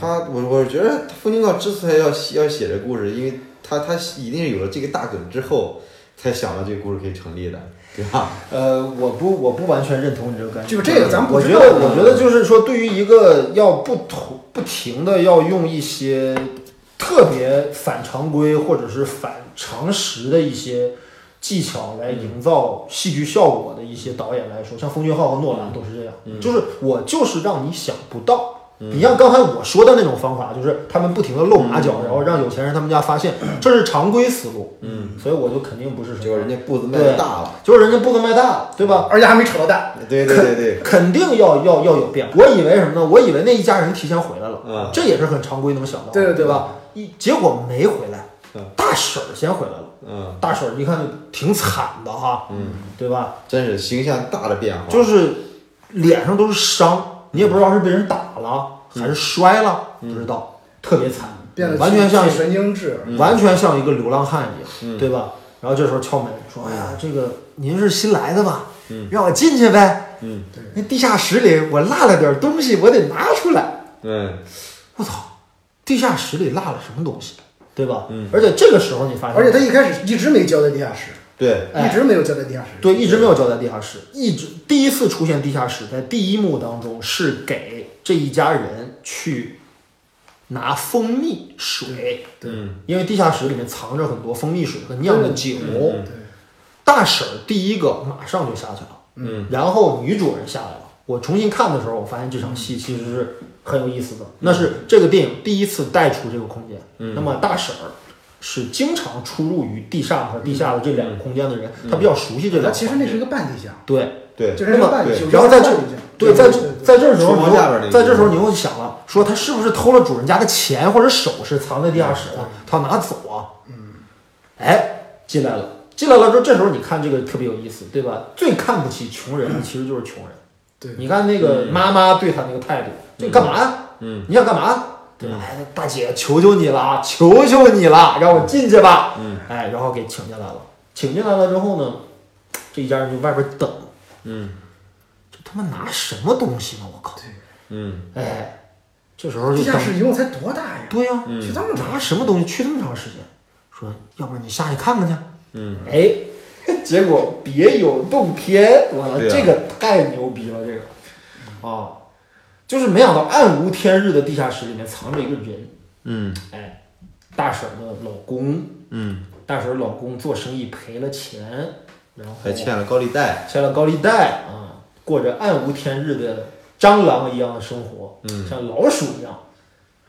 [SPEAKER 2] 他，我我觉得冯清刚之所以要写要写这故事，因为他他一定是有了这个大梗之后，才想到这个故事可以成立的，对吧？
[SPEAKER 1] 呃，我不我不完全认同你这个概念，
[SPEAKER 3] 就这个咱们不
[SPEAKER 1] 我觉
[SPEAKER 3] 知
[SPEAKER 1] 得，
[SPEAKER 3] 道
[SPEAKER 1] 我觉得就是说，对于一个要不同不停的要用一些特别反常规或者是反常识的一些技巧
[SPEAKER 3] 嗯
[SPEAKER 1] 来营造戏剧效果的一些导演来说，像奉俊昊和诺兰都是这样，
[SPEAKER 3] 嗯
[SPEAKER 1] 就是我就是让你想不到。你像刚才我说的那种方法，就是他们不停的露马脚，
[SPEAKER 3] 嗯
[SPEAKER 1] 然后让有钱人他们家发现，这是常规思路。嗯，所以我就肯定不是什
[SPEAKER 2] 结果人
[SPEAKER 1] 么，
[SPEAKER 2] 家步子迈得大了，
[SPEAKER 1] 就是人家步子迈大了，对吧？
[SPEAKER 3] 而且还没扯到蛋，
[SPEAKER 2] 对对对对，
[SPEAKER 1] 肯定要要要有变化。我以为什么呢？我以为那一家人提前回来了，
[SPEAKER 2] 嗯
[SPEAKER 1] 这也是很常规能想到的，
[SPEAKER 3] 对对对
[SPEAKER 1] 对吧？一结果没回来，
[SPEAKER 2] 嗯
[SPEAKER 1] 大婶儿先回来了，
[SPEAKER 2] 嗯，
[SPEAKER 1] 大婶儿一看就挺惨的哈，对吧？
[SPEAKER 2] 真是形象大的变化，
[SPEAKER 1] 就是脸上都是伤，你也不知道是被人打了、还是摔了，不知道，特别惨，
[SPEAKER 3] 变得
[SPEAKER 1] 嗯完全像嗯
[SPEAKER 3] 巨神经质。
[SPEAKER 1] 完全像一个流浪汉一样，
[SPEAKER 3] 嗯
[SPEAKER 1] 对吧？然后这时候敲门说：“哎呀，这个您是新来的吧？
[SPEAKER 3] 嗯
[SPEAKER 1] 让我进去呗。
[SPEAKER 2] 嗯
[SPEAKER 1] 那地下室里我落了点东西，我得拿出来。
[SPEAKER 2] 嗯，
[SPEAKER 1] 我操，地下室里落了什么东西？对吧？而且这个时候你发现，
[SPEAKER 3] 嗯而且他一开始一直没交代地下室，
[SPEAKER 2] 对，
[SPEAKER 1] 哎
[SPEAKER 3] 一直没有交代地下室。
[SPEAKER 1] 对一直没有交代地下室，一直第一次出现地下室，在第一幕当中是给这一家人去拿蜂蜜水，
[SPEAKER 3] 对
[SPEAKER 2] 嗯
[SPEAKER 1] 因为地下室里面藏着很多蜂蜜水和酿的酒。
[SPEAKER 3] 对
[SPEAKER 1] 大婶儿第一个马上就下去了，
[SPEAKER 2] 嗯，
[SPEAKER 1] 然后女主人下来了。我重新看的时候，我发现这场戏其实是很有意思的，那是这个电影第一次带出这个空间。
[SPEAKER 2] 嗯
[SPEAKER 1] 那么大婶儿是经常出入于地上和地下的这两
[SPEAKER 2] 嗯
[SPEAKER 1] 个空间的人，她比较熟悉这
[SPEAKER 3] 他
[SPEAKER 1] 两个
[SPEAKER 3] 其
[SPEAKER 1] 环
[SPEAKER 3] 实
[SPEAKER 1] 境。
[SPEAKER 3] 那是一个半地下，
[SPEAKER 1] 对，
[SPEAKER 2] 对，
[SPEAKER 3] 嗯就是那个半
[SPEAKER 2] 对
[SPEAKER 3] 地下，
[SPEAKER 1] 然后在这
[SPEAKER 3] 对
[SPEAKER 1] 在
[SPEAKER 3] 对
[SPEAKER 1] 这
[SPEAKER 3] 对对
[SPEAKER 1] 在这时候
[SPEAKER 2] 厨
[SPEAKER 1] 你
[SPEAKER 2] 房
[SPEAKER 1] 又
[SPEAKER 2] 下边那个
[SPEAKER 1] 在这时候你又想了，说他是不是偷了主人家的钱或者首饰藏在地下室了，他要拿走啊？嗯，哎，进来了，进来了之后，这时候你看这个特别有意思，对吧？最看不起穷人的其实就是穷人。
[SPEAKER 3] 对
[SPEAKER 1] 你看那个妈妈对他那个态度，这干嘛呀？
[SPEAKER 2] 嗯，
[SPEAKER 1] 你想干嘛呀？对吧？哎，大姐，求求你了啊，求求你了，让我进去吧。
[SPEAKER 2] 嗯，
[SPEAKER 1] 哎，然后给请进来了。请进来了之后呢，这一家人就外边等。
[SPEAKER 2] 嗯
[SPEAKER 1] 这他妈拿什么东西呢？我靠！
[SPEAKER 2] 嗯
[SPEAKER 1] 哎，这时候
[SPEAKER 3] 地
[SPEAKER 1] 就
[SPEAKER 3] 下
[SPEAKER 1] 等，
[SPEAKER 3] 室一共才多大呀？
[SPEAKER 1] 对呀、
[SPEAKER 2] 嗯
[SPEAKER 3] 去这么
[SPEAKER 1] 拿什么东西去这么长时间？说，要不然你下去看看去。
[SPEAKER 2] 嗯，
[SPEAKER 1] 哎，结果别有洞天，完了、
[SPEAKER 2] 对啊
[SPEAKER 1] 这个太牛逼了，这个啊，就是没想到暗无天日的地下室里面藏着一个人，
[SPEAKER 2] 嗯
[SPEAKER 1] 哎，大婶儿的老公，
[SPEAKER 2] 嗯，
[SPEAKER 1] 大婶儿老公做生意赔了钱，然后
[SPEAKER 2] 还欠了高利贷，
[SPEAKER 1] 欠了高利贷
[SPEAKER 2] 嗯
[SPEAKER 1] 啊，过着暗无天日的蟑螂一样的生活，
[SPEAKER 2] 嗯
[SPEAKER 1] 像老鼠一样，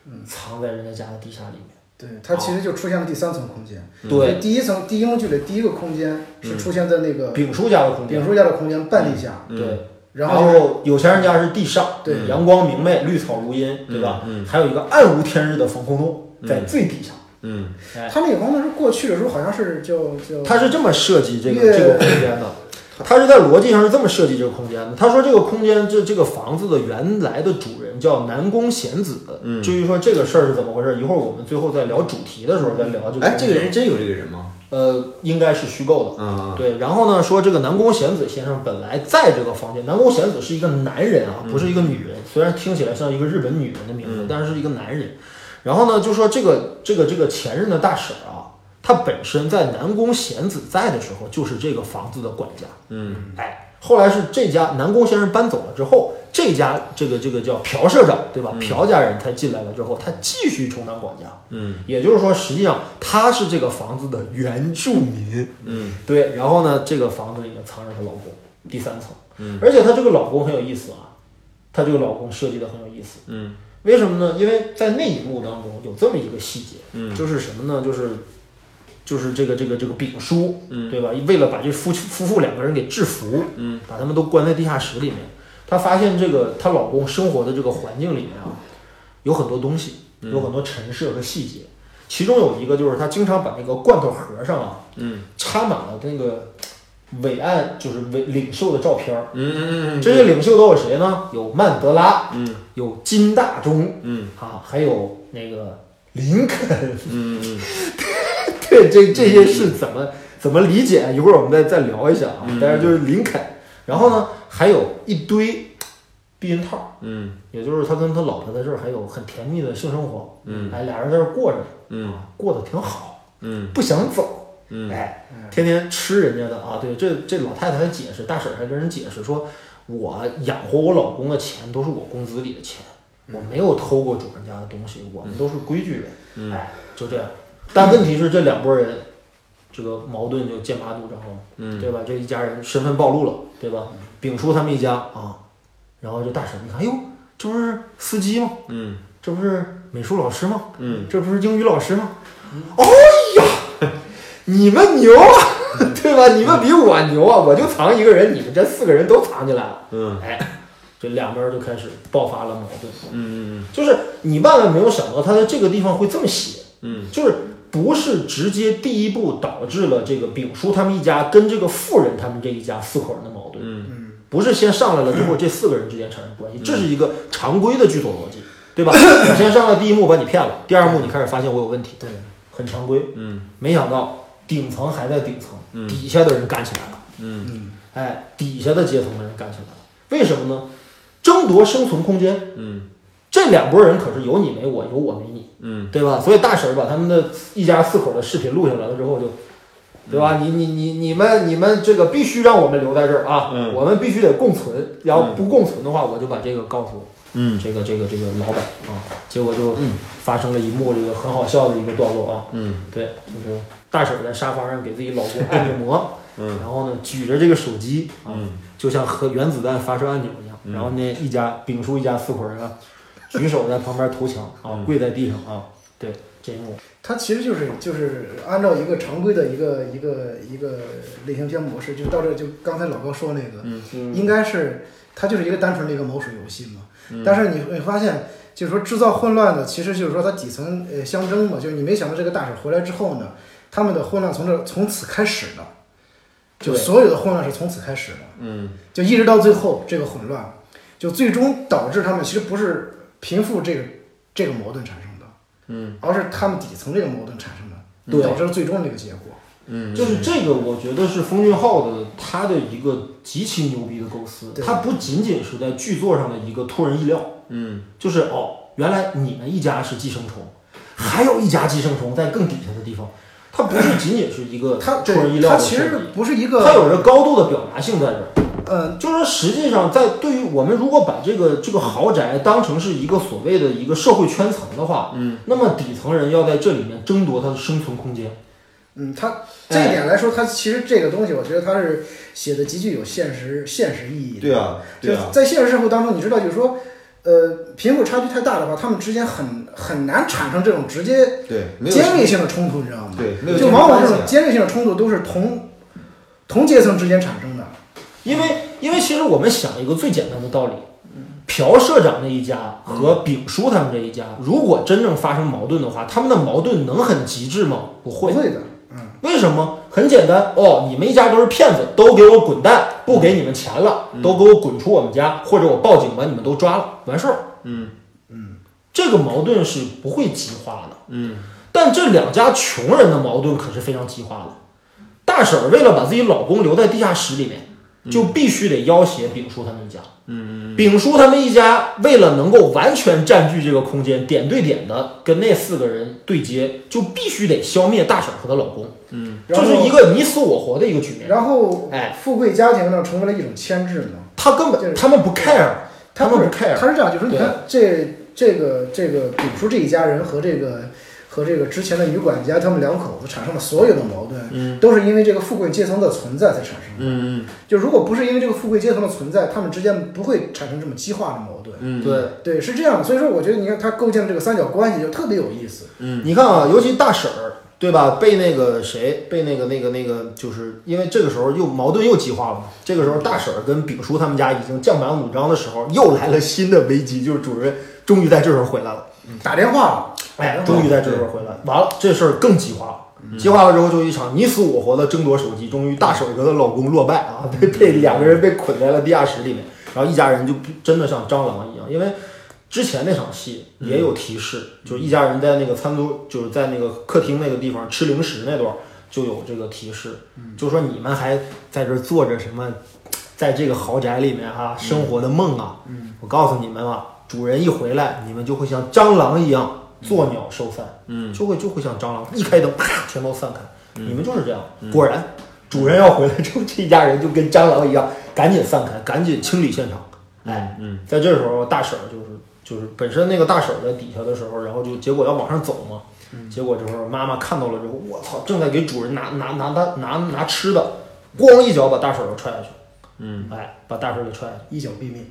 [SPEAKER 3] 嗯
[SPEAKER 1] 藏在人家家的地下里面。
[SPEAKER 3] 对，它其实就出现了第三层空间。
[SPEAKER 1] 对，
[SPEAKER 3] 第一层第一幕剧里第一个空间是出现在那个
[SPEAKER 1] 丙叔家的空间
[SPEAKER 3] 丙，叔家的空间半地下，
[SPEAKER 2] 嗯
[SPEAKER 1] 对，
[SPEAKER 3] 然后
[SPEAKER 1] 后
[SPEAKER 3] 就是
[SPEAKER 1] 有钱人家是地上，
[SPEAKER 3] 对
[SPEAKER 1] 阳光明媚，绿草如茵，对吧？
[SPEAKER 2] 嗯
[SPEAKER 1] 还有一个暗无天日的防空洞在最底下，
[SPEAKER 2] 嗯
[SPEAKER 1] 哎，
[SPEAKER 3] 他那个方面是过去的时候好像是叫叫，
[SPEAKER 1] 他是这么设计这个
[SPEAKER 3] 越
[SPEAKER 1] 这个空间的。他是在逻辑上是这么设计这个空间的。他说这个空间这这个房子的原来的主人叫南宫贤子。
[SPEAKER 2] 嗯
[SPEAKER 1] 至于说这个事儿是怎么回事，一会儿我们最后在聊主题的时候再聊这个。
[SPEAKER 2] 哎，这个人真有这个人吗？
[SPEAKER 1] 呃，应该是虚构的。
[SPEAKER 2] 嗯，
[SPEAKER 1] 对，然后呢，说这个南宫贤子先生本来在这个房间，南宫贤子是一个男人啊，不是一个女人，虽然听起来像一个日本女人的名字
[SPEAKER 2] 嗯，
[SPEAKER 1] 但是是一个男人。然后呢，就说这个这个这个前任的大婶儿啊，她本身在南宫贤子在的时候就是这个房子的管家，
[SPEAKER 2] 嗯，
[SPEAKER 1] 哎，后来是这家南宫先生搬走了之后，这家这个这个叫朴社长对吧？朴家人才进来了之后，他继续充当管家，
[SPEAKER 2] 嗯，
[SPEAKER 1] 也就是说，实际上他是这个房子的原住民，
[SPEAKER 2] 嗯，
[SPEAKER 1] 对。然后呢，这个房子里面藏着她老公，第三层，
[SPEAKER 2] 嗯，
[SPEAKER 1] 而且她这个老公很有意思啊，她这个老公设计的很有意思，
[SPEAKER 2] 嗯，
[SPEAKER 1] 为什么呢？因为在那一幕当中有这么一个细节，
[SPEAKER 2] 嗯
[SPEAKER 1] 就是什么呢？就是就是这个这个这个丙叔，
[SPEAKER 2] 嗯
[SPEAKER 1] 对吧？为了把这夫妻夫妇两个人给制服，
[SPEAKER 2] 嗯，
[SPEAKER 1] 把他们都关在地下室里面，她发现这个她老公生活的这个环境里面啊，有很多东西，
[SPEAKER 2] 嗯
[SPEAKER 1] 有很多陈设和细节，其中有一个就是她经常把那个罐头盒上啊
[SPEAKER 2] 嗯
[SPEAKER 1] 插满了那个伟岸，就是伟领袖的照片儿。
[SPEAKER 2] 嗯嗯嗯，
[SPEAKER 1] 这些领袖都有谁呢？有曼德拉，
[SPEAKER 2] 嗯
[SPEAKER 1] 有金大中
[SPEAKER 2] 嗯
[SPEAKER 1] 啊，还有那个林肯。
[SPEAKER 2] 嗯嗯
[SPEAKER 1] 对， 这这些是怎么怎么理解？一会儿我们再再聊一下啊
[SPEAKER 2] 嗯。
[SPEAKER 1] 但是就是林肯，然后呢，还有一堆避孕套，
[SPEAKER 2] 嗯
[SPEAKER 1] 也就是他跟他老婆在这儿还有很甜蜜的性生活，
[SPEAKER 2] 嗯
[SPEAKER 1] 哎，俩人在这儿过着，
[SPEAKER 2] 嗯
[SPEAKER 1] 啊，过得挺好，
[SPEAKER 2] 嗯
[SPEAKER 1] 不想走，
[SPEAKER 2] 嗯
[SPEAKER 1] 哎
[SPEAKER 3] 嗯，
[SPEAKER 1] 天天吃人家的啊，对，这这老太太还解释，大婶儿还跟人解释说，我养活我老公的钱都是我工资里的钱，我没有偷过主人家的东西，我们都是规矩人，
[SPEAKER 2] 嗯
[SPEAKER 1] 哎，就这样。但问题是这两拨人，这个矛盾就剑拔弩张了，
[SPEAKER 2] 嗯
[SPEAKER 1] 对吧？这一家人身份暴露了，对吧？丙叔他们一家啊，然后这大婶一看，哎呦，这不是司机吗？
[SPEAKER 2] 嗯
[SPEAKER 1] 这不是美术老师吗？
[SPEAKER 2] 嗯，
[SPEAKER 1] 这不是英语老师吗？哎呀，你们牛啊， 对吧？你们比我牛啊！我就藏一个人，你们这四个人都藏进来了。
[SPEAKER 2] 嗯
[SPEAKER 1] 哎，这两边就开始爆发了矛盾。
[SPEAKER 2] 嗯
[SPEAKER 1] 就是你万万没有想到，他在这个地方会这么写，
[SPEAKER 2] 嗯
[SPEAKER 1] 就是不是直接第一步导致了这个丙叔他们一家跟这个富人他们这一家四口人的矛盾，
[SPEAKER 2] 嗯
[SPEAKER 3] 嗯，
[SPEAKER 1] 不是先上来了之后这四个人之间产生关系，这是一个常规的剧作逻辑，对吧？我先上来第一幕把你骗了，第二幕你开始发现我有问题，
[SPEAKER 3] 对，
[SPEAKER 1] 很常规。
[SPEAKER 2] 嗯
[SPEAKER 1] 没想到顶层还在顶层，
[SPEAKER 2] 嗯
[SPEAKER 1] 底下的人干起来了，
[SPEAKER 2] 嗯
[SPEAKER 3] 嗯，
[SPEAKER 1] 哎，底下的阶层的人干起来了，为什么呢？争夺生存空间，
[SPEAKER 2] 嗯
[SPEAKER 1] 这两拨人可是有你没我，有我没你。
[SPEAKER 2] 嗯
[SPEAKER 1] 对吧？所以大婶儿把他们的一家四口的视频录下来了之
[SPEAKER 2] 嗯
[SPEAKER 1] 后就，对吧？你你你你们你们这个必须让我们留在这儿啊！
[SPEAKER 2] 嗯
[SPEAKER 1] 我们必须得共存，要不共存的话，我就把这个告诉
[SPEAKER 2] 嗯
[SPEAKER 1] 这个这个这个老板啊。结果就发生了一幕这个很好笑的一个段落啊。
[SPEAKER 2] 嗯
[SPEAKER 1] 对，就是大婶儿在沙发上给自己老公按着 摩，
[SPEAKER 2] 嗯
[SPEAKER 1] 然后呢举着这个手机啊，
[SPEAKER 2] 嗯
[SPEAKER 1] 就像核原子弹发射按钮一样。
[SPEAKER 2] 嗯
[SPEAKER 1] 然后那一家丙叔一家四口人啊，举手在旁边投降啊
[SPEAKER 2] 嗯，
[SPEAKER 1] 跪在地上啊，对这一幕，
[SPEAKER 3] 它其实就是就是按照一个常规的一个一个一个类型片模式，就到这儿就刚才老高说那个，应该是它就是一个单纯的一个谋水游戏嘛。
[SPEAKER 1] 嗯
[SPEAKER 3] 但是你会发现，就是说制造混乱的，其实就是说它底层呃相争嘛，就是你没想到这个大婶回来之后呢，他们的混乱从这从此开始的，就
[SPEAKER 1] 对
[SPEAKER 3] 所有的混乱是从此开始的。
[SPEAKER 2] 嗯
[SPEAKER 3] 就一直到最后这个混乱，就最终导致他们其实不是贫富这个这个矛盾产生的，
[SPEAKER 2] 嗯，
[SPEAKER 3] 而是他们底层这个矛盾产生的，
[SPEAKER 1] 对
[SPEAKER 3] 导致了最终这个结果。
[SPEAKER 2] 嗯，
[SPEAKER 1] 就是这个，我觉得是封俊昊的他的一个极其牛逼的构思，
[SPEAKER 3] 对
[SPEAKER 1] 他不仅仅是在剧作上的一个突然意料，
[SPEAKER 2] 嗯
[SPEAKER 1] 就是哦，原来你们一家是寄生虫，还有一家寄生虫在更底下的地方，它不是仅仅是一个
[SPEAKER 3] 它
[SPEAKER 1] 出人意
[SPEAKER 3] 对
[SPEAKER 1] 料
[SPEAKER 3] 它
[SPEAKER 1] 的
[SPEAKER 3] 其
[SPEAKER 1] 设
[SPEAKER 3] 实
[SPEAKER 1] 计，
[SPEAKER 3] 不是一
[SPEAKER 1] 它
[SPEAKER 3] 个，
[SPEAKER 1] 有着高度的表达性在这儿。
[SPEAKER 3] 嗯，
[SPEAKER 1] 就是说，实际上在对于我们如果把这个这个豪宅当成是一个所谓的一个社会圈层的话，
[SPEAKER 2] 嗯，
[SPEAKER 1] 那么底层人要在这里面争夺他的生存空间。
[SPEAKER 3] 嗯，它这一
[SPEAKER 2] 哎
[SPEAKER 3] 点来说，它其实这个东西，我觉得它是写的极具有现实现实意义的。
[SPEAKER 2] 对啊
[SPEAKER 3] 就
[SPEAKER 2] 对
[SPEAKER 3] 是
[SPEAKER 2] 啊，
[SPEAKER 3] 在现实生活当中，你知道，就是说，呃，贫富差距太大的话，他们之间很很难产生这种直接
[SPEAKER 2] 对，没有
[SPEAKER 3] 尖锐性的冲突，你知道吗？
[SPEAKER 2] 对，没有
[SPEAKER 3] 就往往这
[SPEAKER 2] 啊
[SPEAKER 3] 种尖锐性的冲突都是同同阶层之间产生的。
[SPEAKER 1] 因为因为其实我们想一个最简单的道理，朴社长那一家和丙叔他们这一家，如果真正发生矛盾的话，他们的矛盾能很极致吗？不
[SPEAKER 3] 不
[SPEAKER 1] 会。
[SPEAKER 3] 会的，嗯，
[SPEAKER 1] 为什么？很简单哦，你们一家都是骗子，都给我滚蛋，不给你们钱了，都给我滚出我们家，或者我报警把你们都抓了，完事儿。
[SPEAKER 2] 嗯
[SPEAKER 1] 这个矛盾是不会激化的。
[SPEAKER 2] 嗯
[SPEAKER 1] 但这两家穷人的矛盾可是非常激化的。大婶儿为了把自己老公留在地下室里面，就必须得要挟丙叔他们一家。
[SPEAKER 2] 嗯
[SPEAKER 1] 丙叔他们一家为了能够完全占据这个空间，点对点的跟那四个人对接，就必须得消灭大婶儿和她老公，
[SPEAKER 2] 嗯
[SPEAKER 3] 然
[SPEAKER 1] 这
[SPEAKER 3] 后
[SPEAKER 1] 是一个你死我活的一个局面。
[SPEAKER 3] 然后
[SPEAKER 1] 哎，
[SPEAKER 3] 富贵家庭呢成为了一种牵制嘛。
[SPEAKER 1] 他根
[SPEAKER 3] 就是
[SPEAKER 1] 本他们不 care，他
[SPEAKER 3] 不
[SPEAKER 1] 们
[SPEAKER 3] 是
[SPEAKER 1] 不 care，
[SPEAKER 3] 他是这样，就是说你
[SPEAKER 1] 对
[SPEAKER 3] 看这这个这个丙叔这一家人和这个和这个之前的女管家他们两口子产生了所有的矛盾，
[SPEAKER 2] 嗯
[SPEAKER 3] 都是因为这个富贵阶层的存在才产生的。
[SPEAKER 2] 嗯
[SPEAKER 3] 就如果不是因为这个富贵阶层的存在，他们之间不会产生这么激化的矛盾。
[SPEAKER 2] 嗯，
[SPEAKER 1] 对。
[SPEAKER 3] 对，是这样的。所以说，我觉得你看他构建这个三角关系就特别有意思。
[SPEAKER 2] 嗯
[SPEAKER 1] 你看啊，尤其大婶儿，对吧？被那个谁，被那个那个那个，就是因为这个时候又矛盾又激化了嘛。这个时候，大婶儿跟丙叔他们家已经剑拔弩张的时候，又来了新的危机，就是主人终于在这时候回来了，
[SPEAKER 3] 打电话了，
[SPEAKER 1] 哎，终于在这时候回来了，完了这事儿更激化了。激化了之后，就一场你死我活的争夺手机。终于，大婶儿跟她老公落败啊，被被两个人被捆在了地下室里面，然后一家人就真的像蟑螂一样，因为之前那场戏也有提示，就是一家人在那个餐桌，就是在那个客厅那个地方吃零食那段儿就有这个提示，就说你们还在这儿做着什么，在这个豪宅里面
[SPEAKER 2] 嗯
[SPEAKER 1] 啊生活的梦啊，我告诉你们啊，主人一回来，你们就会像蟑螂一样作鸟兽散。
[SPEAKER 2] 嗯
[SPEAKER 1] 就会就会像蟑螂，一开灯啪，全都散开。你们就是这样，
[SPEAKER 2] 嗯
[SPEAKER 1] 果然主人要回来之后，这一家人就跟蟑螂一样，赶紧散开，赶紧清理现场。哎，
[SPEAKER 2] 嗯
[SPEAKER 1] 在这时候，大婶儿就是就是本身那个大婶儿在底下的时候，然后就结果要往上走嘛，
[SPEAKER 2] 嗯
[SPEAKER 1] 结果这时候妈妈看到了之后，我操，正在给主人拿拿拿拿拿拿吃的，咣一脚把大婶儿给踹下去，
[SPEAKER 2] 嗯
[SPEAKER 1] 哎，把大婶儿给踹下去，
[SPEAKER 3] 一脚毙命。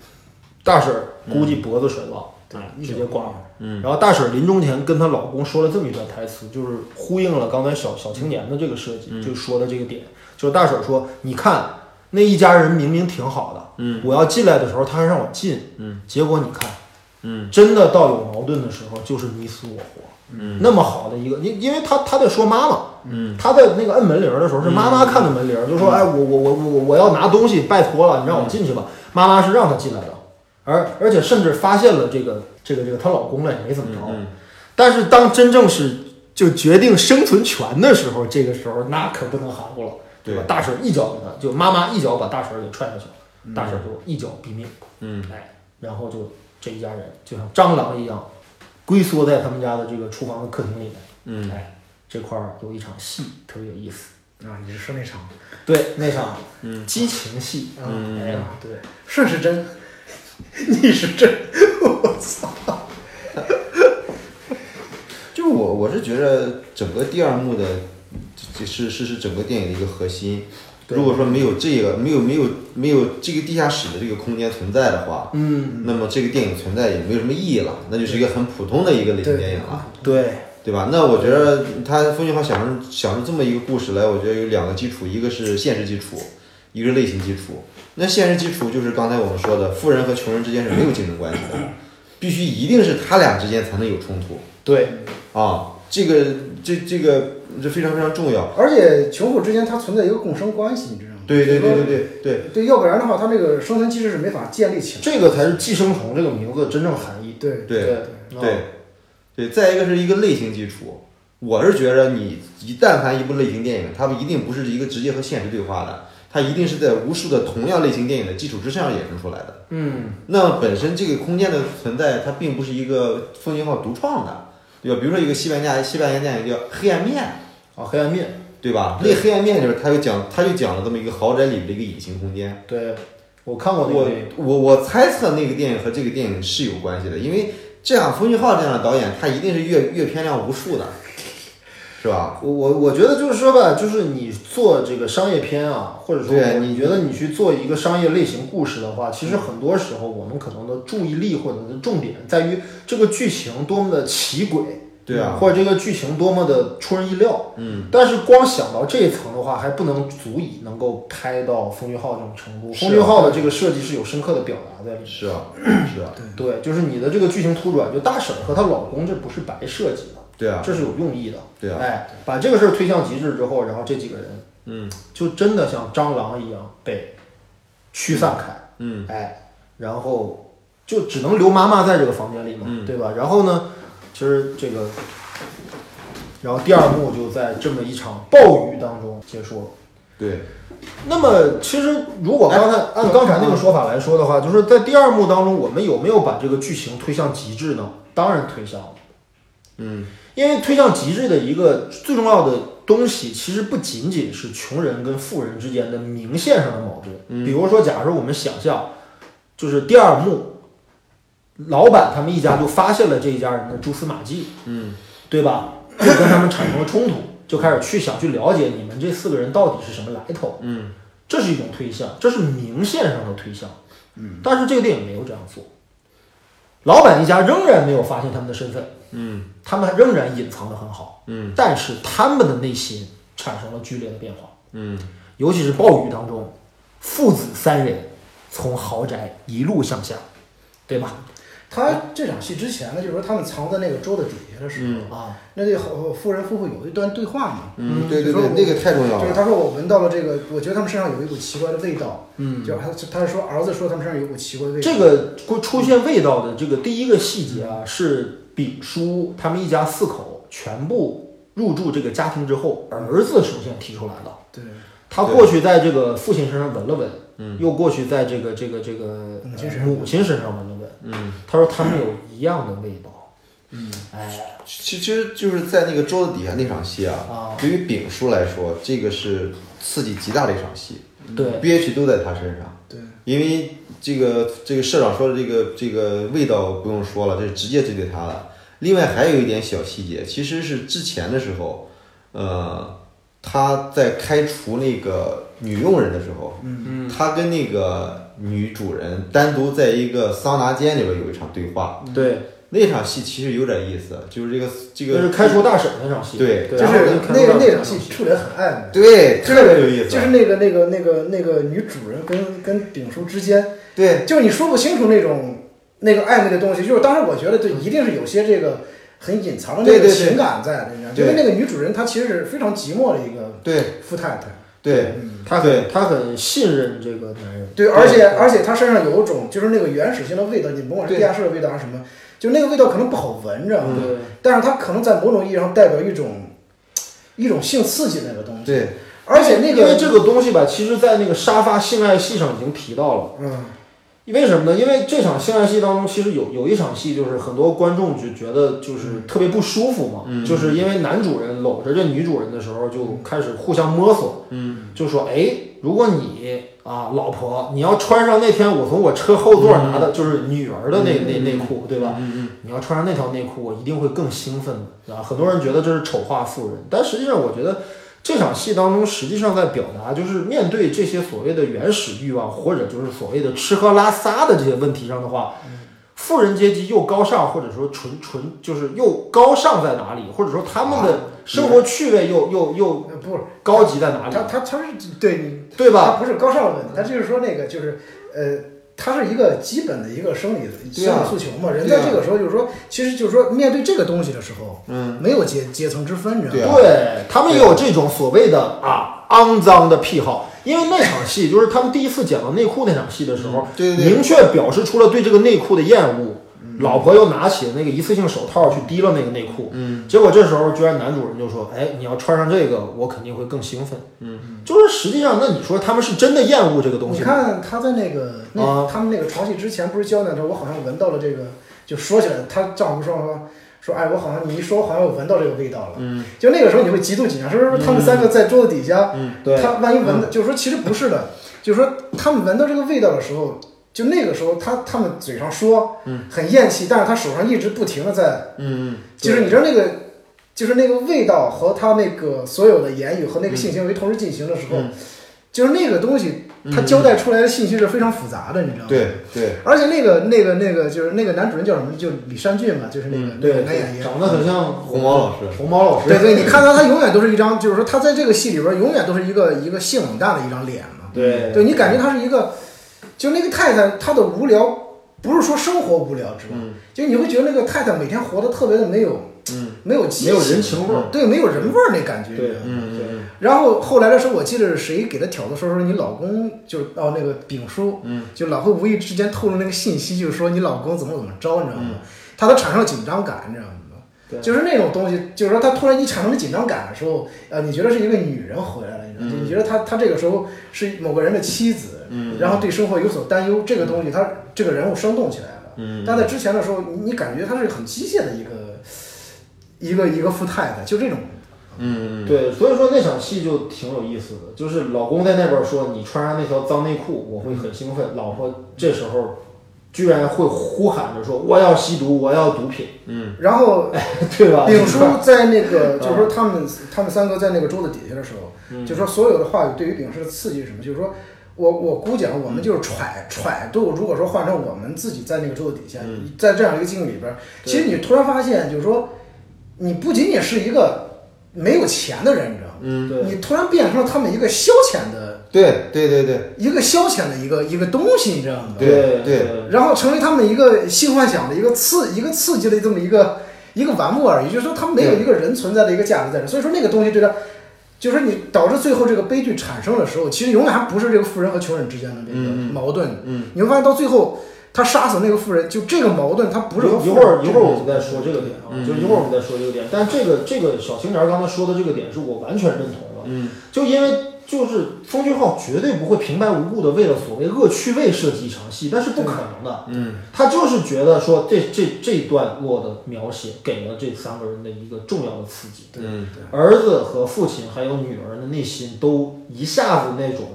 [SPEAKER 1] 大婶儿估计脖子摔到，
[SPEAKER 3] 对
[SPEAKER 1] 哎，
[SPEAKER 3] 一
[SPEAKER 1] 直
[SPEAKER 3] 脚
[SPEAKER 1] 接
[SPEAKER 3] 毙
[SPEAKER 1] 挂了
[SPEAKER 3] 命。
[SPEAKER 2] 嗯
[SPEAKER 1] 然后大婶临终前跟她老公说了这么一段台词，就是呼应了刚才小小青年的这个设计，就说的这个点，就是大婶说：“你看那一家人明明挺好的，
[SPEAKER 2] 嗯，
[SPEAKER 1] 我要进来的时候他还让我进，
[SPEAKER 2] 嗯，
[SPEAKER 1] 结果你看，
[SPEAKER 2] 嗯
[SPEAKER 1] 真的到有矛盾的时候就是你死我活，
[SPEAKER 2] 嗯，
[SPEAKER 1] 那么好的一个，因因为他他在说妈妈，
[SPEAKER 2] 嗯
[SPEAKER 1] 他在那个摁门铃儿的时候是妈妈看的门铃儿，就说：“哎，我我我我我要拿东西，拜托了，你让我进去吧。”妈妈是让他进来的，而而且甚至发现了这个这个这个她老公了，也没怎么着。
[SPEAKER 2] 嗯
[SPEAKER 1] 但是当真正是就决定生存权的时候，这个时候那可不能含糊了，对吧？
[SPEAKER 2] 对
[SPEAKER 1] 大婶一脚给他，就妈妈一脚把大婶给踹下去了，大婶就一脚毙命，
[SPEAKER 2] 嗯
[SPEAKER 1] 哎，然后就这一家人就像蟑螂一样龟缩在他们家的这个厨房和客厅里面。
[SPEAKER 2] 嗯
[SPEAKER 1] 哎，这块儿有一场戏特别有意思，
[SPEAKER 3] 啊！你是说那场
[SPEAKER 1] 对，那场
[SPEAKER 2] 嗯
[SPEAKER 1] 激情戏，
[SPEAKER 3] 啊？
[SPEAKER 2] 嗯
[SPEAKER 1] 哎呀，对，
[SPEAKER 3] 顺时针， 逆时针，
[SPEAKER 2] 就是我我是觉得整个第二幕的，这是是是整个电影的一个核心。
[SPEAKER 1] 对
[SPEAKER 2] 如果说没有这个，没有没有没有这个地下室的这个空间存在的话，
[SPEAKER 1] 嗯，
[SPEAKER 2] 那么这个电影存在也没有什么意义了，那就是一个很普通的一个类型电影了，
[SPEAKER 1] 对，
[SPEAKER 2] 对吧？那我觉得他《风景号》想成想成这么一个故事来，我觉得有两个基础，一个是现实基础，一个是类型基础。那现实基础就是刚才我们说的，富人和穷人之间是没有竞争关系的，必须一定是他俩之间才能有冲突。
[SPEAKER 1] 对，
[SPEAKER 2] 啊，这个这这个这非常非常重要。
[SPEAKER 3] 而且穷富之间它存在一个共生关系，你知道吗？
[SPEAKER 2] 对对对对
[SPEAKER 3] 对
[SPEAKER 2] 对对，
[SPEAKER 3] 对，要不然的话，它这个生存机制是没法建立起来。
[SPEAKER 1] 这个才是寄生虫这个名字的真正含义，
[SPEAKER 3] 对
[SPEAKER 2] 对
[SPEAKER 1] 对
[SPEAKER 2] 对，对，再一个是一个类型基础。我是觉着你一但凡一部类型电影，它一定不是一个直接和现实对话的，它一定是在无数的同样类型电影的基础之上衍生出来的。
[SPEAKER 1] 嗯，
[SPEAKER 2] 那么本身这个空间的存在，它并不是一个风景号独创的，对吧？比如说一个西班牙西班牙电影叫《黑暗面》，
[SPEAKER 1] 啊，黑暗面，
[SPEAKER 2] 对吧？那《黑暗面》里边，它就讲它就讲了这么一个豪宅里的一个隐形空间。
[SPEAKER 1] 对，哎我看过那
[SPEAKER 2] 我
[SPEAKER 1] 个电影，
[SPEAKER 2] 我我猜测那个电影和这个电影是有关系的，因为这样冯俊浩这样的导演，他一定是阅阅片量无数的，是吧？
[SPEAKER 1] 我我我觉得就是说吧，就是你做这个商业片啊，或者说
[SPEAKER 2] 对嗯
[SPEAKER 1] 你觉得你去做一个商业类型故事的话，其实很多时候我们可能的注意力或者是重点在于这个剧情多么的奇诡，
[SPEAKER 2] 对啊，
[SPEAKER 1] 或者这个剧情多么的出人意料，
[SPEAKER 2] 嗯，
[SPEAKER 1] 但是光想到这一层的话，还不能足以能够拍到风俊号这种程度。
[SPEAKER 2] 是啊
[SPEAKER 1] 风俊号的这个设计是有深刻的表达在里面。
[SPEAKER 2] 是啊，是啊，
[SPEAKER 1] 对，就是你的这个剧情突转，就大婶儿和她老公这不是白设计的，
[SPEAKER 2] 对啊，
[SPEAKER 1] 这是有用意的。
[SPEAKER 2] 对啊，
[SPEAKER 1] 哎，把这个事儿推向极致之后，然后这几个人
[SPEAKER 2] 嗯
[SPEAKER 1] 就真的像蟑螂一样被驱散开，
[SPEAKER 2] 嗯
[SPEAKER 1] 哎，然后就只能留妈妈在这个房间里嘛，
[SPEAKER 2] 嗯
[SPEAKER 1] 对吧？然后呢，其实这个，然后第二幕就在这么一场暴雨当中结束了。
[SPEAKER 2] 对，
[SPEAKER 1] 那么，其实如果刚才按刚才那个说法来说的话，就是在第二幕当中，我们有没有把这个剧情推向极致呢？当然推向了，
[SPEAKER 2] 嗯
[SPEAKER 1] 因为推向极致的一个最重要的东西，其实不仅仅是穷人跟富人之间的明线上的矛盾。
[SPEAKER 2] 嗯
[SPEAKER 1] 比如说，假如我们想象，就是第二幕，老板他们一家就发现了这一家人的蛛丝马迹，
[SPEAKER 2] 嗯
[SPEAKER 1] 对吧？就跟他们产生了冲突，就开始去想去了解你们这四个人到底是什么来头。
[SPEAKER 2] 嗯
[SPEAKER 1] 这是一种推向，这是明线上的推向。嗯，但是这个电影没有这样做，老板一家仍然没有发现他们的身份，
[SPEAKER 2] 嗯
[SPEAKER 1] 他们仍然隐藏得很好，
[SPEAKER 2] 嗯
[SPEAKER 1] 但是他们的内心产生了剧烈的变化，
[SPEAKER 2] 嗯
[SPEAKER 1] 尤其是暴雨当中，父子三人从豪宅一路向下，对吧？
[SPEAKER 3] 他这场戏之前呢，就是说他们藏在那个桌子底下的时候，
[SPEAKER 2] 嗯
[SPEAKER 1] 啊，
[SPEAKER 3] 那对好富人夫妇有一段对话嘛，
[SPEAKER 2] 嗯，对对
[SPEAKER 3] 就是
[SPEAKER 2] 对，
[SPEAKER 3] 我
[SPEAKER 2] 那个太重要
[SPEAKER 3] 就是
[SPEAKER 2] 了。
[SPEAKER 3] 他说我闻到了这个，我觉得他们身上有一股奇怪的味道，
[SPEAKER 1] 嗯，
[SPEAKER 3] 就是他他说儿子说他们身上有一股奇怪的味道，
[SPEAKER 1] 这个出现味道的这个第一个细节
[SPEAKER 2] 嗯
[SPEAKER 1] 啊，是丙叔他们一家四口全部入住这个家庭之后，儿子首先提出来的。
[SPEAKER 3] 对
[SPEAKER 1] 他
[SPEAKER 2] 对
[SPEAKER 1] 过去在这个父亲身上闻了闻，
[SPEAKER 2] 嗯
[SPEAKER 1] 又过去在这个这个这个
[SPEAKER 3] 母亲
[SPEAKER 1] 呃
[SPEAKER 3] 身上闻
[SPEAKER 1] 母亲身上闻了闻，
[SPEAKER 2] 嗯，
[SPEAKER 1] 他说他们有一样的味道，
[SPEAKER 3] 嗯，
[SPEAKER 1] 哎
[SPEAKER 2] 其其实就是在那个桌子底下那场戏啊，
[SPEAKER 1] 啊，
[SPEAKER 2] 对于丙叔来说，这个是刺激极大的一场戏，
[SPEAKER 1] 对，
[SPEAKER 2] 憋屈都在他身上。
[SPEAKER 3] 对
[SPEAKER 2] 因为这个这个社长说的这个这个味道不用说了，这是直接针对他的。另外还有一点小细节，其实是之前的时候，呃，他在开除那个女佣人的时候，
[SPEAKER 1] 嗯
[SPEAKER 2] 他跟那个女主人单独在一个桑拿间里边有一场对话，
[SPEAKER 3] 嗯
[SPEAKER 1] 对，
[SPEAKER 2] 那场戏其实有点意思，就是这个这
[SPEAKER 1] 就
[SPEAKER 2] 个
[SPEAKER 1] 是开除大婶那场戏，
[SPEAKER 2] 对
[SPEAKER 3] 就
[SPEAKER 1] 然
[SPEAKER 3] 是
[SPEAKER 1] 后就开
[SPEAKER 3] 那
[SPEAKER 1] 除
[SPEAKER 3] 个
[SPEAKER 1] 大
[SPEAKER 3] 那
[SPEAKER 1] 婶
[SPEAKER 3] 场戏处理得很暧昧，
[SPEAKER 2] 对特别有意思，
[SPEAKER 3] 就是那个那个那个那个女主人跟跟丙叔之间，
[SPEAKER 2] 对
[SPEAKER 3] 就是你说不清楚那种那个暧昧的东西，就是当时我觉得对，一定是有些这个很隐藏的
[SPEAKER 2] 对
[SPEAKER 3] 那个
[SPEAKER 2] 对对
[SPEAKER 3] 情感在里面，因
[SPEAKER 2] 对
[SPEAKER 3] 为那个女主人她其实是非常寂寞的一个
[SPEAKER 2] 对
[SPEAKER 3] 富太太，
[SPEAKER 2] 对
[SPEAKER 1] 他
[SPEAKER 2] 对
[SPEAKER 1] 很他很信任这个男人，
[SPEAKER 3] 嗯对，而且而且她身上有一种就是那个原始性的味道，你甭管是
[SPEAKER 2] 对嗯
[SPEAKER 3] 地下室的味道还是什么，就那个味道可能不好闻着，
[SPEAKER 1] 嗯对，
[SPEAKER 3] 但是它可能在某种意义上代表一种一种性刺激的那个东西，
[SPEAKER 2] 对，
[SPEAKER 3] 而且那
[SPEAKER 1] 因为
[SPEAKER 3] 个
[SPEAKER 1] 这个东西吧，其实，在那个沙发性爱戏上已经提到了。
[SPEAKER 3] 嗯
[SPEAKER 1] 为什么呢？因为这场性爱戏当中，其实有有一场戏，就是很多观众就觉得就是
[SPEAKER 3] 嗯
[SPEAKER 1] 特别不舒服嘛，
[SPEAKER 2] 嗯
[SPEAKER 1] 就是因为男主人搂着这女主人的时候，
[SPEAKER 3] 嗯
[SPEAKER 1] 就开始互相摸索，
[SPEAKER 2] 嗯
[SPEAKER 1] 就说：“哎，如果你啊，老婆，你要穿上那天我从我车后座拿的，就是女儿的那、那内裤，对吧？
[SPEAKER 2] 嗯
[SPEAKER 1] 你要穿上那条内裤，我一定会更兴奋的。啊，很多人觉得这是丑化富人，但实际上我觉得这场戏当中实际上在表达，就是面对这些所谓的原始欲望，或者就是所谓的吃喝拉撒的这些问题上的话，
[SPEAKER 2] 嗯
[SPEAKER 1] 富人阶级又高尚，或者说纯纯就是又高尚在哪里，或者说他们
[SPEAKER 2] 啊
[SPEAKER 1] 的生活趣味又又又
[SPEAKER 3] 呃不是。
[SPEAKER 1] 高级在哪里
[SPEAKER 3] 他，他他是对你
[SPEAKER 1] 对吧？
[SPEAKER 3] 它不是高尚的问题，它就是说那个就是呃，它是一个基本的一个生理
[SPEAKER 2] 对
[SPEAKER 3] 生
[SPEAKER 2] 啊
[SPEAKER 3] 理诉求嘛。人
[SPEAKER 2] 对
[SPEAKER 3] 在
[SPEAKER 2] 啊
[SPEAKER 3] 这个时候就是说，其实就是说面对这个东西的时候，
[SPEAKER 2] 嗯，
[SPEAKER 3] 没有阶阶层之分，你知道
[SPEAKER 2] 对
[SPEAKER 3] 吗？
[SPEAKER 2] 啊
[SPEAKER 1] 对他们也有这种所谓的啊肮脏的癖好，因为那场戏就是他们第一次讲到内裤那场戏的时候，
[SPEAKER 2] 嗯对对对
[SPEAKER 1] 明确表示出了对这个内裤的厌恶。老婆又拿起那个一次性手套去提了那个内裤，
[SPEAKER 2] 嗯，
[SPEAKER 1] 结果这时候居然男主人就说：“哎，你要穿上这个，我肯定会更兴奋。”嗯，就是实际上，那你说他们是真的厌恶这个东
[SPEAKER 3] 你
[SPEAKER 1] 西吗？
[SPEAKER 3] 看他在那个那
[SPEAKER 1] 啊
[SPEAKER 3] 他们那个床戏之前不是交代的时候，我好像闻到了这个，就说起来，她丈夫说说说，哎，我好像你一说，我好像我闻到这个味道了。
[SPEAKER 2] 嗯，
[SPEAKER 3] 就那个时候你会极度紧张，是不是？他们三个在桌子底下，
[SPEAKER 2] 嗯
[SPEAKER 1] 对，
[SPEAKER 3] 他万一闻到，就是说其实不是的，就是说他们闻到这个味道的时候，就那个时候他他们嘴上说，
[SPEAKER 2] 嗯，
[SPEAKER 3] 很厌弃，但是他手上一直不停的在，
[SPEAKER 2] 嗯
[SPEAKER 3] 就是你知道那个，就是那个味道和他那个所有的言语和那个性行为同时进行的时候，
[SPEAKER 2] 嗯
[SPEAKER 3] 就是那个东西
[SPEAKER 2] 嗯
[SPEAKER 3] 它交代出来的信息是非常复杂的，你知道吗？。
[SPEAKER 2] 对对，
[SPEAKER 3] 而且那个那个那个就是那个男主人叫什么？就李善俊嘛，就是那个、
[SPEAKER 2] 嗯
[SPEAKER 3] 那个
[SPEAKER 1] 对，
[SPEAKER 3] 男演员，
[SPEAKER 1] 长得很像
[SPEAKER 2] 红毛老师，
[SPEAKER 1] 红毛老师，
[SPEAKER 3] 对对，你看他，他永远都是一张，就是说他在这个戏里边永远都是一个一个性冷淡的一张脸嘛。
[SPEAKER 1] 对
[SPEAKER 3] 对你感觉他是一个，就那个太太，她的无聊不是说生活无聊之外，
[SPEAKER 2] 嗯
[SPEAKER 3] 就你会觉得那个太太每天活得特别的没有
[SPEAKER 2] 嗯
[SPEAKER 3] 没有激
[SPEAKER 1] 没有
[SPEAKER 3] 情
[SPEAKER 1] 人情味儿。
[SPEAKER 3] 对，没有人味儿那感觉。
[SPEAKER 1] 对，
[SPEAKER 2] 嗯
[SPEAKER 1] 对，
[SPEAKER 3] 然后后来的时候，我记得是谁给他挑的时候说，你老公就是哦那个丙叔，
[SPEAKER 2] 嗯，
[SPEAKER 3] 就老会无意之间透露那个信息，就是说你老公怎么怎么着，你知道
[SPEAKER 1] 嗯
[SPEAKER 3] 吗？他都产生了紧张感，你知道吗？
[SPEAKER 1] 对
[SPEAKER 3] 就是那种东西，就是说他突然一产生了紧张感的时候，呃，你觉得是一个女人回来了，你知道吗？
[SPEAKER 2] 嗯
[SPEAKER 3] 你觉得他他这个时候是某个人的妻子，
[SPEAKER 2] 嗯
[SPEAKER 3] 然后对生活有所担忧，这个东西他这个人物生动起来了。
[SPEAKER 2] 嗯，
[SPEAKER 3] 但在之前的时候，你你感觉他是很机械的一个一个一个富太太，就这种。
[SPEAKER 2] 嗯，
[SPEAKER 1] 对，所以说那场戏就挺有意思的，就是老公在那边说你穿上那条脏内裤，我会很兴奋。老婆这时候居然会呼喊着说我要吸毒，我要毒品，
[SPEAKER 2] 嗯
[SPEAKER 3] 然后
[SPEAKER 1] 对吧？嗯
[SPEAKER 3] 丙叔在那个，就是说他们他们三个在那个桌子底下的时候，就说所有的话语对于丙叔的刺激是什么？就是说我我估计啊，我们就是
[SPEAKER 1] 嗯
[SPEAKER 3] 揣揣度，如果说换成我们自己在那个桌子底下，在这样一个境里边儿，
[SPEAKER 1] 嗯对
[SPEAKER 3] 其实你突然发现，就是说你不仅仅是一个没有钱的人，你知道吗？
[SPEAKER 2] 嗯，
[SPEAKER 1] 对
[SPEAKER 3] 你突然变成了他们一个消遣的
[SPEAKER 2] 对对对对
[SPEAKER 3] 一个消遣的一个一个东西，你知道吗？
[SPEAKER 1] 对
[SPEAKER 2] 对
[SPEAKER 3] 然后成为他们一个性幻想的一个刺一个刺激的这么一个一个玩物而已，也就是说他们没有
[SPEAKER 2] 对
[SPEAKER 3] 一个人存在的一个价值在这，所以说那个东西对他，就是说你导致最后这个悲剧产生的时候，其实永远还不是这个富人和穷人之间的这个
[SPEAKER 2] 嗯嗯
[SPEAKER 3] 矛盾，
[SPEAKER 2] 嗯
[SPEAKER 3] 你会发现到最后他杀死那个富人，就这个矛盾他不是和
[SPEAKER 1] 一
[SPEAKER 3] 富
[SPEAKER 1] 会
[SPEAKER 3] 人
[SPEAKER 1] 儿一会儿我们再说这个点啊，
[SPEAKER 2] 嗯
[SPEAKER 1] 就一会儿我们再说这个点。但这个这个小青年刚才说的这个点是我完全认同的，
[SPEAKER 2] 嗯，
[SPEAKER 1] 就因为就是奉俊昊绝对不会平白无故的为了所谓恶趣味设计一场戏，那是不可能的。
[SPEAKER 2] 嗯
[SPEAKER 1] 他就是觉得说这这这一段落的描写给了这三个人的一个重要的刺激，
[SPEAKER 2] 嗯
[SPEAKER 1] 儿子和父亲还有女儿的内心都一下子那种。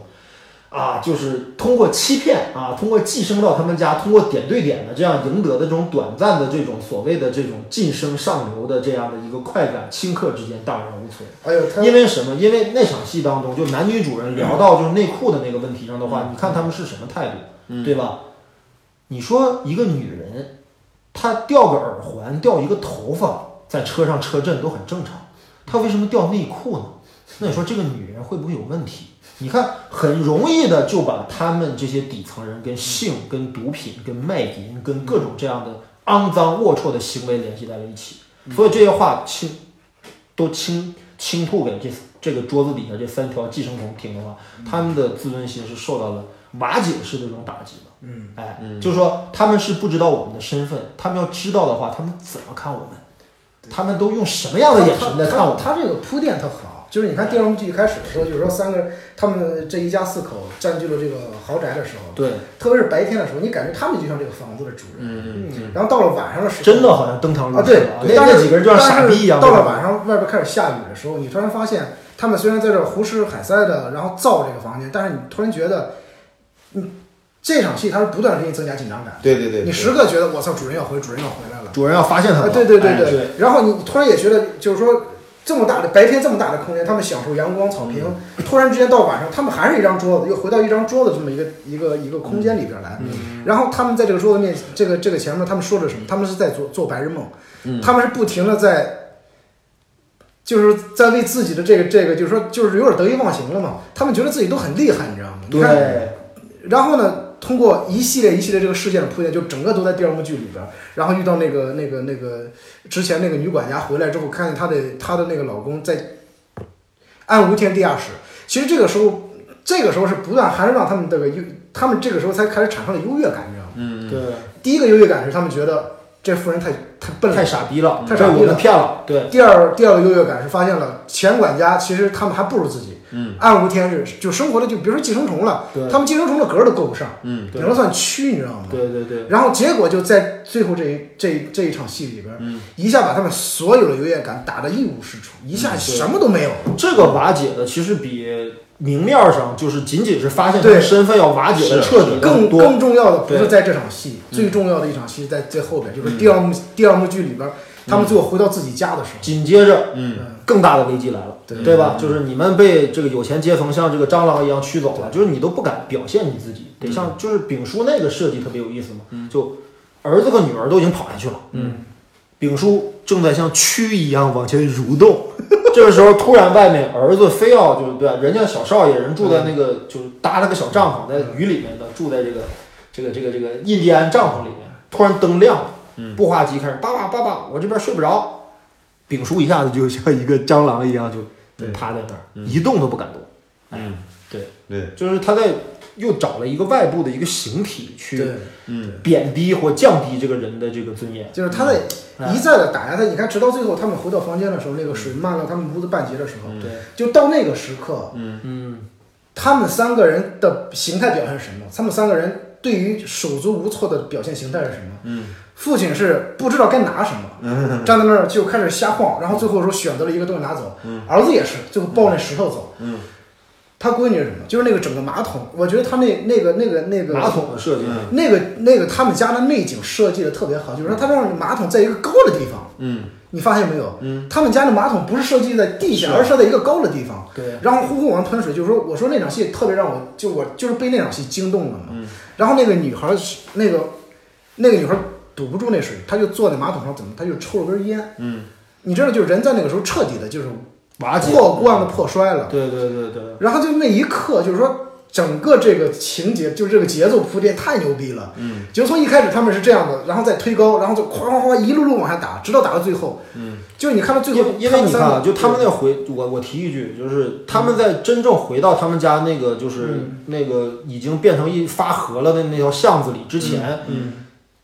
[SPEAKER 1] 啊，就是通过欺骗啊，通过寄生到他们家，通过点对点的这样赢得的这种短暂的这种所谓的这种晋升上流的这样的一个快感，顷刻之间荡然无存。
[SPEAKER 3] 哎呦他
[SPEAKER 1] 因为什么？因为那场戏当中，就男女主人聊到就是内裤的那个问题上的话，你看他们是什么态度，对吧？你说一个女人，她掉个耳环、掉一个头发，在车上车震都很正常，她为什么掉内裤呢？那你说这个女人会不会有问题？你看，很容易的就把他们这些底层人跟性、跟毒品、跟卖淫、跟各种这样的肮脏龌龊的行为联系在了一起，所以这些话轻都倾倾吐给这这个桌子底下这三条寄生虫听的话，
[SPEAKER 3] 嗯
[SPEAKER 1] 他们的自尊心是受到了瓦解式的这种打击的。
[SPEAKER 3] 嗯，
[SPEAKER 1] 哎，就是说他们是不知道我们的身份，他们要知道的话，他们怎么看我们？他们都用什么样的眼神在看我们？
[SPEAKER 3] 他他他这个铺垫特好，就是你看第二幕剧一开始的时候，就是说三个人他们这一家四口占据了这个豪宅的时候，
[SPEAKER 1] 对，
[SPEAKER 3] 特别是白天的时候，你感觉他们就像这个房子的主人，
[SPEAKER 2] 嗯
[SPEAKER 3] 然后到了晚上的时候，
[SPEAKER 1] 真的好像登堂入
[SPEAKER 3] 啊，
[SPEAKER 1] 室
[SPEAKER 3] 对
[SPEAKER 1] 了，
[SPEAKER 3] 对
[SPEAKER 1] 那
[SPEAKER 3] 但是
[SPEAKER 1] 那几个人就像傻逼一样。
[SPEAKER 3] 但是到了晚上，外边开始下雨的时候，你突然发现，他们虽然在这儿胡吃海塞的，然后造这个房间，但是你突然觉得，嗯，这场戏它是不断地给你增加紧张感。
[SPEAKER 2] 对对对，
[SPEAKER 3] 你时刻觉得我操，主人要回，主人要回来了。
[SPEAKER 1] 主人要发现他
[SPEAKER 3] 啊，
[SPEAKER 1] 们，
[SPEAKER 3] 对对对
[SPEAKER 1] 哎
[SPEAKER 3] 对。然后你突然也觉得，就是说这么大的白天这么大的空间，他们享受阳光草坪，突然之间到晚上，他们还是一张桌子，又回到一张桌子这么一个一个一个空间里边来。然后他们在这个桌子面这个这个前面，他们说了什么？他们是在做做白日梦，他们是不停的在。就是在为自己的这个这个，就是说，就是有点得意忘形了嘛。他们觉得自己都很厉害，你知道吗？你看
[SPEAKER 1] 哎对
[SPEAKER 3] 然后呢，通过一系列一系列这个事件的铺垫，就整个都在第二幕剧里边儿。然后遇到那个那个那个之前那个女管家回来之后，看见她的她的那个老公在暗无天地下室。其实这个时候，这个时候是不断还是让他们这个优，他们这个时候才开始产生了优越感，你知道吗？
[SPEAKER 2] 嗯
[SPEAKER 1] 对，
[SPEAKER 3] 第一个优越感是他们觉得这富人太太笨了
[SPEAKER 1] 太。傻逼了，
[SPEAKER 3] 太
[SPEAKER 1] 被
[SPEAKER 3] 傻逼了
[SPEAKER 1] 我们骗了。对，
[SPEAKER 3] 第二第二个优越感是发现了前管家其实他们还不如自己，
[SPEAKER 2] 嗯，
[SPEAKER 3] 暗无天日，就生活的就别说寄生虫了
[SPEAKER 1] 对，
[SPEAKER 3] 他们寄生虫的格儿都够不上，
[SPEAKER 2] 嗯
[SPEAKER 3] 顶多算蛆，你知道吗？
[SPEAKER 1] 对对对，
[SPEAKER 3] 然后结果就在最后这一这一这一场戏里边，
[SPEAKER 1] 嗯
[SPEAKER 3] 一下把他们所有的优越感打得一无是处，一下什么都没有了。
[SPEAKER 1] 这个瓦解的其实比明面上就是仅仅是发现他
[SPEAKER 3] 对
[SPEAKER 1] 的身份要瓦解的
[SPEAKER 2] 是
[SPEAKER 1] 彻底
[SPEAKER 3] 更
[SPEAKER 1] 多。
[SPEAKER 3] 更重要的不是
[SPEAKER 1] 对嗯
[SPEAKER 3] 在这场戏，最重要的一场戏在最后边，就是第二幕第二幕剧里
[SPEAKER 1] 嗯
[SPEAKER 3] 边，他们最后回到自己家的时候，
[SPEAKER 1] 紧接着
[SPEAKER 2] 嗯
[SPEAKER 1] 更大的危机来了，
[SPEAKER 3] 对
[SPEAKER 1] 吧？就是你们被这个有钱阶层像这个蟑螂一样驱走了，就是你都不敢表现你自己，
[SPEAKER 2] 嗯
[SPEAKER 1] 得像就是丙叔那个设计特别有意思嘛，就儿子和女儿都已经跑下去了，
[SPEAKER 2] 嗯，
[SPEAKER 1] 丙叔正在像蛆一样往前蠕动， 这个时候突然外面儿子非要就是对吧，人家小少爷人住在那
[SPEAKER 2] 嗯
[SPEAKER 1] 个就是搭了个小帐篷在雨里面的，住在这个这个这个这个印第安帐篷里面，突然灯亮了，
[SPEAKER 2] 嗯
[SPEAKER 1] 步话机开始叭叭叭叭，我这边睡不着。丙叔一下子就像一个蟑螂一样就
[SPEAKER 2] 对
[SPEAKER 1] 趴在那儿，
[SPEAKER 2] 嗯
[SPEAKER 1] 一动都不敢动。
[SPEAKER 2] 嗯，
[SPEAKER 1] 对
[SPEAKER 2] 对，
[SPEAKER 1] 就是他在又找了一个外部的一个形体去
[SPEAKER 3] 对，
[SPEAKER 2] 嗯，
[SPEAKER 1] 贬低或降低这个人的这个尊严。
[SPEAKER 3] 就是他在
[SPEAKER 1] 嗯
[SPEAKER 3] 一再的打压他。你看，直到最后他们回到房间的时候，那个水漫到他们屋子半截的时候，
[SPEAKER 2] 嗯
[SPEAKER 1] 对，
[SPEAKER 3] 就到那个时刻，
[SPEAKER 1] 嗯，
[SPEAKER 3] 他们三个人的形态表现是什么？他们三个人对于手足无措的表现形态是什么？
[SPEAKER 2] 嗯，
[SPEAKER 3] 父亲是不知道该拿什么，站在那儿就开始瞎晃，然后最后说选择了一个东西拿走。儿子也是，最后抱那石头走。
[SPEAKER 2] 嗯，
[SPEAKER 3] 他闺女是什么？就是那个整个马桶，我觉得他那那个那个那个
[SPEAKER 1] 马。桶的设计，
[SPEAKER 2] 嗯
[SPEAKER 3] 那个那个他们家的内景设计的特别好，就是说他让马桶在一个高的地方，
[SPEAKER 2] 嗯，
[SPEAKER 3] 你发现没有？
[SPEAKER 2] 嗯，
[SPEAKER 3] 他们家的马桶不是设计在地下，
[SPEAKER 2] 是
[SPEAKER 3] 而是设在一个高的地方。
[SPEAKER 1] 对，
[SPEAKER 3] 然后呼呼往上喷水，就是说，我说那场戏特别让我，就我就是被那场戏惊动了嘛。
[SPEAKER 2] 嗯
[SPEAKER 3] 然后那个女孩是，那个那个女孩堵不住那水，她就坐在马桶上，怎么，她就抽了根烟。
[SPEAKER 2] 嗯，
[SPEAKER 3] 你知道，就人在那个时候彻底的就是
[SPEAKER 1] 瓦解。
[SPEAKER 3] 破罐子破摔了。
[SPEAKER 1] 对对对对，
[SPEAKER 3] 然后就那一刻，就是说整个这个情节，就是这个节奏铺垫太牛逼了。
[SPEAKER 2] 嗯，
[SPEAKER 3] 就从一开始他们是这样的，然后再推高，然后就哗哗哗一路路往下打，直到打到最后。
[SPEAKER 2] 嗯，
[SPEAKER 3] 就是你看到最后，
[SPEAKER 1] 因因为你看啊，就他们
[SPEAKER 3] 那
[SPEAKER 1] 那回，我我提一句，就是他们在真正回到他们家那个就是
[SPEAKER 3] 嗯
[SPEAKER 1] 那个已经变成一发河了的那条巷子里之前，
[SPEAKER 2] 嗯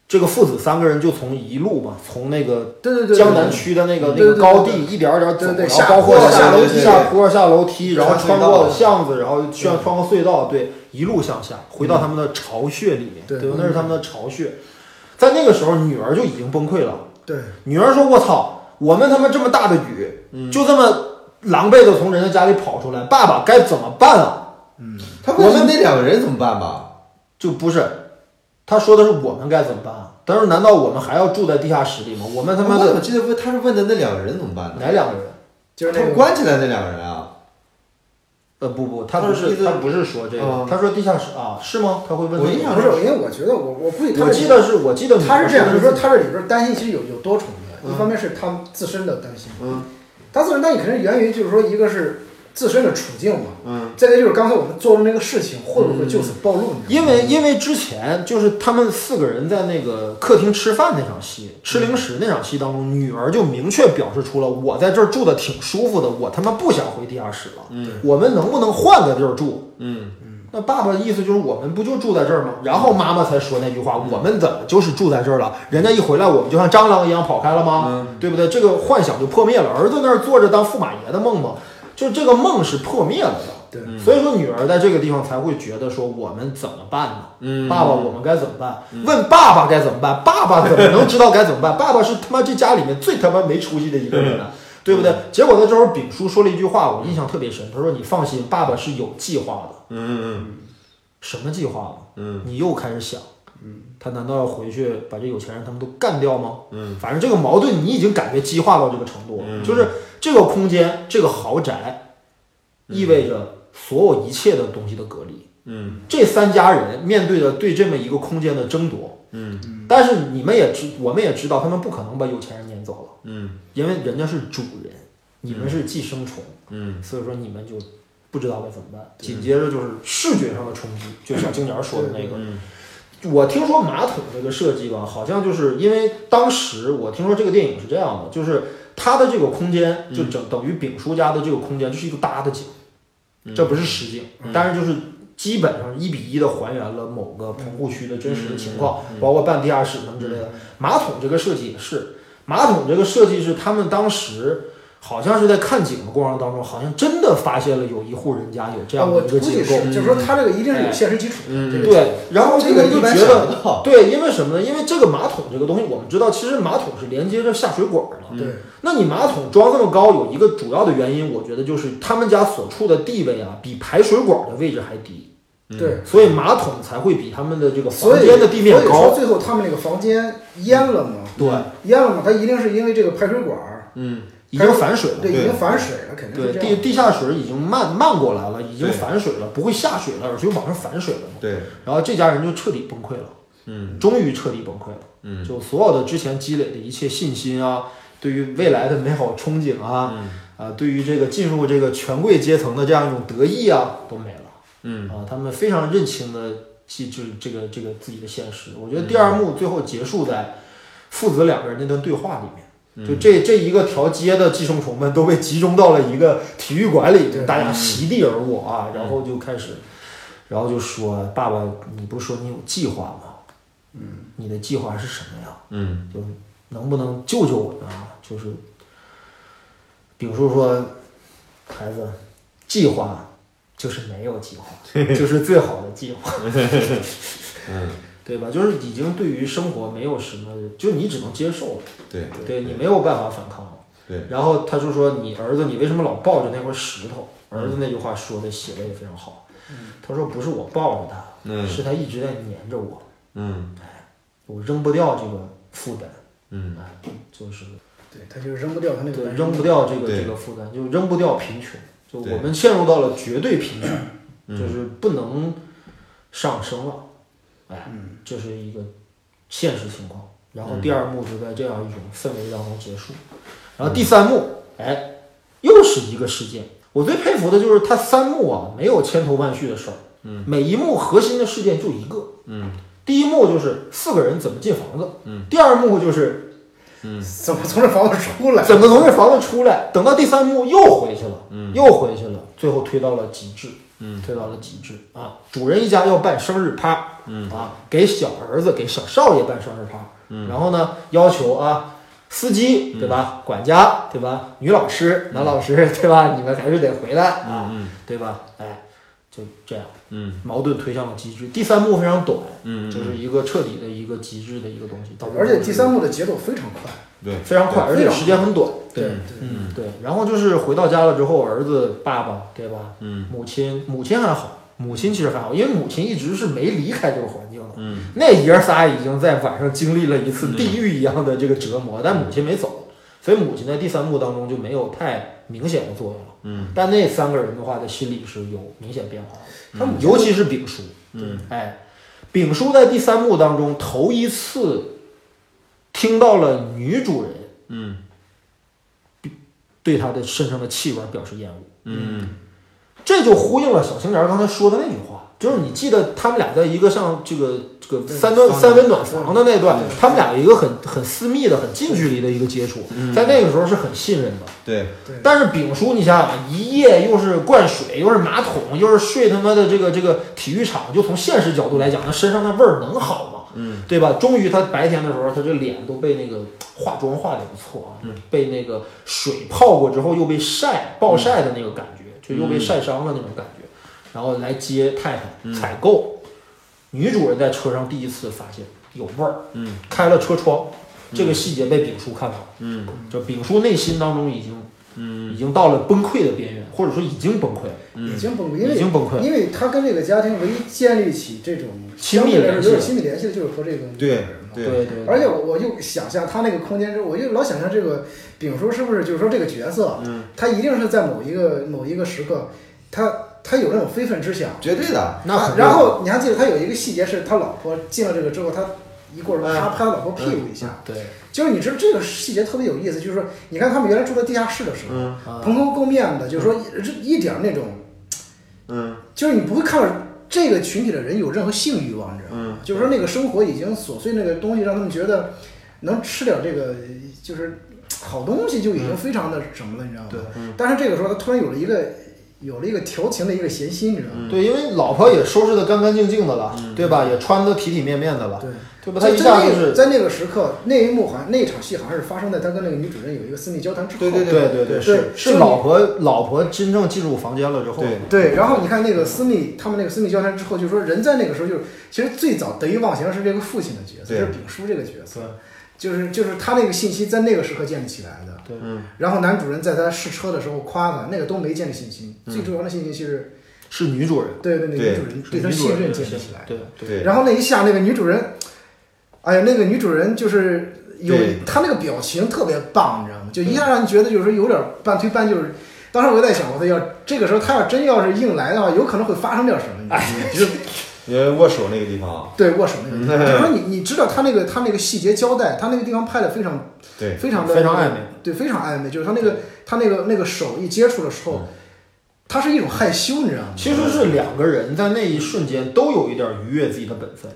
[SPEAKER 1] 这个父子三个人就从一路嘛，从那个
[SPEAKER 3] 对对对对
[SPEAKER 1] 江南区的那个那
[SPEAKER 3] 对对
[SPEAKER 1] 个
[SPEAKER 3] 对
[SPEAKER 1] 高
[SPEAKER 3] 对
[SPEAKER 1] 地一点儿一点儿走，
[SPEAKER 3] 对对
[SPEAKER 1] 然
[SPEAKER 3] 下
[SPEAKER 1] 后包括下
[SPEAKER 3] 坡
[SPEAKER 2] 下
[SPEAKER 1] 楼
[SPEAKER 2] 楼
[SPEAKER 1] 梯、
[SPEAKER 2] 梯
[SPEAKER 1] 下坡、下楼梯，然后穿
[SPEAKER 2] 穿隧道
[SPEAKER 3] 啊
[SPEAKER 1] 过巷子，然后穿穿过隧道，对，一路向下，回到他们的巢穴里面，
[SPEAKER 3] 嗯对
[SPEAKER 1] 吧
[SPEAKER 3] 嗯
[SPEAKER 1] 那是他们的巢穴。在那个时候，女儿就已经崩溃了。
[SPEAKER 3] 对
[SPEAKER 1] 女儿说：“我操，我们他妈这么大的雨，
[SPEAKER 3] 嗯
[SPEAKER 1] 就这么狼狈的从人家家里跑出来，爸爸该怎么办啊
[SPEAKER 2] 他关键那两个人怎么办吧？？”
[SPEAKER 1] 就不是，他说的是我们该怎么办啊？但是难道我们还要住在地下室里吗？我们他妈
[SPEAKER 2] 我怎
[SPEAKER 1] 的
[SPEAKER 2] 么记得问他是问的那两个人怎么办呢？
[SPEAKER 1] 哪两个人？
[SPEAKER 3] 就是
[SPEAKER 2] 他
[SPEAKER 3] 那
[SPEAKER 2] 们
[SPEAKER 3] 个
[SPEAKER 2] 关起来那两个人啊？
[SPEAKER 1] 呃，不不，他
[SPEAKER 2] 他
[SPEAKER 1] 不
[SPEAKER 2] 是意
[SPEAKER 1] 是
[SPEAKER 2] 思
[SPEAKER 1] 他不是说这个
[SPEAKER 2] 嗯，
[SPEAKER 1] 他说地下室啊，是吗？他会问
[SPEAKER 2] 我
[SPEAKER 1] 他
[SPEAKER 2] 印
[SPEAKER 1] 这个。
[SPEAKER 2] 象
[SPEAKER 3] 不是，因为我觉得我我估计他
[SPEAKER 1] 我
[SPEAKER 3] 是
[SPEAKER 1] 记得是我记得
[SPEAKER 3] 他是这样，就是说
[SPEAKER 1] 他
[SPEAKER 3] 他这里边担心其实有有多重的，
[SPEAKER 2] 嗯
[SPEAKER 3] 一方面是他自身的担心，
[SPEAKER 2] 嗯
[SPEAKER 3] 他自身担心肯定源于就是说一个是自身的处境嘛，
[SPEAKER 2] 嗯
[SPEAKER 3] 再一个就是刚才我们做的那个事情会不会就此暴露呢？
[SPEAKER 1] 嗯因为因为之前就是他们四个人在那个客厅吃饭那场戏，吃零食那场戏当中，女儿就明确表示出了我在这儿住的挺舒服的，我他妈不想回地下室了。
[SPEAKER 2] 嗯
[SPEAKER 1] 我们能不能换个地儿住？
[SPEAKER 2] 嗯
[SPEAKER 1] 那爸爸的意思就是我们不就住在这儿吗？然后妈妈才说那句话，我们怎么就是住在这儿了？人家一回来，我们就像蟑螂一样跑开了吗？
[SPEAKER 2] 嗯
[SPEAKER 1] 对不对？这个幻想就破灭了。儿子那儿坐着当驸马爷的梦嘛，就是这个梦是破灭了的。
[SPEAKER 3] 对
[SPEAKER 2] 嗯
[SPEAKER 1] 所以说女儿在这个地方才会觉得说我们怎么办呢？
[SPEAKER 2] 嗯，
[SPEAKER 1] 爸爸，我们该怎么办？问爸爸该怎么办？爸爸怎么能知道该怎么办？爸爸是他妈这家里面最他妈没出息的一个人了，对不
[SPEAKER 2] 嗯
[SPEAKER 1] 对？结果在这时候，丙叔说了一句话，我印象特别深。他说：“你放心，爸爸是有计划的。
[SPEAKER 2] 嗯嗯”
[SPEAKER 1] 什么计划呢？
[SPEAKER 2] 嗯
[SPEAKER 1] 你又开始想，他难道要回去把这有钱人他们都干掉吗？
[SPEAKER 2] 嗯
[SPEAKER 1] 反正这个矛盾你已经感觉激化到这个程度了，
[SPEAKER 2] 嗯
[SPEAKER 1] 就是这个空间、这个豪宅，意味着所有一切的东西的隔离。
[SPEAKER 2] 嗯
[SPEAKER 1] 这三家人面对着对这么一个空间的争夺，
[SPEAKER 2] 嗯
[SPEAKER 1] 但是你们也知，我们也知道，他们不可能把有钱人撵走了，
[SPEAKER 2] 嗯
[SPEAKER 1] 因为人家是主人，你们是寄生虫，
[SPEAKER 2] 嗯
[SPEAKER 1] 所以说你们就不知道该怎么办。紧接着就是视觉上的冲击，就小静点儿说的那个，
[SPEAKER 2] 嗯
[SPEAKER 1] 我听说马桶这个设计吧，好像就是因为当时我听说这个电影是这样的，就是它的这个空间就整等于丙叔家的这个空间就是一个搭的景，
[SPEAKER 2] 嗯
[SPEAKER 1] 这不是实景，但是就是基本上一比一的还原了某个棚户区的真实的情况，包括半地下室什么之类的。马桶这个设计也是，马桶这个设计是他们当时。好像是在看景的过程当中，好像真的发现了有一户人家有这样
[SPEAKER 3] 啊我
[SPEAKER 1] 的一
[SPEAKER 3] 估
[SPEAKER 1] 个结
[SPEAKER 3] 计
[SPEAKER 1] 构
[SPEAKER 3] 是，，就是说他这个一定是有
[SPEAKER 1] 哎
[SPEAKER 3] 现实基础的。
[SPEAKER 2] 嗯
[SPEAKER 3] 这个
[SPEAKER 1] 对，然后这个人就
[SPEAKER 2] 一般
[SPEAKER 1] 觉
[SPEAKER 2] 想
[SPEAKER 1] 得
[SPEAKER 2] 不到，
[SPEAKER 1] 对，因为什么呢？因为这个马桶这个东西，我们知道，其实马桶是连接着下水管儿的。
[SPEAKER 3] 对，
[SPEAKER 1] 那你马桶装这么高，有一个主要的原因，我觉得就是他们家所处的地位啊，比排水管的位置还低，
[SPEAKER 3] 对，
[SPEAKER 1] 所以马桶才会比他们的这个
[SPEAKER 3] 所
[SPEAKER 1] 嗯房
[SPEAKER 3] 以
[SPEAKER 1] 间的地面
[SPEAKER 3] 所以说
[SPEAKER 1] 高。
[SPEAKER 3] 最后他们那个房间淹了嘛，
[SPEAKER 1] 对，
[SPEAKER 3] 淹了嘛，它一定是因为这个排水管儿，
[SPEAKER 2] 嗯
[SPEAKER 1] 已经反水了。
[SPEAKER 3] 对，已
[SPEAKER 2] 对
[SPEAKER 3] 经反水了，肯定
[SPEAKER 1] 对
[SPEAKER 3] 是这
[SPEAKER 1] 地
[SPEAKER 3] 样。
[SPEAKER 1] 地下水已经漫漫过来了，已经
[SPEAKER 2] 对
[SPEAKER 1] 反水了，不会下水了，而是往上反水了嘛。
[SPEAKER 2] 嗯对，
[SPEAKER 1] 然后这家人就彻底崩溃了，
[SPEAKER 2] 嗯
[SPEAKER 1] 终于彻底崩溃了。
[SPEAKER 2] 嗯
[SPEAKER 1] 就所有的之前积累的一切信心啊，对于未来的美好憧憬啊，
[SPEAKER 2] 嗯
[SPEAKER 1] 啊，对于这个进入这个权贵阶层的这样一种得意啊，都没了
[SPEAKER 2] 嗯
[SPEAKER 1] 啊。他们非常认清的记这这个
[SPEAKER 2] 嗯
[SPEAKER 1] 这个自己的现实。我觉得第二幕最后结束在父子两个人那段对话里面，
[SPEAKER 2] 嗯
[SPEAKER 1] 就这这一个条街的寄生虫们都被集中到了一个体育馆里，
[SPEAKER 3] 对
[SPEAKER 1] 大
[SPEAKER 2] 嗯
[SPEAKER 1] 家席地而卧啊，然后就开始，然后就说：“爸爸，你不是说你有计划吗？嗯，你的计划是什么呀？
[SPEAKER 2] 嗯
[SPEAKER 1] 就能不能救救我呢？就是，比如说，孩子，计划就是没有 计划，就是最好的计 划，
[SPEAKER 2] 嗯，
[SPEAKER 1] 对吧？就是已经对于生活没有什么，就你只能接受了，
[SPEAKER 2] 对
[SPEAKER 1] 对你没有办法反抗了。
[SPEAKER 2] 对，
[SPEAKER 1] 然后他就说：“你儿子，你为什么老抱着那块石头？”
[SPEAKER 2] 嗯
[SPEAKER 1] 儿子那句话说的写的也非常好，他说：“不是我抱着他，
[SPEAKER 2] 嗯
[SPEAKER 1] 是他一直在粘着我，
[SPEAKER 2] 嗯
[SPEAKER 1] 我扔不掉这个负担，
[SPEAKER 2] 嗯
[SPEAKER 1] 哎就是
[SPEAKER 3] 对他就是扔不掉他那个
[SPEAKER 1] 对，扔不掉这个
[SPEAKER 2] 对
[SPEAKER 1] 这个负担，就扔不掉贫穷，就
[SPEAKER 2] 对
[SPEAKER 1] 我们陷入到了绝对贫穷，就是不能上升了，哎，这是一个现实情况。然后第二幕就在这样一种氛围当中结束，然后第三幕，哎，又是一个事件。我最佩服的就是它三幕啊，没有千头万绪的事儿，嗯，每一幕核心的事件就一个，
[SPEAKER 2] 嗯，
[SPEAKER 1] 第一幕就是四个人怎么进房子，嗯，第二幕就是
[SPEAKER 3] 嗯怎么从这房子出来？
[SPEAKER 1] 怎么从这房子出来？等到第三幕又回去了，嗯，又回去了，最后推到了极致，嗯，推到了极致啊！主人一家要办生日趴，嗯啊，给小儿子给小少爷办生日趴，嗯，然后呢，要求啊。司机
[SPEAKER 3] 嗯
[SPEAKER 1] 对吧？管家对吧？女老师、男老师 对吧？你们还是得回来
[SPEAKER 3] 嗯
[SPEAKER 1] 啊，对吧？哎，就这样，
[SPEAKER 2] 嗯，
[SPEAKER 1] 矛盾推向了极致。第三幕非常短，
[SPEAKER 2] 嗯，
[SPEAKER 1] 就是一个彻底的一个极致的一个东西。到最后
[SPEAKER 3] 而且第三幕的节奏非常快，
[SPEAKER 2] 对，
[SPEAKER 1] 非常快，而且时间很短，
[SPEAKER 3] 对
[SPEAKER 1] 嗯，对。然后就是回到家了之后，儿子、爸爸，对吧？
[SPEAKER 2] 嗯，
[SPEAKER 1] 母亲，母亲还好，母亲其实还好，因为母亲一直是没离开这个环境的。嗯，那爷仨已经在晚上经历了一次地狱一样的这个折磨，但母亲没走，所以母亲在第三幕当中就没有太明显的作用了。
[SPEAKER 2] 嗯，
[SPEAKER 1] 但那三个人的话，在心里是有明显变化的。
[SPEAKER 3] 他们
[SPEAKER 1] 尤其是丙叔，嗯，哎，丙叔在第三幕当中头一次听到了女主人
[SPEAKER 2] 嗯
[SPEAKER 1] 对他的身上的气味表示厌恶，
[SPEAKER 2] 嗯
[SPEAKER 1] 这就呼应了小青莲刚才说的那句话，就是你记得他们俩在一个像这个这个
[SPEAKER 3] 对
[SPEAKER 1] 三温
[SPEAKER 3] 桑
[SPEAKER 1] 嗯三嗯
[SPEAKER 3] 拿
[SPEAKER 1] 温暖房的那段
[SPEAKER 3] 对，
[SPEAKER 1] 他们俩有一个很很私密的、很近距离的一个接触，在那个时候是很信任的。
[SPEAKER 2] 对，
[SPEAKER 3] 对，
[SPEAKER 1] 但是丙叔，你想想，一夜又是灌水，又是马桶，又是睡他妈的这个这个体育场，就从现实角度来讲，他身上那味儿能好吗？
[SPEAKER 2] 嗯，
[SPEAKER 1] 对吧？终于他白天的时候，他这脸都被那个化妆化的不错啊，被那个水泡过之后又被晒暴晒的那个感觉，就又被晒伤了那种感觉，然后来接太太采购。女主人在车上第一次发现有味儿，
[SPEAKER 2] 嗯，
[SPEAKER 1] 开了车窗，这个细节被丙叔看到了，
[SPEAKER 2] 嗯
[SPEAKER 1] 就丙叔内心当中已经
[SPEAKER 2] 嗯
[SPEAKER 1] 已经到了崩溃的边缘，或者说已经崩溃了，
[SPEAKER 3] 已经崩溃，因
[SPEAKER 1] 已
[SPEAKER 3] 为
[SPEAKER 1] 经崩溃了。
[SPEAKER 3] 因为他跟这个家庭唯一建立起这种
[SPEAKER 1] 亲密联系了
[SPEAKER 3] 相对来说有点亲密联系的就是和这个女
[SPEAKER 2] 对
[SPEAKER 3] 人嘛
[SPEAKER 2] 对
[SPEAKER 1] 对对，
[SPEAKER 3] 而且我我就想象他那个空间之后，我就老想象这个丙叔是不是就是说这个角色，啊
[SPEAKER 2] 嗯，
[SPEAKER 3] 他一定是在某一个某一个时刻，他他有那种非分之想。啊
[SPEAKER 2] 绝对的，
[SPEAKER 1] 那很
[SPEAKER 3] 然后你还记得他有一个细节是他老婆进了这个之后，他一过来
[SPEAKER 1] 嗯
[SPEAKER 3] 啪拍他老婆屁股一下，
[SPEAKER 1] 对，
[SPEAKER 3] 就是你知道这个细节特别有意思，就是说你看他们原来住在地下室的时候，
[SPEAKER 2] 嗯
[SPEAKER 1] 啊，
[SPEAKER 3] 蓬头垢面的，就是说
[SPEAKER 1] 嗯
[SPEAKER 3] 一一点儿那种，
[SPEAKER 2] 嗯
[SPEAKER 3] 就是你不会看到这个群体的人有任何性欲望，你知道
[SPEAKER 2] 嗯
[SPEAKER 3] 吗？就是说那个生活已经琐碎那个东西，让他们觉得能吃点这个就是好东西就已经非常的什么了，你知道吗？
[SPEAKER 1] 嗯对嗯
[SPEAKER 3] 但是这个时候他突然有了一个有了一个调情的一个闲心，你知道吗？
[SPEAKER 1] 对，因为老婆也收拾的干干净净的了，对吧？也穿的体体面面的了，
[SPEAKER 3] 对。
[SPEAKER 1] 嗯对吧？他
[SPEAKER 3] 在
[SPEAKER 1] 一
[SPEAKER 3] 在
[SPEAKER 1] 下嗯
[SPEAKER 3] 那
[SPEAKER 1] 就
[SPEAKER 3] 个
[SPEAKER 1] 是，
[SPEAKER 3] 在那个时刻，那一幕好像那一场戏好像是发生在他跟那个女主人有一个私密交谈之后。
[SPEAKER 2] 对对
[SPEAKER 1] 对对
[SPEAKER 2] 对
[SPEAKER 1] 是
[SPEAKER 3] 就是你
[SPEAKER 1] 老婆老婆真正进入房间了之后，
[SPEAKER 2] 对
[SPEAKER 3] 对，然后你看那个私密，他们那个私密交谈之后，就说人在那个时候就是，其实最早得意忘形是这个父亲的角色，
[SPEAKER 2] 对
[SPEAKER 3] 就是丙叔这个角色，就是就是他那个信息在那个时刻建立起来的。
[SPEAKER 1] 对
[SPEAKER 2] 嗯，
[SPEAKER 3] 然后男主人在他试车的时候夸他，那个都没建立信心，
[SPEAKER 1] 嗯
[SPEAKER 3] 最主要的信心是
[SPEAKER 1] 是女主人，
[SPEAKER 3] 对对那个
[SPEAKER 2] 对
[SPEAKER 3] 女主人
[SPEAKER 1] 是
[SPEAKER 3] 对他
[SPEAKER 1] 女主
[SPEAKER 3] 信
[SPEAKER 1] 人
[SPEAKER 3] 任
[SPEAKER 1] 的
[SPEAKER 3] 建立
[SPEAKER 1] 信
[SPEAKER 3] 起来。
[SPEAKER 1] 对
[SPEAKER 2] 对，
[SPEAKER 3] 然后那一下，那个女主人，哎呀，那个女主人就是有
[SPEAKER 2] 对
[SPEAKER 3] 她那个表情特别棒，你知道吗？就一下让你觉得就是有点半推半就。是当时我在想，我说要这个时候她要真要是硬来的话，有可能会发生点什么。你知道吗
[SPEAKER 2] 就是人握手那个地方，
[SPEAKER 3] 对握手那个地方，就是说你你知道他那个他那个细节交代，他那个地方拍的非常
[SPEAKER 2] 对，
[SPEAKER 3] 非常的
[SPEAKER 1] 非常暧昧，
[SPEAKER 3] 对非常暧昧，就是他那个他那个那个手一接触的时候，他是一种害羞，你知道吗？
[SPEAKER 1] 其实是两个人在那一瞬间都有一点逾越自己的本分，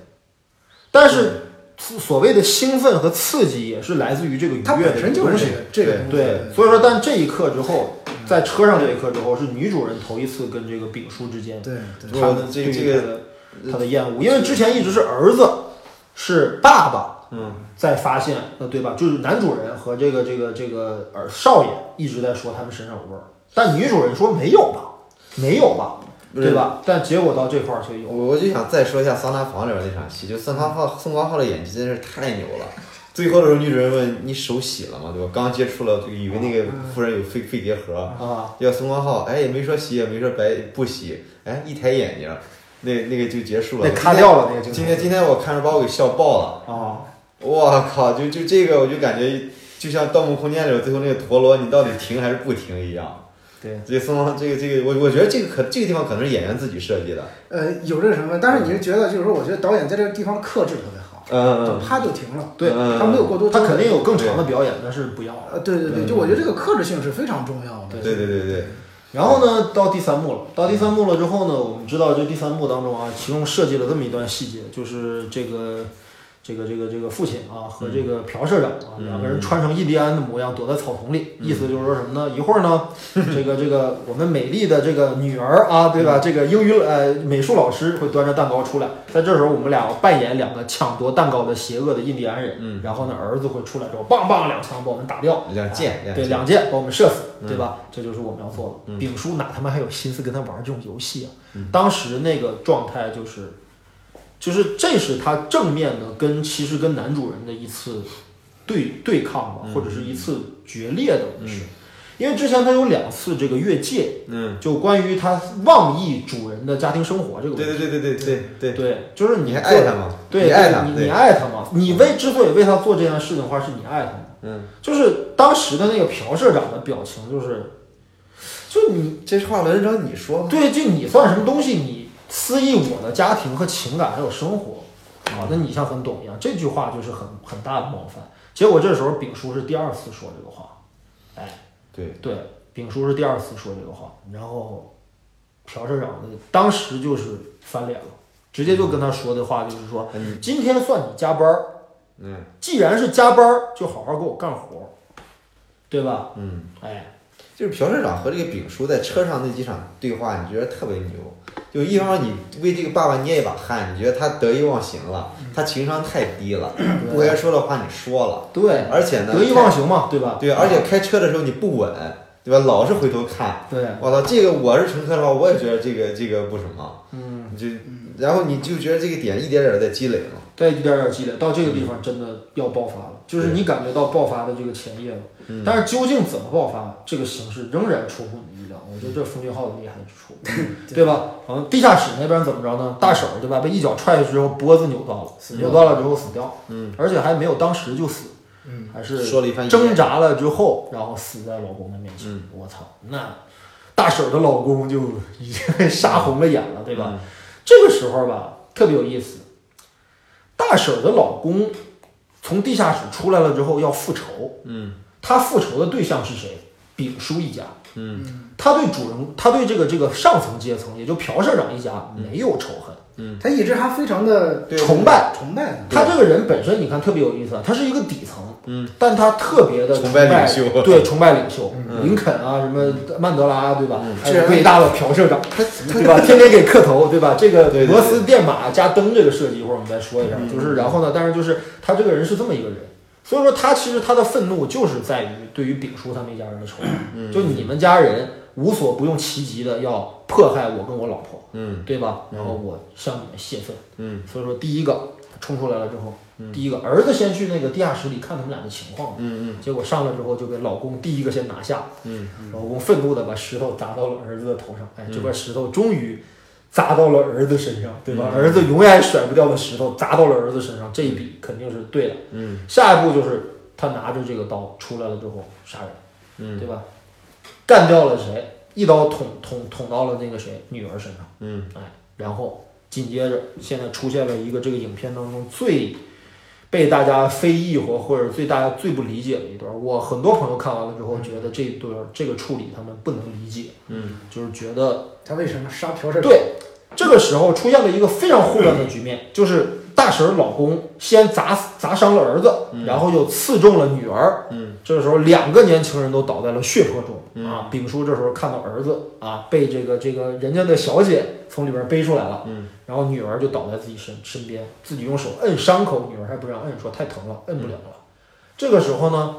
[SPEAKER 1] 但是刺所谓的兴奋和刺激也是来自于这个愉
[SPEAKER 3] 它
[SPEAKER 1] 悦
[SPEAKER 3] 本
[SPEAKER 1] 的
[SPEAKER 3] 身就
[SPEAKER 1] 东
[SPEAKER 3] 是
[SPEAKER 1] 西
[SPEAKER 3] 这。个这个东西
[SPEAKER 1] 对，所以说，但这一刻之后，在车上这一刻之后，是女主人头一次跟这个丙叔之间，
[SPEAKER 3] 对对
[SPEAKER 1] 他的
[SPEAKER 2] 这
[SPEAKER 1] 对于
[SPEAKER 2] 这个
[SPEAKER 1] 他的他的厌恶，因为之前一直是儿子，是爸爸，嗯，在发现，呃，对吧？就是男主人和这个这个这个儿少爷一直在说他们身上有味儿，但女主人说没有吧，没有吧，
[SPEAKER 2] 不是
[SPEAKER 1] 对吧？但结果到这块儿就有，
[SPEAKER 2] 我我就想再说一下桑拿房里边那场戏，就宋康昊宋康昊的演技真是太牛了。最后的时候，女主人问你手洗了吗？对吧？刚接触了，就以为那个夫人有肺肺结核，
[SPEAKER 1] 啊，
[SPEAKER 2] 要宋康昊，哎，也没说洗，也没说白不洗，哎，一抬眼睛，那那个就结束了。
[SPEAKER 1] 那咔掉了那个镜头
[SPEAKER 2] 今天今天我看着把我给笑爆了，
[SPEAKER 1] 啊，
[SPEAKER 2] 我靠！就就这个，我就感觉就像《盗梦空间》里边最后那个陀螺，你到底停还是不停一样。
[SPEAKER 1] 对，
[SPEAKER 2] 这个宋康，这个这个，我我觉得这个可这个地方可能是演员自己设计的。
[SPEAKER 3] 呃有这个成分，但是你是觉得就是说，我觉得导演在这个地方克制特别好，
[SPEAKER 2] 嗯
[SPEAKER 3] 就
[SPEAKER 2] 嗯
[SPEAKER 3] 啪就停了，
[SPEAKER 1] 对
[SPEAKER 2] 嗯
[SPEAKER 3] 他没有过多，
[SPEAKER 1] 他肯定有更长的表演，但是不要了。
[SPEAKER 3] 呃对对对，就我觉得这个克制性是非常重要的
[SPEAKER 2] 嗯，，对对对对。
[SPEAKER 1] 然后呢，到第三幕了。到第三幕了之后呢，我们知道这第三幕当中啊，其中设计了这么一段细节，就是这个这个这个这个父亲啊和这个朴社长啊、
[SPEAKER 2] 嗯
[SPEAKER 1] 两个人穿成印第安的模样躲在草丛里，意思就是说什么呢？一会儿呢，这个这个我们美丽的这个女儿啊，对吧？
[SPEAKER 2] 嗯
[SPEAKER 1] 这个英语呃美术老师会端着蛋糕出来，在这时候我们俩扮演两个抢夺蛋糕的邪恶的印第安人，
[SPEAKER 2] 嗯
[SPEAKER 1] 然后呢儿子会出来之后，棒棒两枪把我们打掉，
[SPEAKER 2] 两箭
[SPEAKER 1] 哎
[SPEAKER 2] 两
[SPEAKER 1] 对
[SPEAKER 2] 箭
[SPEAKER 1] 两箭把我们射死，
[SPEAKER 2] 嗯
[SPEAKER 1] 对吧？这就是我们要做的。
[SPEAKER 2] 嗯
[SPEAKER 1] 丙叔哪他妈还有心思跟他玩这种游戏啊？当时那个状态就是，就是这是他正面的跟其实跟男主人的一次对对抗吧，
[SPEAKER 2] 嗯
[SPEAKER 1] 或者是一次决裂的，是、因为之前他有两次这个越界，
[SPEAKER 2] 嗯，
[SPEAKER 1] 就关于他妄议主人的家庭生活这个问
[SPEAKER 2] 对
[SPEAKER 1] 题。
[SPEAKER 2] 对对对对对对，
[SPEAKER 1] 对，就是你
[SPEAKER 2] 你还
[SPEAKER 1] 做
[SPEAKER 2] 爱他吗？
[SPEAKER 1] 对，
[SPEAKER 2] 你
[SPEAKER 1] 对
[SPEAKER 2] 爱他，
[SPEAKER 1] 你你
[SPEAKER 2] 对，
[SPEAKER 1] 爱他吗？你为之所以为他做这件事情的话，是你爱他吗？
[SPEAKER 2] 嗯，
[SPEAKER 1] 就是当时的那个朴社长的表情，就是，就你
[SPEAKER 2] 这话轮着你说吗？
[SPEAKER 1] 对，就你算什么东西？你私议我的家庭和情感还有生活，啊，那你像很懂一样，这句话就是很很大的冒犯。结果这时候丙叔是第二次说这个话，哎，
[SPEAKER 2] 对，
[SPEAKER 1] 对，丙叔是第二次说这个话，然后朴社长的当时就是翻脸了，直接就跟他说的话就是说，
[SPEAKER 2] 嗯
[SPEAKER 1] 今天算你加班儿，
[SPEAKER 2] 嗯
[SPEAKER 1] 既然是加班儿，就好好给我干活儿，对吧？
[SPEAKER 2] 嗯，
[SPEAKER 1] 哎，
[SPEAKER 2] 就是朴社长和这个丙叔在车上那几场对话，你觉得特别牛。就一方面你为这个爸爸捏一把汗，你觉得他得意忘形了，
[SPEAKER 1] 嗯
[SPEAKER 2] 他情商太低了，不该说的话你说了，
[SPEAKER 1] 对，
[SPEAKER 2] 而且呢，
[SPEAKER 1] 得意忘形嘛，对吧？
[SPEAKER 2] 对，而且开车的时候你不稳，对吧？老是回头看，
[SPEAKER 1] 对，
[SPEAKER 2] 我操，这个我是乘客的话，我也觉得这个这个不什么，
[SPEAKER 1] 嗯，
[SPEAKER 2] 你就然后你就觉得这个点一点点地在积累嘛，
[SPEAKER 1] 再一点点积累，到这个地方真的要爆发了，就是你感觉到爆发的这个前夜了。但是究竟怎么爆发，这个形式仍然出乎你意料。我觉得这是封俊浩的厉害之处，对吧？嗯，地下室那边怎么着呢？大婶儿对吧？被一脚踹下去之后，脖子扭到了，扭到了之后死掉，
[SPEAKER 2] 嗯，
[SPEAKER 1] 而且还没有当时就死，
[SPEAKER 3] 嗯，
[SPEAKER 1] 还是
[SPEAKER 2] 说了一番遗言
[SPEAKER 1] 挣扎了之后，然后死在老公的面前。
[SPEAKER 2] 嗯
[SPEAKER 1] 我操，那大婶儿的老公就已经
[SPEAKER 2] 嗯
[SPEAKER 1] 杀红了眼了，对吧？这个时候吧，特别有意思。大婶儿的老公从地下室出来了之后要复仇，
[SPEAKER 2] 嗯
[SPEAKER 1] 他复仇的对象是谁？丙叔一家。
[SPEAKER 2] 嗯
[SPEAKER 1] 他对主人，他对这个这个上层阶层，也就朴社长一家
[SPEAKER 2] 嗯
[SPEAKER 1] 没有仇恨，
[SPEAKER 3] 他一直还非常的
[SPEAKER 2] 对
[SPEAKER 1] 崇拜。
[SPEAKER 3] 崇拜呢
[SPEAKER 1] 他这个人本身，你看特别有意思啊，他是一个底层，
[SPEAKER 2] 嗯，
[SPEAKER 1] 但他特别的
[SPEAKER 2] 崇
[SPEAKER 1] 拜
[SPEAKER 2] 拜领袖嗯
[SPEAKER 1] 对，崇拜领袖，林肯啊，什么曼德拉，啊对吧？还有伟大的朴社长，对吧？天天给磕头，对吧？这个
[SPEAKER 2] 对对对嗯
[SPEAKER 1] 摩斯电码加灯这个设计，一会儿我们再说一下。就是然后呢，但是就是他这个人是这么一个人，所以说他其实他的愤怒就是在于对于丙叔他们一家人的仇恨，
[SPEAKER 2] 嗯
[SPEAKER 1] 就你们家人无所不用其极的要迫害我跟我老婆，
[SPEAKER 2] 嗯
[SPEAKER 1] 对吧？然后我向你们泄愤。
[SPEAKER 2] 嗯
[SPEAKER 1] 所以说第一个冲出来了之后，第一个儿子先去那个地下室里看他们俩的情况，
[SPEAKER 2] 嗯
[SPEAKER 1] 结果上来之后就给老公第一个先拿下，
[SPEAKER 2] 嗯
[SPEAKER 1] 老公愤怒的把石头砸到了儿子的头上，哎，这块石头终于砸到了儿子身上，对
[SPEAKER 2] 嗯
[SPEAKER 1] 吧？儿子永远甩不掉的石头砸到了儿子身上，这一笔肯定是对的。
[SPEAKER 2] 嗯
[SPEAKER 1] 下一步就是他拿着这个刀出来了之后杀人，
[SPEAKER 2] 嗯
[SPEAKER 1] 对吧？干掉了谁？一刀捅捅捅到了那个谁女儿身上。
[SPEAKER 2] 嗯
[SPEAKER 1] 哎，然后紧接着现在出现了一个这个影片当中最被大家非议或或者最大家最不理解的一段儿。我很多朋友看完了之后觉得这一段儿这个处理他们不能理解，
[SPEAKER 2] 嗯，
[SPEAKER 1] 就是觉得
[SPEAKER 3] 他为什么杀朴社长？
[SPEAKER 1] 对，这个时候出现了一个非常混乱的局面，就是大婶儿老公先砸死砸伤了儿子，然后又刺中了女儿。
[SPEAKER 2] 嗯，
[SPEAKER 1] 这时候两个年轻人都倒在了血泊中啊。丙叔这时候看到儿子啊被这个这个人家的小姐从里边背出来了，
[SPEAKER 2] 嗯，
[SPEAKER 1] 然后女儿就倒在自己身身边，自己用手摁伤口，女儿还不让摁，说太疼了，摁不了了。这个时候呢，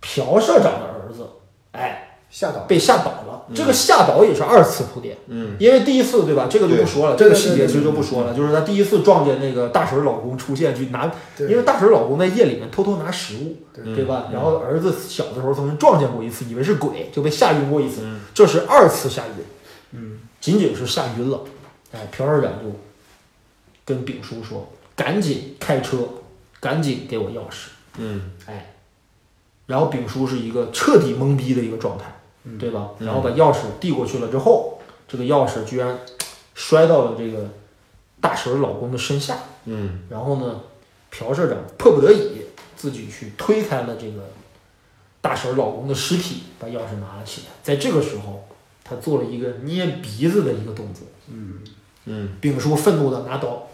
[SPEAKER 1] 朴社长的儿子，哎，
[SPEAKER 3] 吓倒。
[SPEAKER 1] 被吓倒了。这个吓倒也是二次铺垫，
[SPEAKER 2] 嗯，
[SPEAKER 1] 因为第一次对吧，这个就不说了，
[SPEAKER 3] 对
[SPEAKER 1] 这个
[SPEAKER 3] 对对
[SPEAKER 1] 细节
[SPEAKER 3] 对
[SPEAKER 1] 其实就不说了，就是他第一次撞见那个大婶儿老公出现去拿，
[SPEAKER 3] 对
[SPEAKER 1] 因为大婶儿老公在夜里面偷偷拿食物，
[SPEAKER 3] 对嗯
[SPEAKER 1] 对吧？然后儿子小的时候曾经撞见过一次，以为是鬼，就被吓晕过一次
[SPEAKER 2] 嗯，
[SPEAKER 1] 这是二次吓晕，嗯，仅仅是吓晕了，哎，朴二长就跟丙叔说，赶紧开车，赶紧给我钥匙，
[SPEAKER 2] 嗯
[SPEAKER 1] 哎，然后丙叔是一个彻底懵逼的一个状态，对吧？然后把钥匙递过去了之后，这个钥匙居然摔到了这个大婶儿老公的身下，
[SPEAKER 2] 嗯
[SPEAKER 1] 然后呢，朴社长迫不得已自己去推开了这个大婶儿老公的尸体，把钥匙拿了起来。在这个时候，他做了一个捏鼻子的一个动作，
[SPEAKER 2] 嗯
[SPEAKER 1] 丙叔愤怒的拿刀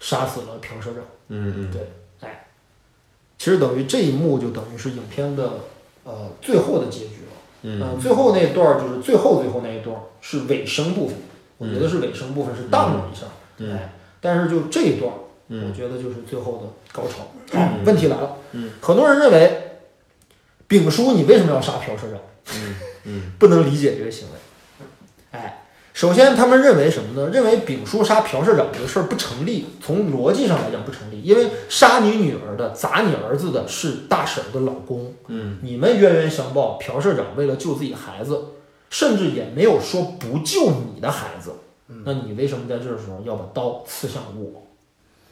[SPEAKER 1] 杀死了朴社长。
[SPEAKER 2] 嗯嗯，
[SPEAKER 1] 对，哎，其实等于这一幕就等于是影片的呃最后的结局了。
[SPEAKER 2] 嗯
[SPEAKER 1] 呃最后那一段儿就是最后最后那一段儿是尾声部分，我觉得是尾声部分是荡了一下，
[SPEAKER 2] 嗯
[SPEAKER 1] 哎，但是就这一段儿，
[SPEAKER 2] 嗯
[SPEAKER 1] 我觉得就是最后的高潮。好问题来了，
[SPEAKER 2] 嗯
[SPEAKER 1] 很多人认为丙叔你为什么要杀朴社长？
[SPEAKER 2] 嗯
[SPEAKER 1] 不能理解这个行为。哎，首先他们认为什么呢？认为丙叔杀朴社长这个事儿不成立，从逻辑上来讲不成立，因为杀你女儿的、砸你儿子的是大婶儿的老公，
[SPEAKER 2] 嗯
[SPEAKER 1] 你们冤冤相报，朴社长为了救自己孩子，甚至也没有说不救你的孩子，
[SPEAKER 3] 嗯
[SPEAKER 1] 那你为什么在这时候要把刀刺向我？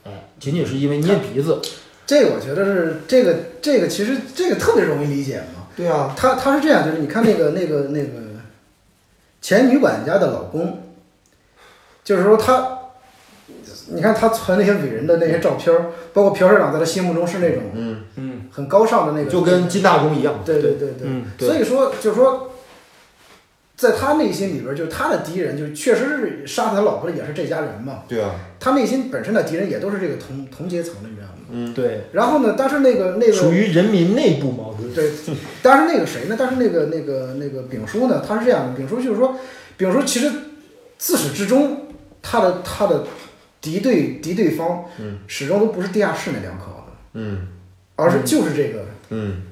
[SPEAKER 1] 哎，仅仅是因为捏鼻子，
[SPEAKER 3] 这个我觉得是这个这个其实这个特别容易理解嘛。
[SPEAKER 2] 对啊，
[SPEAKER 3] 他他是这样，就是你看那个那个那个前女管家的老公，就是说他，你看他存那些伟人的那些照片儿，包括朴社长在他心目中是那种
[SPEAKER 2] 嗯
[SPEAKER 1] 嗯，
[SPEAKER 3] 很高尚的那个，
[SPEAKER 1] 就跟金大中一样，
[SPEAKER 3] 对对对对，
[SPEAKER 1] 嗯，
[SPEAKER 3] 所
[SPEAKER 1] 对，
[SPEAKER 3] 以说就是说，在他内心里边儿，就是他的敌人，就是确实是杀他老婆的也是这家人嘛，
[SPEAKER 2] 对啊，
[SPEAKER 3] 他内心本身的敌人也都是这个同同阶层的，你知道吗？
[SPEAKER 2] 嗯
[SPEAKER 1] 对，
[SPEAKER 3] 然后呢，但是那个那个
[SPEAKER 1] 属于人民内部矛盾，
[SPEAKER 3] 对，但是那个谁呢？但是那个那个那个丙叔呢？他是这样的，丙叔就是说，丙叔其实自始至终，他的他的敌对敌对方，
[SPEAKER 2] 嗯，
[SPEAKER 3] 始终都不是地下室那两口子，
[SPEAKER 2] 嗯
[SPEAKER 3] 而是就是这个、
[SPEAKER 2] 嗯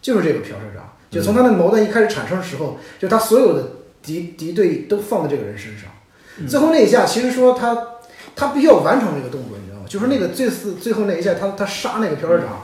[SPEAKER 3] 就是这个朴社长，
[SPEAKER 1] 嗯
[SPEAKER 3] 就从他的矛盾一开始产生的时候，就他所有的敌敌对都放在这个人身上。
[SPEAKER 1] 嗯
[SPEAKER 3] 最后那一下，其实说他他必须要完成这个动作，你知道吗？就是那个
[SPEAKER 1] 嗯
[SPEAKER 3] 最次最后那一下，他他杀那个朴社长，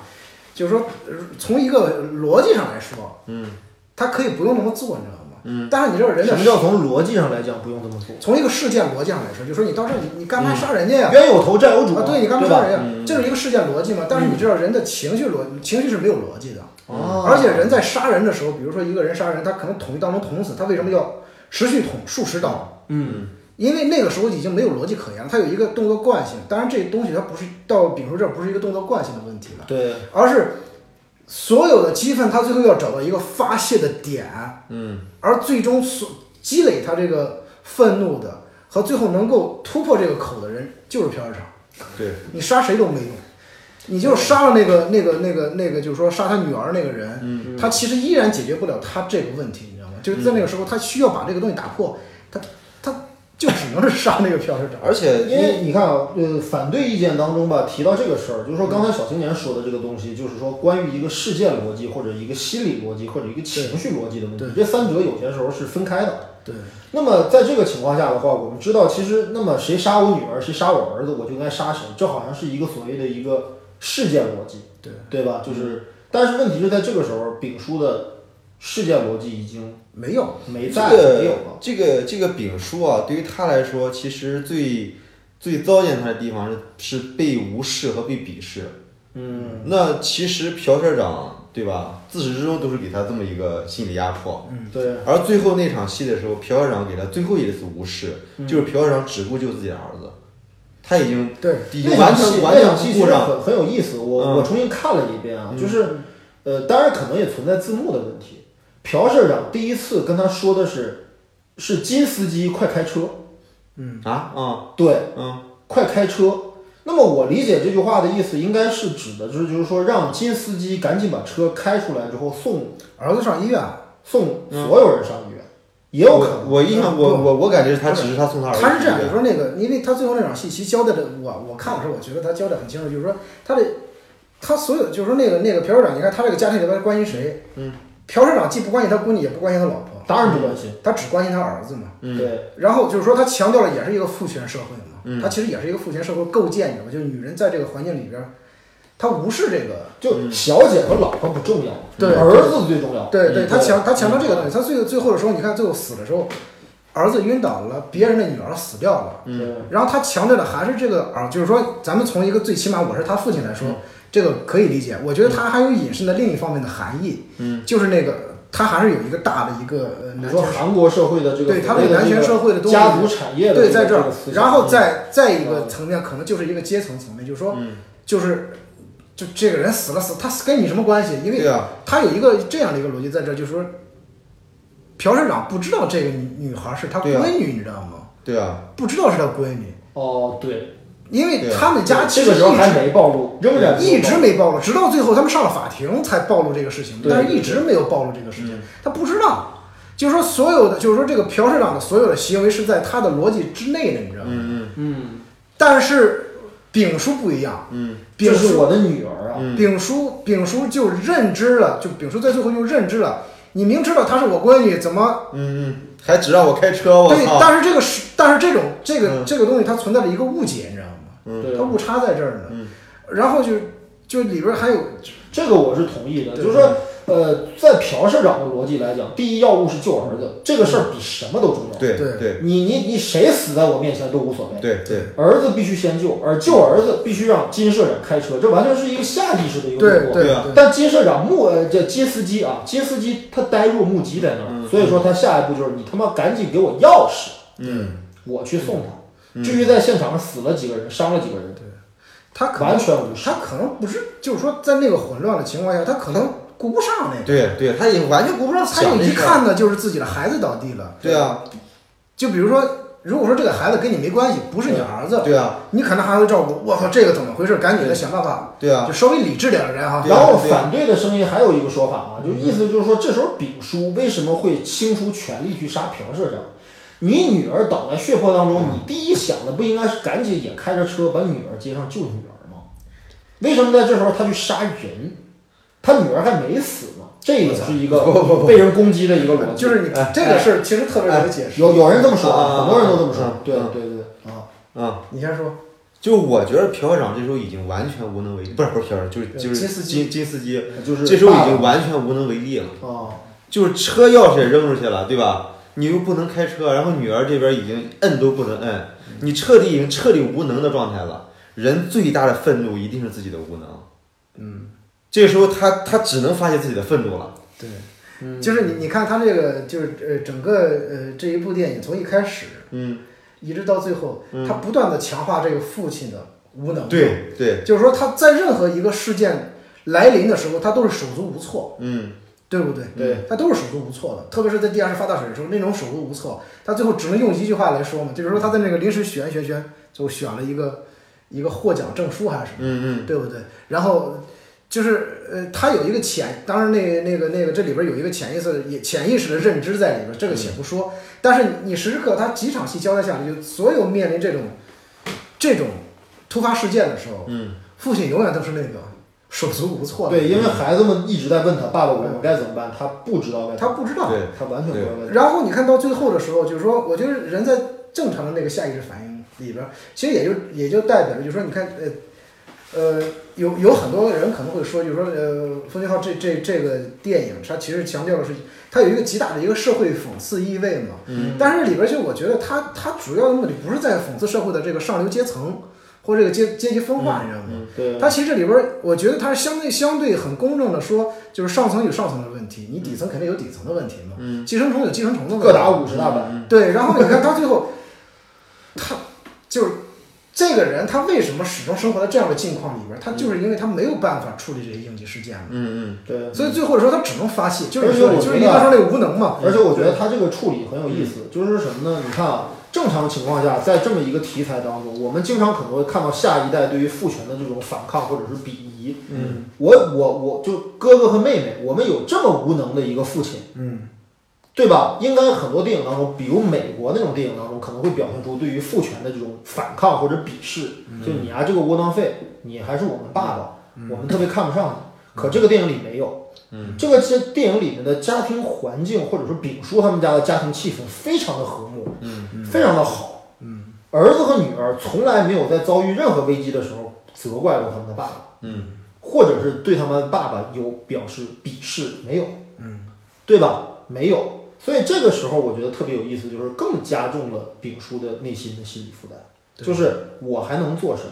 [SPEAKER 3] 就是说呃从一个逻辑上来说，
[SPEAKER 2] 嗯
[SPEAKER 3] 他可以不用那么做，你知道吗？
[SPEAKER 2] 嗯
[SPEAKER 3] 但是你知道人
[SPEAKER 1] 什么
[SPEAKER 3] 家
[SPEAKER 1] 叫从逻辑上来讲不用这么做？
[SPEAKER 3] 从一个事件逻辑上来说，就说你到这儿你你干
[SPEAKER 1] 嗯
[SPEAKER 3] 嘛杀人家呀？
[SPEAKER 1] 冤有头债有主
[SPEAKER 3] 啊，对你干嘛
[SPEAKER 1] 吧
[SPEAKER 3] 杀人
[SPEAKER 2] 嗯
[SPEAKER 3] 家？这是一个事件逻辑嘛？但是你知道人的情绪逻情绪是没有逻辑的，
[SPEAKER 1] 哦
[SPEAKER 3] 而且人在杀人的时候，比如说一个人杀人，他可能捅一刀能捅死，他为什么要持续捅数十刀？
[SPEAKER 1] 嗯
[SPEAKER 3] 因为那个时候已经没有逻辑可言了，他有一个动作惯性。当然，这东西它不是到丙叔这儿不是一个动作惯性的问题了，
[SPEAKER 1] 对
[SPEAKER 3] 而是所有的激愤，他最后要找到一个发泄的点，
[SPEAKER 2] 嗯
[SPEAKER 3] 而最终所积累他这个愤怒的和最后能够突破这个口的人就是朴市长。
[SPEAKER 2] 对，
[SPEAKER 3] 你杀谁都没用，你就杀了那个那个那个那个，就是说杀他女儿那个人，
[SPEAKER 2] 嗯
[SPEAKER 3] 他其实依然解决不了他这个问题，你知道吗？就是在那个
[SPEAKER 2] 嗯
[SPEAKER 3] 时候，他需要把这个东西打破，他他就只能是杀那个朴市 长。
[SPEAKER 2] 而且
[SPEAKER 1] 因为你看啊，呃，反对意见当中吧，提到这个事儿，就是说刚才小青年说的这个东西，就是说关于一个事件逻辑或者一个心理逻辑或者一个情绪逻辑的问题
[SPEAKER 3] 对，
[SPEAKER 1] 这三者有些时候是分开的。
[SPEAKER 3] 对，
[SPEAKER 1] 那么在这个情况下的话，我们知道，其实那么谁杀我女儿，谁杀我儿子，我就应该杀谁，这好像是一个所谓的一个事件逻辑，
[SPEAKER 3] 对
[SPEAKER 1] 对吧？就是，但是问题是在这个时候，丙叔的事件逻辑已经
[SPEAKER 3] 没有，
[SPEAKER 1] 没
[SPEAKER 2] 这
[SPEAKER 1] 在
[SPEAKER 2] 个
[SPEAKER 1] 没有了。
[SPEAKER 2] 这个这个丙叔啊，对于他来说，其实最最糟践他的地方是是被无视和被鄙视。
[SPEAKER 1] 嗯，
[SPEAKER 2] 那其实朴社长对吧，自始至终都是给他这么一个心理压迫。
[SPEAKER 1] 对，
[SPEAKER 2] 而最后那场戏的时候，朴校长给他最后一次无视，就是朴校长只顾救自己的儿子，他已经
[SPEAKER 3] 对
[SPEAKER 2] 已
[SPEAKER 1] 那
[SPEAKER 2] 经
[SPEAKER 1] 场
[SPEAKER 2] 完
[SPEAKER 1] 戏
[SPEAKER 2] 全完
[SPEAKER 1] 那场戏
[SPEAKER 2] 全
[SPEAKER 1] 其
[SPEAKER 2] 顾
[SPEAKER 1] 实
[SPEAKER 2] 上。
[SPEAKER 1] 很很有意思，我、
[SPEAKER 2] 嗯
[SPEAKER 1] 我重新看了一遍啊，就是，呃，当然可能也存在字幕的问题。朴社长第一次跟他说的是，是金司机快开车，
[SPEAKER 2] 啊啊
[SPEAKER 1] 对，
[SPEAKER 2] 嗯
[SPEAKER 1] 快开车。那么我理解这句话的意思，应该是指的是，就是说让金司机赶紧把车开出来之后送
[SPEAKER 3] 儿子上医院，
[SPEAKER 1] 送所有人上医院，也有可能。
[SPEAKER 2] 嗯我印象，我我我感觉是他只是他送他儿子。
[SPEAKER 3] 他是这样，就是说那个，因为他最后那场戏其实交代的，我我看的时候，我觉得他交代很清楚，就是说他的他所有，就是说那个那个朴社长，你看他这个家庭里边关心谁？
[SPEAKER 2] 嗯，
[SPEAKER 3] 朴社长既不关心他姑娘，也不关心他老婆，
[SPEAKER 1] 当然不关心。
[SPEAKER 3] 他只关心他儿子嘛。
[SPEAKER 2] 嗯
[SPEAKER 1] 对，
[SPEAKER 3] 然后就是说，他强调了也是一个父权社会嘛，
[SPEAKER 2] 嗯
[SPEAKER 3] 他其实也是一个父权社会构建，你知道吗？就是女人在这个环境里边，她无视这个，
[SPEAKER 1] 就小姐和老婆不重要，
[SPEAKER 3] 对
[SPEAKER 1] 儿子最重要。
[SPEAKER 3] 对对，
[SPEAKER 2] 嗯
[SPEAKER 3] 他
[SPEAKER 2] 对
[SPEAKER 3] 强他强调这个东西，他最最后的时候，你看最后死的时候，儿子晕倒了，别人的女儿死掉了，
[SPEAKER 2] 嗯
[SPEAKER 3] 然后他强调的还是这个啊，就是说，咱们从一个最起码我是他父亲来
[SPEAKER 2] 嗯
[SPEAKER 3] 说，这个可以理解。我觉得他还有引申的另一方面的含义，
[SPEAKER 2] 嗯，啊
[SPEAKER 3] 就是那个他还是有一个大的一个呃
[SPEAKER 1] 嗯你
[SPEAKER 3] 男
[SPEAKER 1] 说
[SPEAKER 3] 权，
[SPEAKER 1] 韩国社会的这个
[SPEAKER 3] 对他
[SPEAKER 1] 所谓
[SPEAKER 3] 这个
[SPEAKER 1] 的
[SPEAKER 3] 男
[SPEAKER 1] 这
[SPEAKER 3] 权
[SPEAKER 1] 个
[SPEAKER 3] 社会的东西，
[SPEAKER 1] 家族产业的
[SPEAKER 3] 对
[SPEAKER 1] 这个
[SPEAKER 3] 在这
[SPEAKER 1] 这
[SPEAKER 3] 儿
[SPEAKER 1] 个思，想
[SPEAKER 3] 然后
[SPEAKER 1] 嗯
[SPEAKER 3] 再再一个
[SPEAKER 1] 嗯
[SPEAKER 3] 层面，可能就是一个阶层层面，就是说，
[SPEAKER 2] 嗯，
[SPEAKER 3] 就是就这个人死了死，他死跟你什么关系？因为
[SPEAKER 2] 对啊，
[SPEAKER 3] 他有一个这样的一个逻辑在这儿，就是说，朴社长不知道这个女女孩是他
[SPEAKER 2] 对啊
[SPEAKER 3] 闺女，你知道吗？
[SPEAKER 2] 对啊，
[SPEAKER 3] 不知道是他闺女，
[SPEAKER 1] 哦，对，
[SPEAKER 3] 因为
[SPEAKER 2] 对啊
[SPEAKER 3] 他们家其
[SPEAKER 1] 这个
[SPEAKER 3] 实
[SPEAKER 1] 时候
[SPEAKER 3] 一直
[SPEAKER 1] 还没暴露，仍然没有
[SPEAKER 3] 一直没暴露，直到最后他们上了法庭才暴露这个事情，
[SPEAKER 1] 对
[SPEAKER 3] 但是一直没有暴露这个事情
[SPEAKER 2] 嗯，
[SPEAKER 3] 他不知道。就是说，所有的，就是说，这个朴社长的所有的行为是在他的逻辑之内的，你知道吗？
[SPEAKER 2] 嗯
[SPEAKER 1] 嗯，
[SPEAKER 3] 但是丙叔不一样，
[SPEAKER 2] 嗯
[SPEAKER 1] 这
[SPEAKER 3] 丙
[SPEAKER 1] 是
[SPEAKER 3] 叔
[SPEAKER 1] 我的女儿啊，
[SPEAKER 2] 嗯
[SPEAKER 3] 丙叔丙叔就认知了，就丙叔在最后就认知了，你明知道她是我闺女，怎么
[SPEAKER 2] 嗯嗯，还只让我开车，我
[SPEAKER 3] 对？
[SPEAKER 2] 操！
[SPEAKER 3] 但是这个是，但是这种这个、
[SPEAKER 2] 嗯
[SPEAKER 3] 这个东西它存在着一个误解，你知道吗？
[SPEAKER 1] 对
[SPEAKER 3] 它误差在这儿呢。
[SPEAKER 2] 嗯
[SPEAKER 3] 然后就就里边还有
[SPEAKER 1] 这个我是同意的，
[SPEAKER 3] 对
[SPEAKER 1] 就是说，呃，在朴社长的逻辑来讲，第一要务是救儿子，这个事儿比什么都重要。
[SPEAKER 2] 对
[SPEAKER 3] 对
[SPEAKER 2] 对
[SPEAKER 1] 你你你谁死在我面前都无所谓，
[SPEAKER 2] 对对，
[SPEAKER 1] 儿子必须先救，而救儿子必须让金社长开车，这完全是一个下意识的一个动
[SPEAKER 3] 对
[SPEAKER 1] 作。
[SPEAKER 2] 对
[SPEAKER 3] 对
[SPEAKER 2] 啊
[SPEAKER 1] 但金社长目呃这金司机啊，金司机他呆若木鸡在那儿，
[SPEAKER 2] 嗯
[SPEAKER 1] 所以说他下一步就是你他妈赶紧给我钥匙，
[SPEAKER 2] 嗯，
[SPEAKER 1] 我去送他。
[SPEAKER 2] 嗯
[SPEAKER 1] 至于在现场死了几个人，伤了几个人，
[SPEAKER 3] 他
[SPEAKER 2] 嗯
[SPEAKER 3] 可
[SPEAKER 1] 完
[SPEAKER 3] 能
[SPEAKER 1] 全无视。
[SPEAKER 3] 他可能不是，就是说在那个混乱的情况下，他可能顾不上那个，
[SPEAKER 2] 对对，他也完全顾不上
[SPEAKER 3] 他有
[SPEAKER 2] 想这
[SPEAKER 3] 一
[SPEAKER 2] 事儿。
[SPEAKER 3] 看呢就是自己的孩子倒地了。
[SPEAKER 2] 对啊，
[SPEAKER 3] 就比如说，如果说这个孩子跟你没关系，不是你儿子，
[SPEAKER 2] 对啊，
[SPEAKER 3] 你可能还会照顾。我靠，这个怎么回事？赶紧的想办法，
[SPEAKER 2] 对啊，
[SPEAKER 3] 就稍微理智点的人哈。
[SPEAKER 2] 对啊嗯
[SPEAKER 1] 然后反对的声音还有一个说法啊，就意思就是说，这时候丙叔为什么会倾出全力去杀朴社长？你女儿倒在血泊当
[SPEAKER 2] 嗯
[SPEAKER 1] 中，你第一想的不应该是赶紧也开着车把女儿接上救女儿吗？为什么在这时候他去杀人？他女儿还没死呢，这也是一个被人攻击的一个 逻辑。
[SPEAKER 3] 就是你
[SPEAKER 2] 哎
[SPEAKER 3] 这个事儿其实特别难解释。
[SPEAKER 1] 哎有有人这么说
[SPEAKER 2] 啊啊啊
[SPEAKER 1] 很多人都这么
[SPEAKER 2] 啊
[SPEAKER 1] 说
[SPEAKER 2] 啊。
[SPEAKER 1] 对
[SPEAKER 2] 啊
[SPEAKER 1] 对对啊，
[SPEAKER 2] 啊，
[SPEAKER 3] 你先说，
[SPEAKER 2] 就我觉得朴校长这时候已经完全无能为力，不是不是朴校长，就是就是
[SPEAKER 3] 金斯基
[SPEAKER 2] 金金斯基，
[SPEAKER 1] 就是
[SPEAKER 2] 这时候已经
[SPEAKER 1] 爸
[SPEAKER 2] 完全无能为力了。
[SPEAKER 1] 爸啊，
[SPEAKER 2] 就是车钥匙也扔出去了，对吧？你又不能开车，然后女儿这边已经摁都不能摁，你彻底已经彻底无能的状态了。人最大的愤怒一定是自己的无能。
[SPEAKER 3] 嗯，
[SPEAKER 2] 这时候他他只能发泄自己的愤怒了。
[SPEAKER 3] 对，
[SPEAKER 1] 嗯
[SPEAKER 3] 就是你你看他这个就是呃整个呃这一部电影从一开始
[SPEAKER 2] 嗯，
[SPEAKER 3] 一直到最后，
[SPEAKER 2] 嗯
[SPEAKER 3] 他不断的强化这个父亲的无能。，
[SPEAKER 2] 对对，
[SPEAKER 3] 就是说他在任何一个事件来临的时候，他都是手足无措，
[SPEAKER 2] 嗯
[SPEAKER 3] 对不对？
[SPEAKER 1] 对，
[SPEAKER 3] 他都是手足无措的，特别是在地下室发大水的时候，那种手足无措，他最后只能用一句话来说嘛，就是说他在那个临时选选选，就选了一个一个获奖证书还是什么，
[SPEAKER 2] 嗯嗯
[SPEAKER 3] 对不对？然后就是呃，他有一个潜，当然那那个那个这里边有一个潜意识的也潜意识的认知在里边，这个
[SPEAKER 1] 嗯
[SPEAKER 3] 且不说，但是你时时刻他几场戏交代下来，就所有面临这种这种突发事件的时候，
[SPEAKER 2] 嗯，
[SPEAKER 3] 父亲永远都是那个手足无措的，
[SPEAKER 1] 对，因为孩子们一直在问他爸爸，我我该怎么办？他不知道该怎
[SPEAKER 3] 他
[SPEAKER 1] 么
[SPEAKER 3] 不知
[SPEAKER 2] 嗯
[SPEAKER 3] 道
[SPEAKER 2] 对。
[SPEAKER 1] 办，他完全不知道该怎么办。
[SPEAKER 3] 然后你看到最后的时候，就是说，我觉得人在正常的那个下意识反应里边儿，其实也就也就代表着，就是说，你看，呃，呃，有有很多人可能会说，就是说，呃，《风云号这》这这个电影，它其实强调的是，它有一个极大的一个社会讽刺意味嘛。
[SPEAKER 2] 嗯。
[SPEAKER 3] 但是里边儿其实我觉得它它主要的目的不是在讽刺社会的这个上流阶层或这个阶阶级分化，你知道吗？
[SPEAKER 1] 对，
[SPEAKER 3] 它其实这里边儿，我觉得它是相对相对很公正的说，就是上层有上层的问题，你底层肯定有底层的问题嘛。
[SPEAKER 2] 嗯
[SPEAKER 3] 寄生虫有寄生虫的问题。
[SPEAKER 1] 各打五十大板。
[SPEAKER 3] 对，然后你看他最后，他就是这个人，他为什么始终生活在这样的境况里边儿？他就是因为他没有办法处理这些应急事件嘛，
[SPEAKER 2] 嗯
[SPEAKER 1] 对，
[SPEAKER 3] 所以最后的时候他只能发泄，就是
[SPEAKER 1] 而且
[SPEAKER 3] 说，
[SPEAKER 1] 我
[SPEAKER 3] 就是
[SPEAKER 1] 觉
[SPEAKER 3] 你
[SPEAKER 1] 得
[SPEAKER 3] 刚说那个无能嘛。
[SPEAKER 1] 而且我觉得他这个处理很有意思，就是什么呢？你看啊，正常情况下，在这么一个题材当中，我们经常可能会看到下一代对于父权的这种反抗或者是鄙夷。
[SPEAKER 3] 嗯
[SPEAKER 1] 我我我就哥哥和妹妹，我们有这么无能的一个父亲，
[SPEAKER 3] 嗯
[SPEAKER 1] 对吧？应该很多电影当中，比如美国那种电影当中，可能会表现出对于父权的这种反抗或者鄙视，
[SPEAKER 2] 嗯
[SPEAKER 1] 就你啊这个窝囊废，你还是我们爸爸，我们特别看不上你。可这个电影里没有，
[SPEAKER 2] 嗯，
[SPEAKER 1] 这个这电影里面的家庭环境或者说丙叔他们家的家庭气氛非常的和睦，
[SPEAKER 2] 嗯
[SPEAKER 1] 非常的好，
[SPEAKER 3] 嗯
[SPEAKER 1] 儿子和女儿从来没有在遭遇任何危机的时候责怪过他们的爸爸，
[SPEAKER 2] 嗯
[SPEAKER 1] 或者是对他们爸爸有表示鄙视，没有。
[SPEAKER 3] 嗯
[SPEAKER 1] 对吧？没有，所以这个时候我觉得特别有意思，就是更加重了丙叔的内心的心理负担，
[SPEAKER 3] 对
[SPEAKER 1] 就是我还能做什么？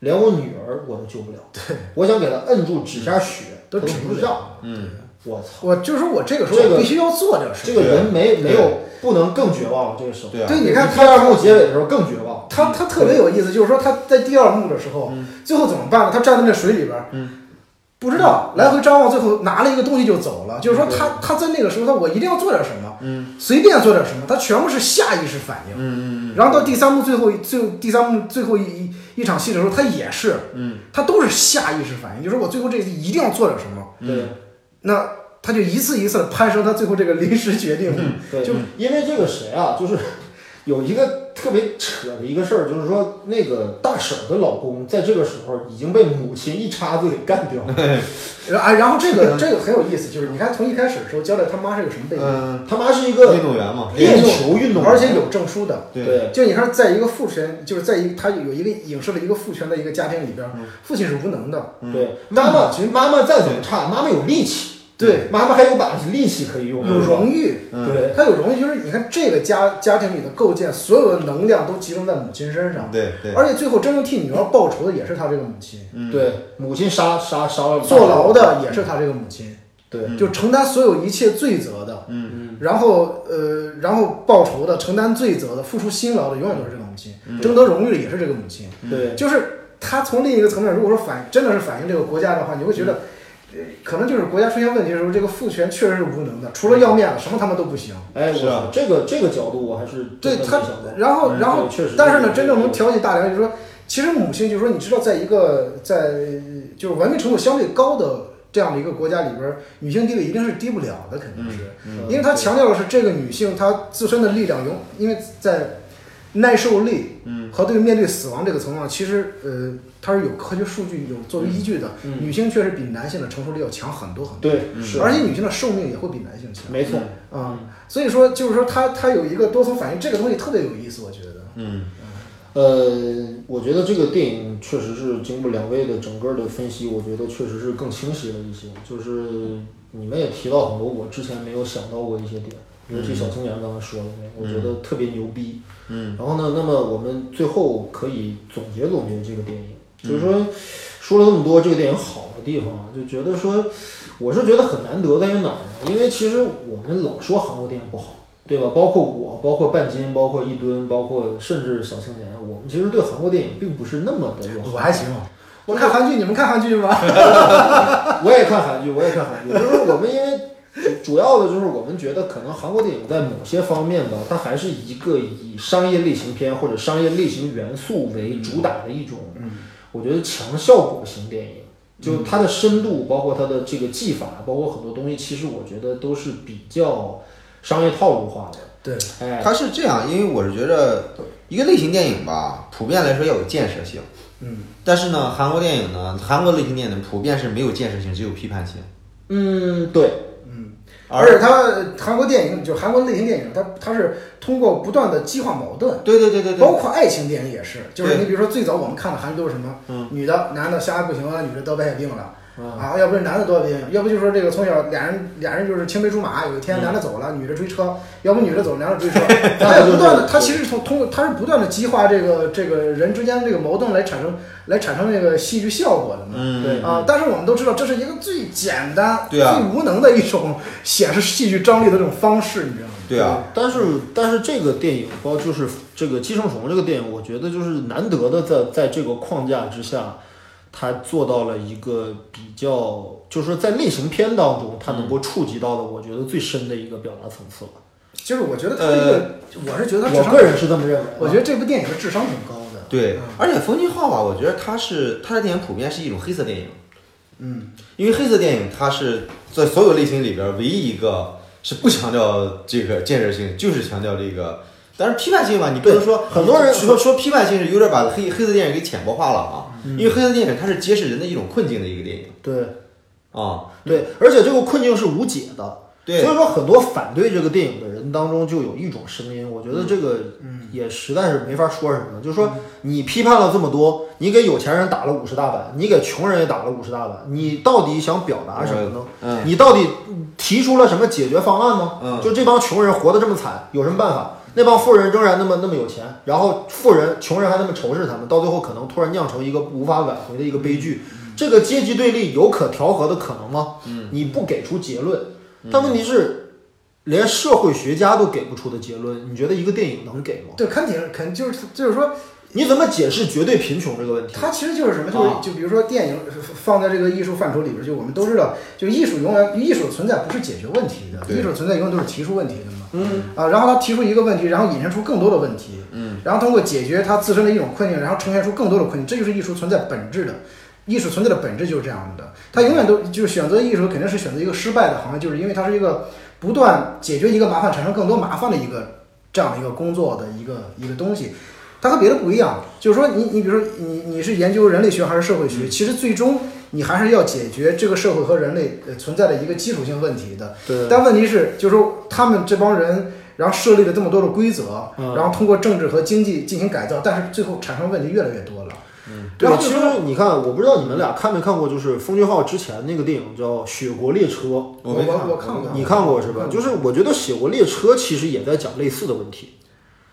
[SPEAKER 1] 连我女儿我都救不了，我想给她摁住止下血，
[SPEAKER 3] 嗯都
[SPEAKER 1] 她
[SPEAKER 3] 止
[SPEAKER 1] 不
[SPEAKER 3] 不
[SPEAKER 1] 知
[SPEAKER 3] 了
[SPEAKER 1] 道。
[SPEAKER 2] 嗯，
[SPEAKER 1] 我操，
[SPEAKER 3] 我就是我这个时候
[SPEAKER 1] 这个
[SPEAKER 3] 我必须要做这个事
[SPEAKER 1] 这
[SPEAKER 3] 情。
[SPEAKER 1] 个人没
[SPEAKER 2] 对
[SPEAKER 1] 没有不能更绝望了，这个时候。
[SPEAKER 2] 对啊，
[SPEAKER 3] 对，你看
[SPEAKER 1] 第二幕结尾的时候更绝望，
[SPEAKER 3] 他他特别有意思，就是说他在第二幕的时候，
[SPEAKER 1] 嗯
[SPEAKER 3] 最后怎么办呢？他站在那水里边儿，不知道
[SPEAKER 1] 嗯
[SPEAKER 3] 来回张望，最后拿了一个东西就走了。就是说他他在那个时候，他我一定要做点什么，随便做点什么，他全部是下意识反应。
[SPEAKER 2] 嗯嗯嗯嗯，
[SPEAKER 3] 然后到第三幕最后一最后第三幕最后一一一场戏的时候，他也是，
[SPEAKER 2] 嗯，
[SPEAKER 3] 他都是下意识反应，就是我最后这一定要做点什么。
[SPEAKER 1] 对
[SPEAKER 3] 那他就一次一次的攀升，他最后这个临时决定，
[SPEAKER 1] 对，
[SPEAKER 3] 就
[SPEAKER 1] 因为这个谁啊，就是有一个特别扯的一个事儿，就是说那个大婶儿的老公在这个时候已经被母亲一叉子给干掉了。
[SPEAKER 3] 然后啊，然后这个这个很有意思，就是你看从一开始的时候交代他妈是个什么背景，
[SPEAKER 2] 嗯，
[SPEAKER 1] 他妈是一
[SPEAKER 2] 运
[SPEAKER 1] 个
[SPEAKER 2] 动员嘛，
[SPEAKER 1] 练球运动员，
[SPEAKER 3] 而且有证书的，
[SPEAKER 2] 对，
[SPEAKER 3] 就你看，在一个父权，就是在一个他有一个影射了一个父权的一个家庭里边，父亲是无能的，
[SPEAKER 2] 嗯
[SPEAKER 1] 对妈妈，其实妈妈再怎么差，妈妈有力气，
[SPEAKER 3] 对，
[SPEAKER 1] 妈妈还有把力气可以用，
[SPEAKER 3] 有荣誉，
[SPEAKER 2] 嗯
[SPEAKER 1] 对
[SPEAKER 3] 他有荣誉，就是你看这个家家庭里的构建，所有的能量都集中在母亲身上，
[SPEAKER 2] 对嗯对，
[SPEAKER 3] 而且最后真正替女儿报仇的也是他这个母亲，
[SPEAKER 2] 嗯
[SPEAKER 1] 对，母亲杀杀杀了
[SPEAKER 3] 坐牢的嗯也是他这个母亲，
[SPEAKER 1] 对，
[SPEAKER 3] 就承担所有一切罪责的，
[SPEAKER 2] 嗯
[SPEAKER 3] 然后呃，然后报仇的、承担罪责的、付出辛劳的，永远都是这个母亲，
[SPEAKER 2] 嗯
[SPEAKER 3] 争得荣誉的也是这个母亲。
[SPEAKER 1] 对
[SPEAKER 3] 就是他从另一个层面，如果说反真的是反映这个国家的话，你会
[SPEAKER 2] 嗯
[SPEAKER 3] 觉得，呃，可能就是国家出现问题的时候，这个父权确实是无能的，除了要面子，什么他们都不行。
[SPEAKER 1] 哎，我
[SPEAKER 2] 是啊
[SPEAKER 1] 操这个这个角度我还是
[SPEAKER 3] 对
[SPEAKER 1] 真的没
[SPEAKER 3] 他
[SPEAKER 1] 想到，
[SPEAKER 3] 然后
[SPEAKER 1] 嗯
[SPEAKER 3] 然后
[SPEAKER 1] 对确实，
[SPEAKER 3] 但是呢，真正能挑起大梁，就是说，其实母亲就是说，你知道，在一个在就是文明程度相对高的这样的一个国家里边，女性地位一定是低不了的，肯定是。
[SPEAKER 1] 嗯，
[SPEAKER 3] 因为他强调的是这个女性她自身的力量永，因为在耐受力
[SPEAKER 2] 嗯
[SPEAKER 3] 和对面对死亡这个层面，其实呃它是有科学数据有作为依据的。
[SPEAKER 1] 嗯
[SPEAKER 3] 女性确实比男性的承受力要强很多很多，
[SPEAKER 1] 对是，
[SPEAKER 3] 嗯而且女性的寿命也会比男性强
[SPEAKER 1] 没错，嗯
[SPEAKER 3] 啊、所以说就是说它它有一个多层反应，这个东西特别有意思，我觉得。
[SPEAKER 2] 嗯
[SPEAKER 1] 呃，我觉得这个电影确实是经过两位的整个的分析，我觉得确实是更清晰了一些。就是你们也提到很多我之前没有想到过一些点，尤其小青年刚才说的那个，我觉得特别牛逼。
[SPEAKER 2] 嗯
[SPEAKER 1] 然后呢，那么我们最后可以总结总结这个电影，就是说说了那么多这个电影好的地方啊，就觉得说我是觉得很难得在于哪儿呢？因为其实我们老说韩国电影不好，对吧？包括我，包括半斤，包括一吨，包括甚至小青年，我们其实对韩国电影并不是那么的有好。
[SPEAKER 3] 行，我看韩剧，你们看韩剧吗？
[SPEAKER 1] 我也看韩剧，我也看韩剧。就是我们因为主主要的就是我们觉得可能韩国电影在某些方面吧，它还是一个以商业类型片或者商业类型元素为主打的一种，我觉得强效果型电影。就它的深度，包括它的这个技法，包括很多东西，其实我觉得都是比较商业套路化的。
[SPEAKER 3] 对，
[SPEAKER 1] 哎，
[SPEAKER 2] 他是这样，因为我是觉得一个类型电影吧，普遍来说要有建设性。
[SPEAKER 3] 嗯，
[SPEAKER 2] 但是呢，韩国电影呢，韩国类型电影普遍是没有建设性，只有批判性。
[SPEAKER 1] 嗯，对，
[SPEAKER 3] 而且它韩国电影就韩国类型电影，它它是通过不断的激化矛盾，
[SPEAKER 2] 对对对对
[SPEAKER 3] 包
[SPEAKER 2] 对，
[SPEAKER 3] 括爱情电影也是，就是
[SPEAKER 2] 对
[SPEAKER 3] 你比如说最早我们看的韩剧都是什么，
[SPEAKER 2] 嗯
[SPEAKER 3] 女的男的相爱不行了，女的得白血病了，
[SPEAKER 1] 啊，
[SPEAKER 3] 啊，要不是男的得白血病，要不就是说这个从小俩人俩人就是青梅竹马，有一
[SPEAKER 2] 嗯
[SPEAKER 3] 天男的走了，女的追车，要不女的走了，男的 追车，他也不断的，他其实是从通过他是不断的激化这个这个人之间这个矛盾来产生来产生那个戏剧效果的嘛。
[SPEAKER 2] 嗯，
[SPEAKER 1] 对
[SPEAKER 3] 啊，但是我们都知道，这是一个最简单、
[SPEAKER 2] 对啊
[SPEAKER 3] 最无能的一种显示戏剧张力的这种方式，你知道吗？
[SPEAKER 2] 对啊，
[SPEAKER 1] 但是但是这个电影，包括就是这个《寄生虫》这个电影，我觉得就是难得的在在这个框架之下，它做到了一个比较，就是说在类型片当中，它能够触及到的，我觉得最深的一个表达层次了。
[SPEAKER 3] 就是我觉得他这
[SPEAKER 2] 呃
[SPEAKER 3] 个，我是觉得他智
[SPEAKER 1] 我
[SPEAKER 3] 商
[SPEAKER 1] 个，人是这么认为的。
[SPEAKER 3] 我觉得这部电影的智商挺高的。
[SPEAKER 2] 对
[SPEAKER 3] 嗯，
[SPEAKER 2] 而且冯骥浩吧，我觉得他是他的电影普遍是一种黑色电影，
[SPEAKER 3] 嗯，
[SPEAKER 2] 因为黑色电影它是在所有类型里边儿唯一一个是不强调这个建设性，就是强调这个。但是批判性吧，你不能说
[SPEAKER 1] 很多人
[SPEAKER 2] 说说批判性是有点把黑黑色电影给浅薄化了啊，因为黑色电影它是揭示人的一种困境的一个电影
[SPEAKER 1] 对
[SPEAKER 2] 啊。
[SPEAKER 1] 对，而且这个困境是无解的。
[SPEAKER 2] 对
[SPEAKER 1] 所以说很多反对这个电影的人当中就有一种声音，我觉得这个也实在是没法说什么。就是说你批判了这么多，你给有钱人打了五十大板，你给穷人也打了五十大板，你到底想表达什么呢？
[SPEAKER 2] 嗯
[SPEAKER 1] 你到底提出了什么解决方案呢？
[SPEAKER 2] 嗯
[SPEAKER 1] 就这帮穷人活得这么惨，有什么办法？那帮富人仍然那么那么有钱，然后富人、穷人还那么仇视他们，到最后可能突然酿成一个无法挽回的一个悲剧。这个阶级对立有可调和的可能吗？嗯，你不给出结论，但问题是，连社会学家都给不出的结论，你觉得一个电影能给吗？
[SPEAKER 3] 对，看电影肯就是就是说，
[SPEAKER 1] 你怎么解释绝对贫穷这个问题？
[SPEAKER 3] 它其实就是什么，就是
[SPEAKER 2] 啊
[SPEAKER 3] 就比如说电影放在这个艺术范畴里边，就我们都知道，就艺术永远艺术存在不是解决问题的，
[SPEAKER 2] 对
[SPEAKER 3] 艺术存在永远都是提出问题的嘛。
[SPEAKER 1] 嗯，
[SPEAKER 3] 啊，然后他提出一个问题，然后引申出更多的问题，
[SPEAKER 2] 嗯，
[SPEAKER 3] 然后通过解决他自身的一种困境，然后呈现出更多的困境，这就是艺术存在本质的。艺术存在的本质就是这样的，他永远都就是选择艺术肯定是选择一个失败的行业，就是因为它是一个不断解决一个麻烦，产生更多麻烦的一个这样的一个工作的一个一个东西。它和别的不一样，就是说你你比如说你你是研究人类学还是社会
[SPEAKER 1] 嗯
[SPEAKER 3] 学，其实最终你还是要解决这个社会和人类呃存在的一个基础性问题的。
[SPEAKER 1] 对
[SPEAKER 3] 但问题是，就是说他们这帮人，然后设立了这么多的规则，
[SPEAKER 1] 嗯
[SPEAKER 3] 然后通过政治和经济进行改造，但是最后产生问题越来越多了。
[SPEAKER 1] 嗯对
[SPEAKER 3] 然，后
[SPEAKER 1] 其
[SPEAKER 3] 就
[SPEAKER 1] 实
[SPEAKER 3] 是说
[SPEAKER 1] 你看，我不知道你们俩看没看过，就是奉俊昊之前那个电影叫《雪国列车》，
[SPEAKER 2] 我
[SPEAKER 3] 我
[SPEAKER 2] 没
[SPEAKER 3] 我
[SPEAKER 2] 看
[SPEAKER 3] 我看过，
[SPEAKER 1] 你看过是吧
[SPEAKER 3] 看？
[SPEAKER 1] 就是我觉得《雪国列车》其实也在讲类似的问题，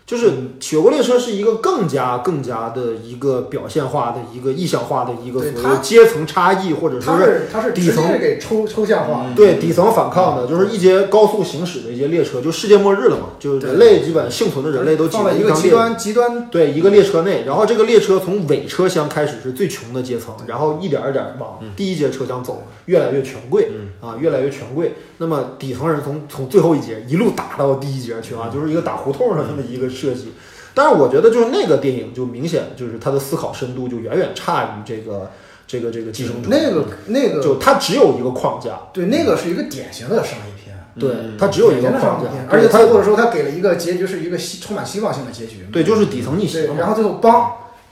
[SPEAKER 1] 就是
[SPEAKER 3] 嗯
[SPEAKER 1] 《雪国列车》是一个更加更加的一个表现化的一个意象化的一个
[SPEAKER 3] 对
[SPEAKER 1] 所
[SPEAKER 3] 它
[SPEAKER 1] 谓阶层差异，或者
[SPEAKER 3] 它
[SPEAKER 1] 说是
[SPEAKER 3] 是它是
[SPEAKER 1] 底
[SPEAKER 3] 直
[SPEAKER 1] 层嗯
[SPEAKER 3] 接给抽抽象化，
[SPEAKER 1] 对底层反抗的，就是一节高速行驶的一节列车，就世界末日了嘛，就是人类基本幸存的人类都挤
[SPEAKER 3] 放
[SPEAKER 1] 在
[SPEAKER 3] 在一个
[SPEAKER 1] 张
[SPEAKER 3] 极
[SPEAKER 1] 列
[SPEAKER 3] 端极端
[SPEAKER 1] 对，一个列车内，然后这个列车从尾车厢开始是最穷的阶层，然后一点儿一点儿往
[SPEAKER 3] 嗯
[SPEAKER 1] 第一节车厢走，越来越权贵啊，越来越权贵。那么底层人从从最后一节一路打到第一节去啊，就是一个打胡同的那么一个设计。但是我觉得就是那个电影就明显就是他的思考深度就远远差于这个这个这个寄生虫，
[SPEAKER 3] 那个那个
[SPEAKER 1] 嗯就它只有一个框架，
[SPEAKER 3] 对那个是一个典型的商业片，
[SPEAKER 1] 对，它只有一个
[SPEAKER 3] 典型的商
[SPEAKER 1] 框
[SPEAKER 3] 业
[SPEAKER 1] 架
[SPEAKER 3] 片，，嗯而
[SPEAKER 1] 对
[SPEAKER 3] 且
[SPEAKER 1] 它
[SPEAKER 3] 最后的时候他给了一个结局是一个希充满希望性的结局嘛。
[SPEAKER 1] 对就是底层逆
[SPEAKER 3] 对
[SPEAKER 1] 袭，嘛。
[SPEAKER 3] 然后最后梆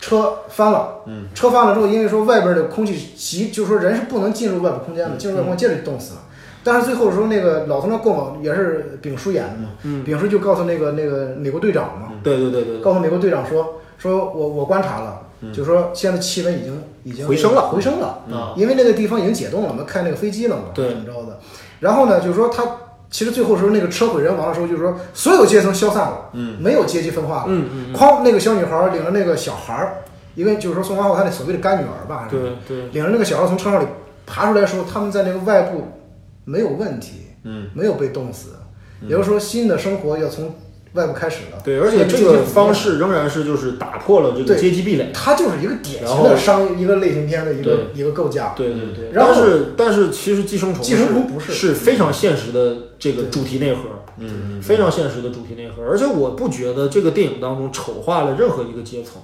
[SPEAKER 3] 车翻了，嗯，车翻了之后，因为说外边的空气袭，就是说人是不能进入外部空间
[SPEAKER 1] 嗯
[SPEAKER 3] 的，进入外部空间接着就冻死了。但是最后的时候，那个老头那过往也是丙叔演的嘛，
[SPEAKER 1] 嗯
[SPEAKER 3] 丙叔就告诉那个那个美国队长嘛，
[SPEAKER 1] 对对对对对
[SPEAKER 3] 告诉美国队长说说我我观察了，就说现在气温已经已经
[SPEAKER 1] 嗯回升了
[SPEAKER 3] 回升了，
[SPEAKER 1] 啊，
[SPEAKER 3] 因为那个地方已经解冻了嘛，开那个飞机了嘛，
[SPEAKER 1] 对
[SPEAKER 3] 怎么着的。然后呢，就是说他其实最后时候那个车毁人亡的时候，就是说所有阶层消散了，
[SPEAKER 2] 嗯，
[SPEAKER 3] 没有阶级分化了，
[SPEAKER 1] 嗯嗯嗯，
[SPEAKER 3] 哐，那个小女孩领着那个小孩儿，一个就是说宋光浩他那所谓的干女儿吧，还是
[SPEAKER 1] 对对。
[SPEAKER 3] 领着那个小孩从车上里爬出来的时候，他们在那个外部没有问题，
[SPEAKER 2] 嗯，
[SPEAKER 3] 没有被冻死，也就是说新的生活要从外部开始了。
[SPEAKER 1] 嗯对，而且这个方，式仍然是就是打破了这个
[SPEAKER 3] 对
[SPEAKER 1] 阶级壁垒。
[SPEAKER 3] 它就是一个典
[SPEAKER 1] 然
[SPEAKER 3] 型
[SPEAKER 1] 后
[SPEAKER 3] 的商业一个类型片的一个一个构架。
[SPEAKER 1] 对对对，
[SPEAKER 3] 然
[SPEAKER 1] 但
[SPEAKER 3] 后
[SPEAKER 1] 是但是其实寄生虫
[SPEAKER 3] 寄生虫不
[SPEAKER 1] 是
[SPEAKER 3] 是
[SPEAKER 1] 是非常现实的这个主题内核，
[SPEAKER 2] 嗯，
[SPEAKER 1] 非常现实的主题内核。而且我不觉得这个电影当中丑化了任何一个阶层。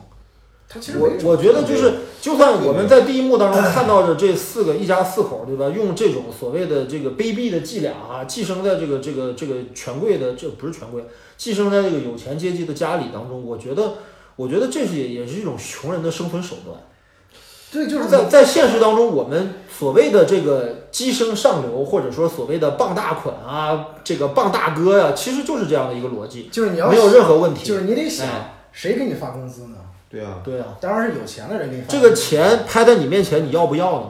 [SPEAKER 3] 它其实
[SPEAKER 1] 我
[SPEAKER 3] 没
[SPEAKER 1] 我觉得就是，就算我们在第一幕当中看到的这四个一家四口，对吧？用这种所谓的这个卑鄙的伎俩啊，寄生在这个这个这个权贵的，这不是权贵，寄生在这个有钱阶级的家里当中，我觉得，我觉得这是也也是一种穷人的生存手段。
[SPEAKER 3] 对，就是
[SPEAKER 1] 在在现实当中，我们所谓的这个跻身上流，或者说所谓的傍大款啊，这个傍大哥呀、其实就是这样的一个逻辑，
[SPEAKER 3] 就是你要
[SPEAKER 1] 没有任何问题。
[SPEAKER 3] 就是你得想
[SPEAKER 1] 哎
[SPEAKER 3] 谁给你发工资呢？
[SPEAKER 2] 对啊，
[SPEAKER 1] 对啊，
[SPEAKER 3] 当然是有钱的人给你发。
[SPEAKER 1] 这个钱拍在你面前，你要不要呢？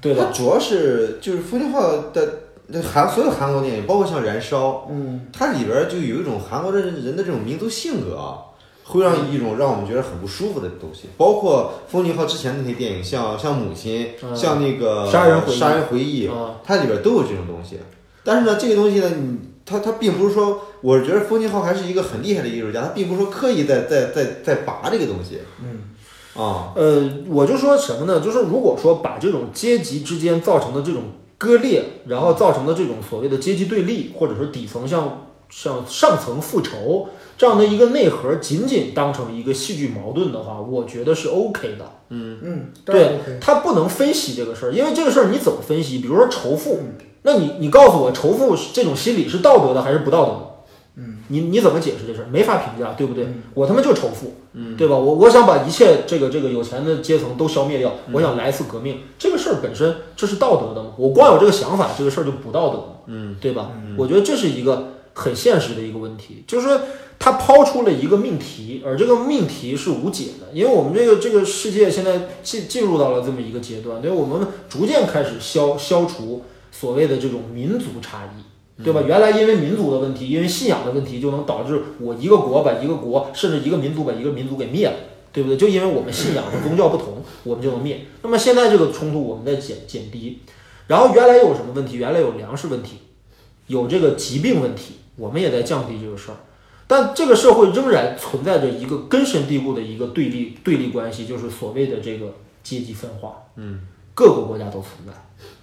[SPEAKER 1] 对吧
[SPEAKER 2] 它？主要是就是冯骥浩的那韩所有韩国电影，包括像《燃烧》，
[SPEAKER 3] 嗯，
[SPEAKER 2] 它里边儿就有一种韩国的人人的这种民族性格啊，会
[SPEAKER 1] 嗯
[SPEAKER 2] 让一种让我们觉得很不舒服的东西。包括风林浩之前那些电影，像像母亲，
[SPEAKER 1] 嗯
[SPEAKER 2] 像那个
[SPEAKER 1] 杀人回忆
[SPEAKER 2] 杀人回忆，
[SPEAKER 1] 啊，
[SPEAKER 2] 它里边都有这种东西。但是呢，这个东西呢，你它它并不是说，我觉得风林浩还是一个很厉害的艺术家，他并不是说刻意在在在在拔这个东西。嗯，啊，
[SPEAKER 1] 呃，我就说什么呢？就是如果说把这种阶级之间造成的这种割裂，然后造成的这种所谓的阶级对立，或者说底层向向上层复仇这样的一个内核，仅仅当成一个戏剧矛盾的话，我觉得是 OK 的。
[SPEAKER 3] 嗯，当然
[SPEAKER 1] 对
[SPEAKER 3] OK，
[SPEAKER 1] 他不能分析这个事儿，因为这个事儿你怎么分析？比如说仇富，那你你告诉我，仇富是这种心理是道德的还是不道德的？嗯，你你怎么解释这事儿？没法评价，对不对？我他妈就仇富，嗯，对吧？我我想把一切这个这个有钱的阶层都消灭掉，我想来一次革命，这个事儿本身这是道德的吗？我光有这个想法，这个事儿就不道德吗？嗯，对吧？我觉得这是一个很现实的一个问题，就是说他抛出了一个命题，而这个命题是无解的，因为我们这个这个世界现在进进入到了这么一个阶段，对，我们逐渐开始消消除所谓的这种民族差异，对吧？原来因为民族的问题，因为信仰的问题，就能导致我一个国把一个国，甚至一个民族把一个民族给灭了。对不对？就因为我们信仰和宗教不同，我们就能灭。那么现在这个冲突我们在减减低，然后原来有什么问题？原来有粮食问题，有这个疾病问题，我们也在降低这个事儿。但这个社会仍然存在着一个根深蒂固的一个对立对立关系，就是所谓的这个阶级分化。
[SPEAKER 2] 嗯，
[SPEAKER 1] 各个国家都存在。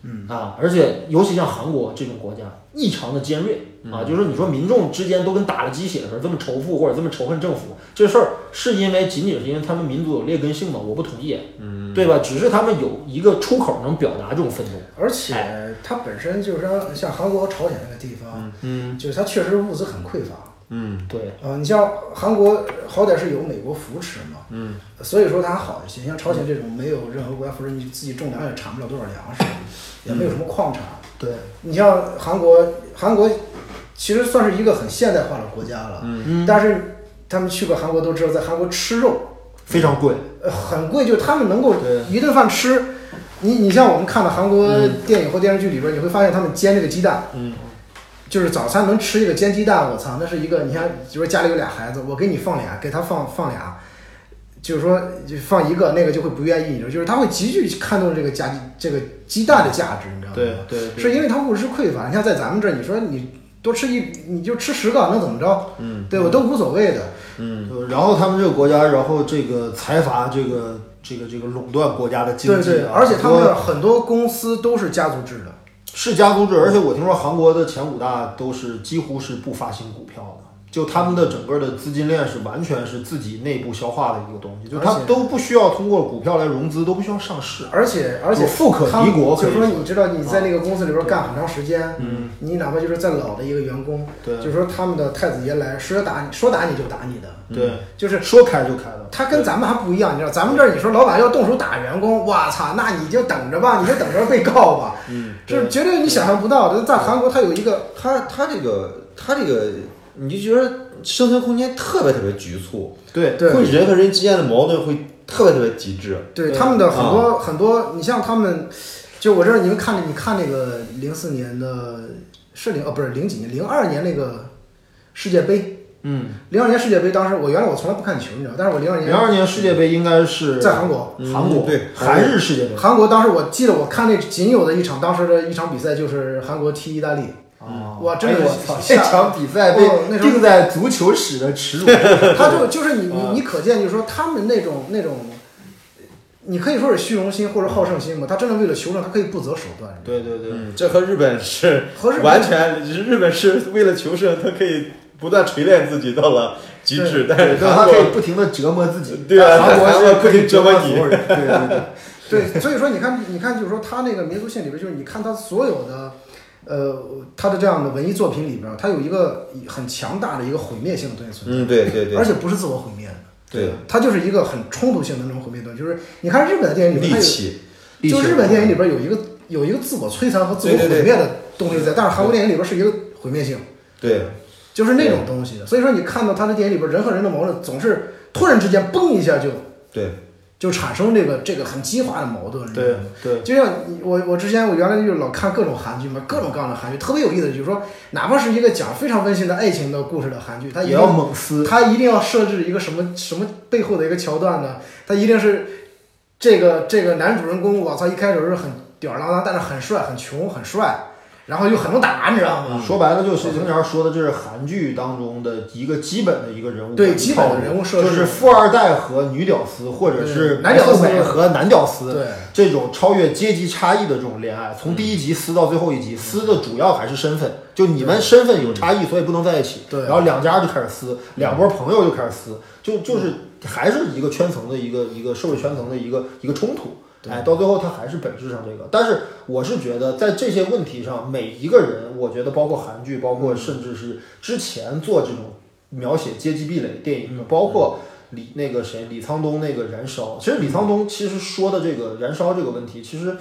[SPEAKER 1] 嗯啊，而且尤其像韩国这种国家，异常的尖锐啊，就是你说民众之间都跟打了鸡血似的，这么仇富或者这么仇恨政府，这事儿是因为仅仅是因为他们民族有劣根性吗？我不同意。嗯，对吧？只是他们有一个出口能表达这种愤怒。
[SPEAKER 3] 而且它本身就是说，像韩国、朝鲜那个地方，
[SPEAKER 1] 嗯，
[SPEAKER 3] 就是它确实物资很匮乏。
[SPEAKER 2] 嗯
[SPEAKER 1] 对。
[SPEAKER 3] 啊，你像韩国好歹是有美国扶持嘛，嗯，所以说它还好一些。像朝鲜这种没有任何国家扶持，你自己种粮也产不了多少粮食，也没有什么矿产。
[SPEAKER 1] 对，
[SPEAKER 3] 你像韩国，韩国其实算是一个很现代化的国家了，嗯，但是他们去过韩国都知道，在韩国吃肉
[SPEAKER 1] 非常贵。
[SPEAKER 3] 呃很贵，就他们能够呃
[SPEAKER 1] 对
[SPEAKER 3] 一顿饭吃。你你像我们看的韩国电影或电视剧里边，你会发现他们煎这个鸡蛋，
[SPEAKER 2] 嗯，
[SPEAKER 3] 就是早餐能吃一个煎鸡蛋，我操，那是一个你看，比如说家里有俩孩子，我给你放俩，给他放放俩，就是说就放一个，那个就会不愿意，你知道就是他会极具看重这个家这个鸡蛋的价值，你知道吗？
[SPEAKER 2] 对对对
[SPEAKER 3] 是因为它物质匮乏。你像在咱们这儿，你说你多吃一，你就吃十个，能怎么着？
[SPEAKER 2] 嗯，
[SPEAKER 3] 对我都无所谓的。
[SPEAKER 2] 嗯
[SPEAKER 1] 呃然后他们这个国家，然后这个财阀，这个这个这个垄断国家的经济、
[SPEAKER 3] 对
[SPEAKER 1] 啊，
[SPEAKER 3] 对，而且他
[SPEAKER 1] 很
[SPEAKER 3] 们
[SPEAKER 1] 多
[SPEAKER 3] 很多公司都是家族制的。
[SPEAKER 1] 是家族制，而且我听说韩国的前五大都是几乎是不发行股票的，就他们的整个的资金链是完全是自己内部消化的一个东西，就他
[SPEAKER 3] 而且
[SPEAKER 1] 们都不需要通过股票来融资，都不需要上市。
[SPEAKER 3] 而且而且
[SPEAKER 1] 有富可敌国
[SPEAKER 3] 他们就是
[SPEAKER 1] 可
[SPEAKER 3] 说
[SPEAKER 1] 以说
[SPEAKER 3] 你知道你在那个公司里边干很长时间，嗯，你哪怕就是再老的一个员工，
[SPEAKER 1] 对
[SPEAKER 3] 就是说他们的太子爷来说打你，说打你就打你的，
[SPEAKER 1] 对，
[SPEAKER 3] 就是
[SPEAKER 1] 说开就开的。
[SPEAKER 3] 他跟咱们还不一样，你知道，咱们这儿你说老板要动手打员工，哇操，那你就等着吧，你就等着被告吧，嗯，这是绝对你想象不到的。在韩国，他有一个
[SPEAKER 2] 他他这个他这个，你就觉得生存空间特别特别局促，
[SPEAKER 1] 对
[SPEAKER 3] 对
[SPEAKER 2] 会人和人之间的矛盾会特别特别极致。
[SPEAKER 3] 对
[SPEAKER 1] 对啊
[SPEAKER 3] 他们的很多很多，你像他们，就我知道你们看那，你看那个零四年的，是零哦不是零几年，零二年那个世界杯，
[SPEAKER 1] 嗯，
[SPEAKER 3] 零二年世界杯，当时我原来我从来不看球，你知道，但是我零二
[SPEAKER 1] 零
[SPEAKER 3] 年
[SPEAKER 1] 二年世界杯应该是
[SPEAKER 3] 在韩国，
[SPEAKER 1] 韩国
[SPEAKER 2] 嗯对
[SPEAKER 1] 韩日世界杯
[SPEAKER 3] 韩国当时我记得我看那仅有的一场，当时的一场比赛就是韩国踢 意大利，
[SPEAKER 1] 啊
[SPEAKER 3] 哇真的
[SPEAKER 1] 哎呦
[SPEAKER 3] 是
[SPEAKER 1] 我操！这场比赛
[SPEAKER 3] 哦
[SPEAKER 1] 被
[SPEAKER 3] 那时候
[SPEAKER 1] 定在足球史的耻 辱。
[SPEAKER 3] 他就就是你
[SPEAKER 1] 啊
[SPEAKER 3] 你你可见就是说他们那种那种，你可以说是虚荣心或者好胜心吧，他真的为了求胜，他可以不择手段，
[SPEAKER 1] 对对 对，
[SPEAKER 2] 嗯，这和日本是
[SPEAKER 3] 和日本
[SPEAKER 2] 完全，日本是为了求胜，他可以不断锤炼自己到了极致，但是
[SPEAKER 1] 他
[SPEAKER 2] 韩
[SPEAKER 1] 可以
[SPEAKER 2] 国
[SPEAKER 1] 不停的折磨 自己。
[SPEAKER 2] 对啊
[SPEAKER 1] 韩国
[SPEAKER 2] 韩国
[SPEAKER 1] 是
[SPEAKER 2] 不停折磨
[SPEAKER 1] 所
[SPEAKER 2] 你
[SPEAKER 1] 有人。 对对对。
[SPEAKER 3] 对，所以说你看，你看，就是说他那个民族性里边，就是你看他所有的，呃，他的这样的文艺作品里边，他有一个很强大的一个毁灭性的东西存在，
[SPEAKER 2] 嗯，对对对，
[SPEAKER 3] 而且不是自我毁灭的，
[SPEAKER 2] 对
[SPEAKER 3] 它就是一个很冲突性的那种毁灭的东西。就是你看日本的电影里边，
[SPEAKER 2] 力
[SPEAKER 3] 它
[SPEAKER 2] 气，
[SPEAKER 3] 有就日本电影里边有一个有一个自我摧残和自我
[SPEAKER 2] 对对对
[SPEAKER 3] 毁灭的东西在，但是韩国电影里边是一个毁灭性，
[SPEAKER 2] 对
[SPEAKER 3] 就是那种东西的。所以说你看到他的电影里边，人和人的矛盾总是突然之间嘣一下就
[SPEAKER 2] 对，
[SPEAKER 3] 就产生这个这个很激化的矛盾，你知道
[SPEAKER 1] 对
[SPEAKER 3] 吗
[SPEAKER 1] 对
[SPEAKER 3] 就像你我我之前我原来就老看各种韩剧嘛，各种各样的韩剧，特别有意思。就是说，哪怕是一个讲非常温馨的爱情的故事的韩剧，它一
[SPEAKER 1] 也
[SPEAKER 3] 定
[SPEAKER 1] 要猛撕。
[SPEAKER 3] 它一定要设置一个什么什么背后的一个桥段呢？它一定是这个这个男主人公，我操，一开始是很吊儿郎当，但是很帅、很穷、很帅，然后又很能打，你知道吗？
[SPEAKER 1] 说白了就是邢桥说的，这是韩剧当中的一个基本的一个人物
[SPEAKER 3] 对
[SPEAKER 1] 管理
[SPEAKER 3] 基本
[SPEAKER 1] 套
[SPEAKER 3] 的
[SPEAKER 1] 路
[SPEAKER 3] 人物设
[SPEAKER 1] 就
[SPEAKER 3] 置
[SPEAKER 1] 是富二代和女屌丝，或者是
[SPEAKER 3] 对男屌丝
[SPEAKER 1] 白富美和男屌丝，
[SPEAKER 3] 对，
[SPEAKER 1] 这种超越阶级差异的这种恋爱，从第一集撕到最后一
[SPEAKER 3] 嗯
[SPEAKER 1] 集，撕的主要还是身份，就你们身份有差异，所以不能在一起。
[SPEAKER 3] 对啊嗯
[SPEAKER 1] 然后两家就开始撕，两波朋友就开始撕，就就是还是一个圈层的一个一个社会圈层的一个一个冲突。哎，到最后它还是本质上这个，但是我是觉得在这些问题上，每一个人，我觉得包括韩剧，包
[SPEAKER 3] 嗯
[SPEAKER 1] 括甚至是之前做这种描写阶级壁垒电影
[SPEAKER 3] 嗯
[SPEAKER 1] 的，包括李那个谁李沧东那个燃烧，其实李沧东其实说的这个燃烧这个问题，其实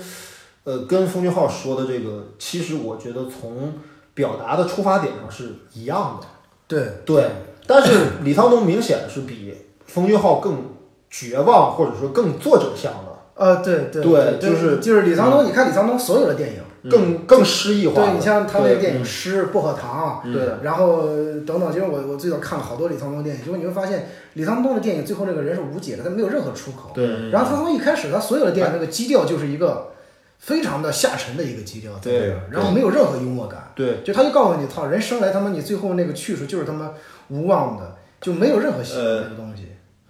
[SPEAKER 1] 呃跟封俊浩说的这个，其实我觉得从表达的出发点上是一样的，
[SPEAKER 3] 对
[SPEAKER 1] 对，但是李沧东明显是比封俊浩更绝望，或者说更作者向的，
[SPEAKER 3] 呃，对对
[SPEAKER 1] 对就
[SPEAKER 3] 就是就是李沧东，你看李沧东所有的电影，
[SPEAKER 1] 更更诗意化的。
[SPEAKER 3] 对你像他那个电影
[SPEAKER 1] 对嗯
[SPEAKER 3] 《诗》《薄荷糖》，
[SPEAKER 1] 嗯对的
[SPEAKER 3] 然后等等，就是我我最早看了好多李沧东的电影，结果你会发现李沧东的电影最后那个人是无解的，他没有任何出口。
[SPEAKER 1] 对
[SPEAKER 3] 然后他从一开始，他所有的电
[SPEAKER 1] 嗯
[SPEAKER 3] 影那个基调就是一个非常的下沉的一个基调，
[SPEAKER 1] 对
[SPEAKER 3] 吧然后没有任何幽默感，
[SPEAKER 1] 对
[SPEAKER 3] 就他就告诉你，操，人生来他妈你最后那个去处就是他妈无望的，就没有任何喜欢
[SPEAKER 1] 呃
[SPEAKER 3] 的东西。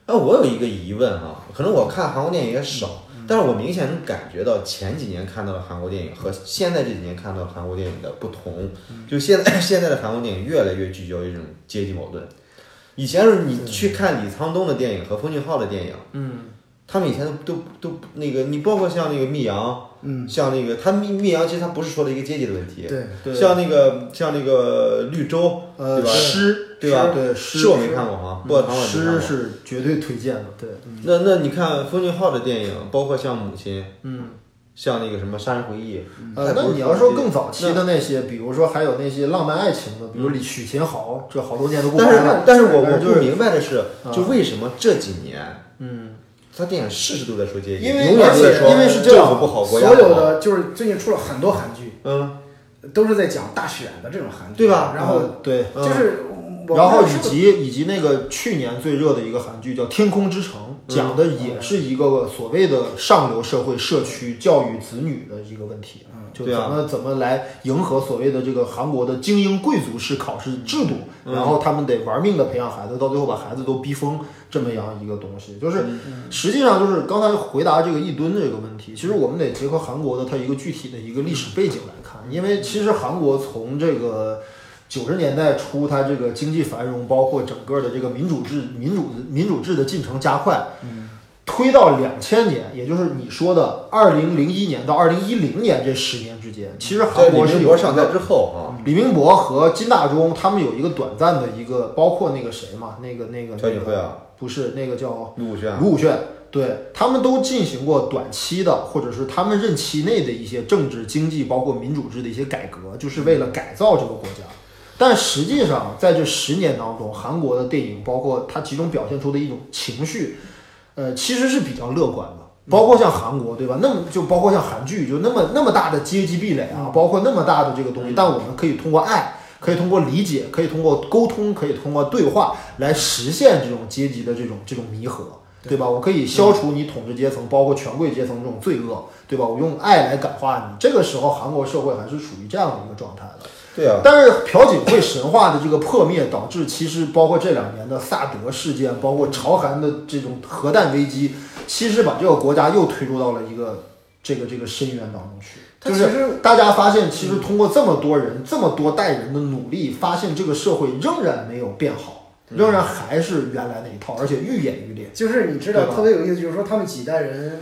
[SPEAKER 2] 哎，我有一个疑问啊，可能我看韩国电影也少，但是我明显能感觉到前几年看到的韩国电影和现在这几年看到的韩国电影的不同。就现在 现在的韩国电影越来越聚焦于这种阶级矛盾。以前是你去看李沧东的电影和奉俊昊的电影，嗯，他们以前都都都那个，你包括像那个密阳，嗯，像那个他密密阳，其实他不是说的一个阶级的问题，
[SPEAKER 3] 对，
[SPEAKER 1] 对
[SPEAKER 2] 像那个像那个绿洲，
[SPEAKER 1] 呃
[SPEAKER 2] 对吧？
[SPEAKER 1] 诗
[SPEAKER 2] 对吧？
[SPEAKER 1] 对诗
[SPEAKER 2] 是我没看过哈，薄荷糖我没看过
[SPEAKER 1] 诗是绝对推荐的，对，
[SPEAKER 2] 嗯那那你看封俊浩的电影，包括像《母亲》，嗯，像那个什么《杀人回忆》
[SPEAKER 1] 呃，
[SPEAKER 2] 还
[SPEAKER 1] 那
[SPEAKER 2] 不
[SPEAKER 1] 你
[SPEAKER 2] 是
[SPEAKER 1] 要
[SPEAKER 2] 说
[SPEAKER 1] 说更早期的那些，比如说还有那些浪漫爱情的，比如李许秦豪，这好多年都不
[SPEAKER 2] 但
[SPEAKER 1] 拍
[SPEAKER 2] 是
[SPEAKER 1] 了。
[SPEAKER 2] 但是我我
[SPEAKER 1] 但是就
[SPEAKER 2] 不
[SPEAKER 1] 是
[SPEAKER 2] 明白的是，
[SPEAKER 1] 啊
[SPEAKER 2] 就为什么这几年，嗯，他电影事事都在说阶级，
[SPEAKER 1] 因为
[SPEAKER 2] 永远
[SPEAKER 1] 而且
[SPEAKER 2] 在说
[SPEAKER 1] 因为是这
[SPEAKER 2] 政
[SPEAKER 1] 样
[SPEAKER 2] 府不好，国
[SPEAKER 3] 所
[SPEAKER 2] 家不好
[SPEAKER 3] 有，
[SPEAKER 1] 哦
[SPEAKER 3] 的就是最近出了很多韩剧，
[SPEAKER 2] 嗯，
[SPEAKER 3] 都是在讲大选的这种韩剧，
[SPEAKER 2] 对吧
[SPEAKER 3] 然后
[SPEAKER 1] 嗯对，
[SPEAKER 2] 嗯
[SPEAKER 3] 就是我
[SPEAKER 1] 然后
[SPEAKER 3] 不知
[SPEAKER 1] 以
[SPEAKER 3] 道是不是
[SPEAKER 1] 及以及那个去年最热的一个韩剧叫《天空之城》，
[SPEAKER 3] 嗯
[SPEAKER 1] 讲的也是一个所谓的上流社会社区教育子女的一个问题，
[SPEAKER 3] 嗯
[SPEAKER 1] 就
[SPEAKER 2] 对啊
[SPEAKER 1] 咱们怎么来迎合所谓的这个韩国的精英贵族式考试制度，
[SPEAKER 2] 嗯
[SPEAKER 1] 然后他们得玩命的培养孩子，到最后把孩子都逼疯，这么样一个东西，就是
[SPEAKER 3] 嗯
[SPEAKER 1] 实际上就是刚才回答这个一吨这个问题，其实我们得结合韩国的它一个具体的一个历史背景来看，因为其实韩国从这个。九十年代初，它这个经济繁荣，包括整个的这个民主制、民主民主制的进程加快，
[SPEAKER 2] 嗯
[SPEAKER 1] 推到两千年，也就是你说的二零零一年到二零一零年这十年之间，其实
[SPEAKER 2] 在
[SPEAKER 1] 韩
[SPEAKER 2] 嗯李
[SPEAKER 1] 国是
[SPEAKER 2] 明
[SPEAKER 1] 有
[SPEAKER 2] 博上台之后啊，
[SPEAKER 1] 李明博和金大中他们有一个短暂的一个，包括那个谁嘛，那个那个
[SPEAKER 2] 朴
[SPEAKER 1] 那
[SPEAKER 2] 槿惠
[SPEAKER 1] 个
[SPEAKER 2] 啊，
[SPEAKER 1] 不是那个叫
[SPEAKER 2] 卢武铉啊，
[SPEAKER 1] 卢武铉，对他们都进行过短期的，或者是他们任期内的一些政治、经济，包括民主制的一些改革，就是为了改造这个国家。但实际上，在这十年当中，韩国的电影，包括它其中表现出的一种情绪，呃，其实是比较乐观的。包括像韩国，对吧？那么就包括像韩剧，就那么那么大的阶级壁垒啊，包括那么大的这个东西，但我们可以通过爱，可以通过理解，可以通过沟通，可以通过对话来实现这种阶级的这种这种弥合，对吧？我可以消除你统治阶层，包括权贵阶层这种罪恶，对吧？我用爱来感化你。这个时候，韩国社会还是处于这样的一个状态的。
[SPEAKER 2] 对啊，
[SPEAKER 1] 但是朴槿惠神话的这个破灭，导致其实包括这两年的萨德事件，包括朝韩的这种核弹危机，其实把这个国家又推入到了一个这个这个深渊当中去。
[SPEAKER 3] 它
[SPEAKER 1] 就
[SPEAKER 3] 其
[SPEAKER 1] 是
[SPEAKER 3] 实嗯
[SPEAKER 1] 大家发现，其实通过这么多人、这么多代人的努力，发现这个社会仍然没有变好，仍然还是原来那一套，而且愈演愈烈。
[SPEAKER 3] 就是你知
[SPEAKER 1] 对
[SPEAKER 3] 道
[SPEAKER 1] 吧
[SPEAKER 3] 特别有意思，就是说他们几代人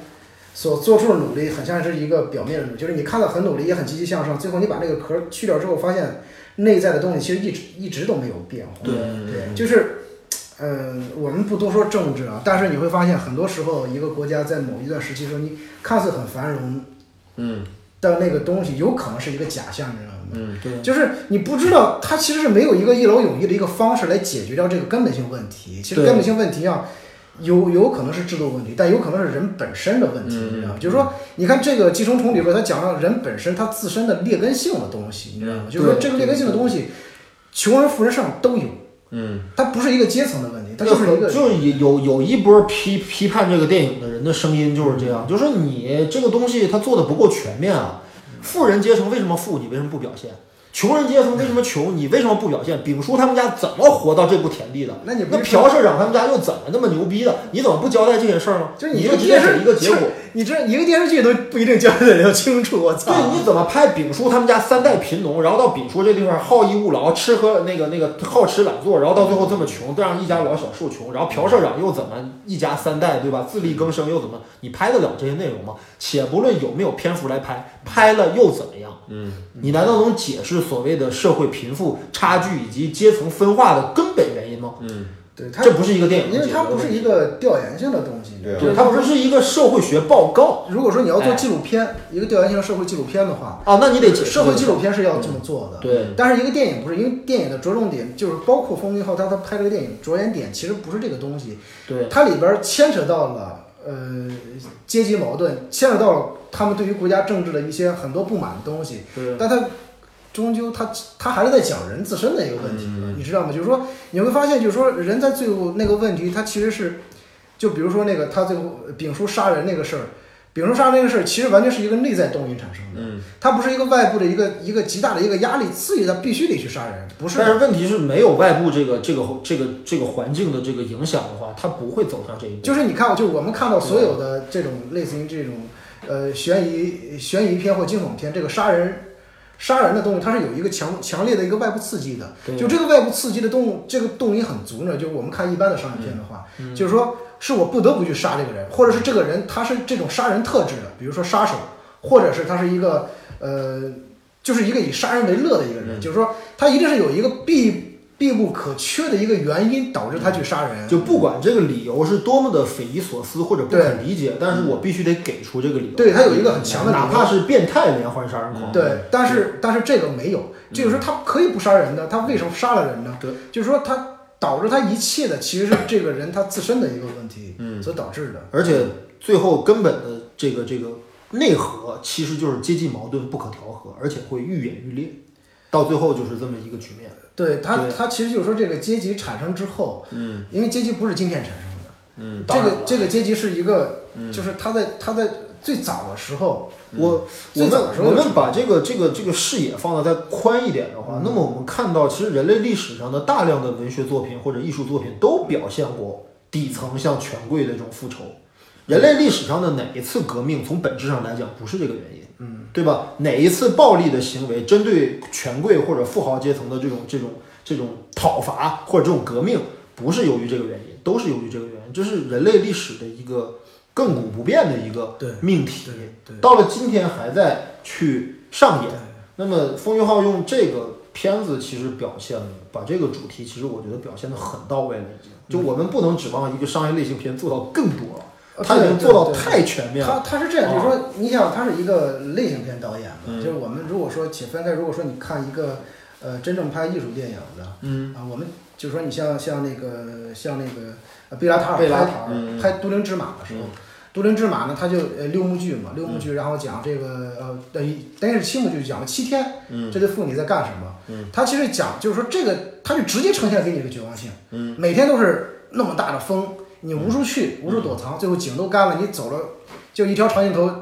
[SPEAKER 3] 所做出的努力，很像是一个表面的努力，就是你看到很努力，也很积极向上，最后你把那个壳去掉之后，发现内在的东西其实一直一直都没有变化。
[SPEAKER 1] 对
[SPEAKER 3] 对，就是。嗯，我们不多说政治啊，但是你会发现，很多时候一个国家在某一段时期的时候，你看似很繁荣
[SPEAKER 2] 嗯，
[SPEAKER 3] 的那个东西，有可能是一个假象，你知道吗？
[SPEAKER 1] 对
[SPEAKER 3] 就是你不知道，它其实是没有一个一劳永逸的一个方式来解决掉这个根本性问题。其实
[SPEAKER 1] 对
[SPEAKER 3] 根本性问题啊，有有可能是制度问题，但有可能是人本身的问题，你知
[SPEAKER 1] 嗯
[SPEAKER 3] 道吗？就是说，你看这个《寄生虫》里边，它讲了人本身它自身的劣根性的东西，你知道吗？就是说
[SPEAKER 1] 对
[SPEAKER 3] 这个劣根性的东西，穷人富人上都有，
[SPEAKER 2] 嗯，
[SPEAKER 3] 它不是一个阶层的问题，它
[SPEAKER 1] 那
[SPEAKER 3] 就是一个
[SPEAKER 1] 就是有有一波批批判这个电影的人的声音就是这样，就说你这个东西它做的不够全面啊。富人阶层为什么富，你为什么不表现？穷人阶层为什么穷，你为什么不表现？丙叔他们家怎么活到这步田地的？
[SPEAKER 3] 那你不
[SPEAKER 1] 那
[SPEAKER 3] 是
[SPEAKER 1] 朴社长他们家又怎么那么牛逼的？你怎么不交代这些事儿呢？
[SPEAKER 3] 就是
[SPEAKER 1] 你
[SPEAKER 3] 你
[SPEAKER 1] 就直接给一个结果。
[SPEAKER 3] 你这一个电视剧都不一定交代的要清楚，我操！
[SPEAKER 1] 对，你怎么拍丙叔他们家三代贫农，然后到丙叔这地方好逸恶劳，吃喝那个那个好吃懒做，然后到最后这么穷，这样一家老小受穷，然后朴社长又怎么一家三代对吧？自力更生又怎么？你拍得了这些内容吗？且不论有没有篇幅来拍，拍了又怎么样？
[SPEAKER 2] 嗯，
[SPEAKER 1] 你难道能解释所谓的社会贫富差距以及阶层分化的根本原因吗？
[SPEAKER 2] 嗯
[SPEAKER 3] 对它
[SPEAKER 1] 这不是一个电影，
[SPEAKER 3] 因为它不是一，个调研性的东西，
[SPEAKER 2] 对啊
[SPEAKER 3] 就
[SPEAKER 1] 对，
[SPEAKER 3] 是
[SPEAKER 1] 它
[SPEAKER 3] 它不
[SPEAKER 1] 不
[SPEAKER 3] 是。
[SPEAKER 1] 是一个社会学报告
[SPEAKER 3] 如果说你要做
[SPEAKER 1] 哎
[SPEAKER 3] 纪录片，一个调研性的社会纪录片的话，
[SPEAKER 1] 啊，那你得解释
[SPEAKER 3] 社会纪录
[SPEAKER 1] 一下
[SPEAKER 3] 片是要这么做的。
[SPEAKER 1] 对。
[SPEAKER 3] 但是一个电影不是，因为电影的着重点就是包括封俊浩他他拍这个电影着眼点其实不是这个东西，
[SPEAKER 1] 对，
[SPEAKER 3] 它里边牵扯到了呃阶级矛盾，牵扯到了他们对于国家政治的一些很多不满的东西，
[SPEAKER 1] 对
[SPEAKER 3] 但它终究它它还是在讲人自身的一个问题，
[SPEAKER 2] 嗯
[SPEAKER 3] 你知道吗？就是说你会发现，就是说人在最后那个问题，他其实是就比如说那个他最后丙叔杀人那个事儿，丙叔杀人那个事儿其实完全是一个内在动因产生的，
[SPEAKER 2] 嗯，
[SPEAKER 3] 它不是一个外部的一个一个极大的一个压力刺激他必须得去杀人，不是
[SPEAKER 1] 但是问题是没有外部这个这个这个这个环境的这个影响的话，它不会走向这一步。
[SPEAKER 3] 就是是你看，就我们看到所有的这种类似于这种呃悬疑悬疑片或惊悚片，这个杀人杀人的东西，它是有一个强强烈的一个外部刺激的。
[SPEAKER 1] 对
[SPEAKER 3] 就这个外部刺激的动这个动因很足呢。就是我们看一般的商业片的话，
[SPEAKER 1] 嗯
[SPEAKER 3] 就是说是我不得不去杀这个人，或者是这个人他是这种杀人特质的，比如说杀手，或者是他是一个呃，就是一个以杀人为乐的一个人，
[SPEAKER 2] 嗯
[SPEAKER 3] 就是说他一定是有一个必必不可缺的一个原因导致他去杀人。
[SPEAKER 1] 就不管这个理由是多么的匪夷所思或者不可理解，但是我必须得给出这个理由。
[SPEAKER 3] 嗯对它有一个很强的理由
[SPEAKER 1] 哪怕是变态连环杀人狂。
[SPEAKER 3] 对，但是但是这个没有，这就是他可以不杀人的，他为什么杀了人呢？
[SPEAKER 1] 对，
[SPEAKER 3] 就是说他导致他一切的其实是这个人他自身的一个问题，
[SPEAKER 2] 嗯
[SPEAKER 3] 所导致的。
[SPEAKER 1] 而且最后根本的这个这个内核其实就是阶级矛盾不可调和，而且会愈演愈烈，到最后就是这么一个局面。
[SPEAKER 3] 对他
[SPEAKER 1] 对，
[SPEAKER 3] 他其实就是说这个阶级产生之后，
[SPEAKER 2] 嗯
[SPEAKER 3] 因为阶级不是今天产生的，
[SPEAKER 2] 嗯
[SPEAKER 1] 当
[SPEAKER 3] 这
[SPEAKER 1] 然
[SPEAKER 3] 个
[SPEAKER 1] 了
[SPEAKER 3] 这个阶级是一个，
[SPEAKER 2] 嗯
[SPEAKER 3] 就是他在他在最早的时候，
[SPEAKER 1] 我我
[SPEAKER 3] 最
[SPEAKER 1] 们
[SPEAKER 3] 早的时候
[SPEAKER 1] 我
[SPEAKER 3] 就
[SPEAKER 1] 们把这个这个这个视野放得再宽一点的话，那么我们看到，其实人类历史上的大量的文学作品或者艺术作品都表现过底层向权贵的这种复仇。人类历史上的哪一次革命，从本质上来讲不是这个原因，嗯，对吧？哪一次暴力的行为针对权贵或者富豪阶层的这种这种这种讨伐或者这种革命，不是由于这个原因，都是由于这个原因，这是人类历史的一个亘古不变的一个
[SPEAKER 3] 对
[SPEAKER 1] 命题。
[SPEAKER 3] 对
[SPEAKER 1] 到了今天还在去上演。那么风云号用这个片子其实表现了，把这个主题其实我觉得表现的很到位了，已经。
[SPEAKER 3] 嗯
[SPEAKER 1] 就我们不能指望一个商业类型片做到更多了，
[SPEAKER 3] 呃
[SPEAKER 1] 他已
[SPEAKER 3] 对
[SPEAKER 1] 经
[SPEAKER 3] 对
[SPEAKER 1] 做到
[SPEAKER 3] 对
[SPEAKER 1] 太全面
[SPEAKER 3] 他
[SPEAKER 1] 了。
[SPEAKER 3] 他是这样，就是说，你想他是一个类型片导演嘛，
[SPEAKER 2] 嗯
[SPEAKER 3] 就是我们如果说且分开，如果说你看一个呃真正拍艺术电影的，
[SPEAKER 2] 嗯
[SPEAKER 3] 啊，我们就说你像像那个像那个呃贝拉塔尔
[SPEAKER 1] 贝拉
[SPEAKER 3] 拍
[SPEAKER 1] 塔尔
[SPEAKER 2] 嗯
[SPEAKER 3] 拍《都灵之马》的时候，
[SPEAKER 2] 嗯
[SPEAKER 3] 都灵之马》呢，它就呃六幕剧嘛，六幕剧，然后讲这个呃呃，但是七幕剧讲了七天，
[SPEAKER 2] 嗯
[SPEAKER 3] 这对妇女在干什么？
[SPEAKER 2] 嗯，
[SPEAKER 3] 它其实讲就是说这个，它就直接呈现给你这个绝望性，
[SPEAKER 2] 嗯，
[SPEAKER 3] 每天都是那么大的风，你无处去，无处
[SPEAKER 2] 嗯
[SPEAKER 3] 躲藏，最后景都干了，你走了就一条长镜头，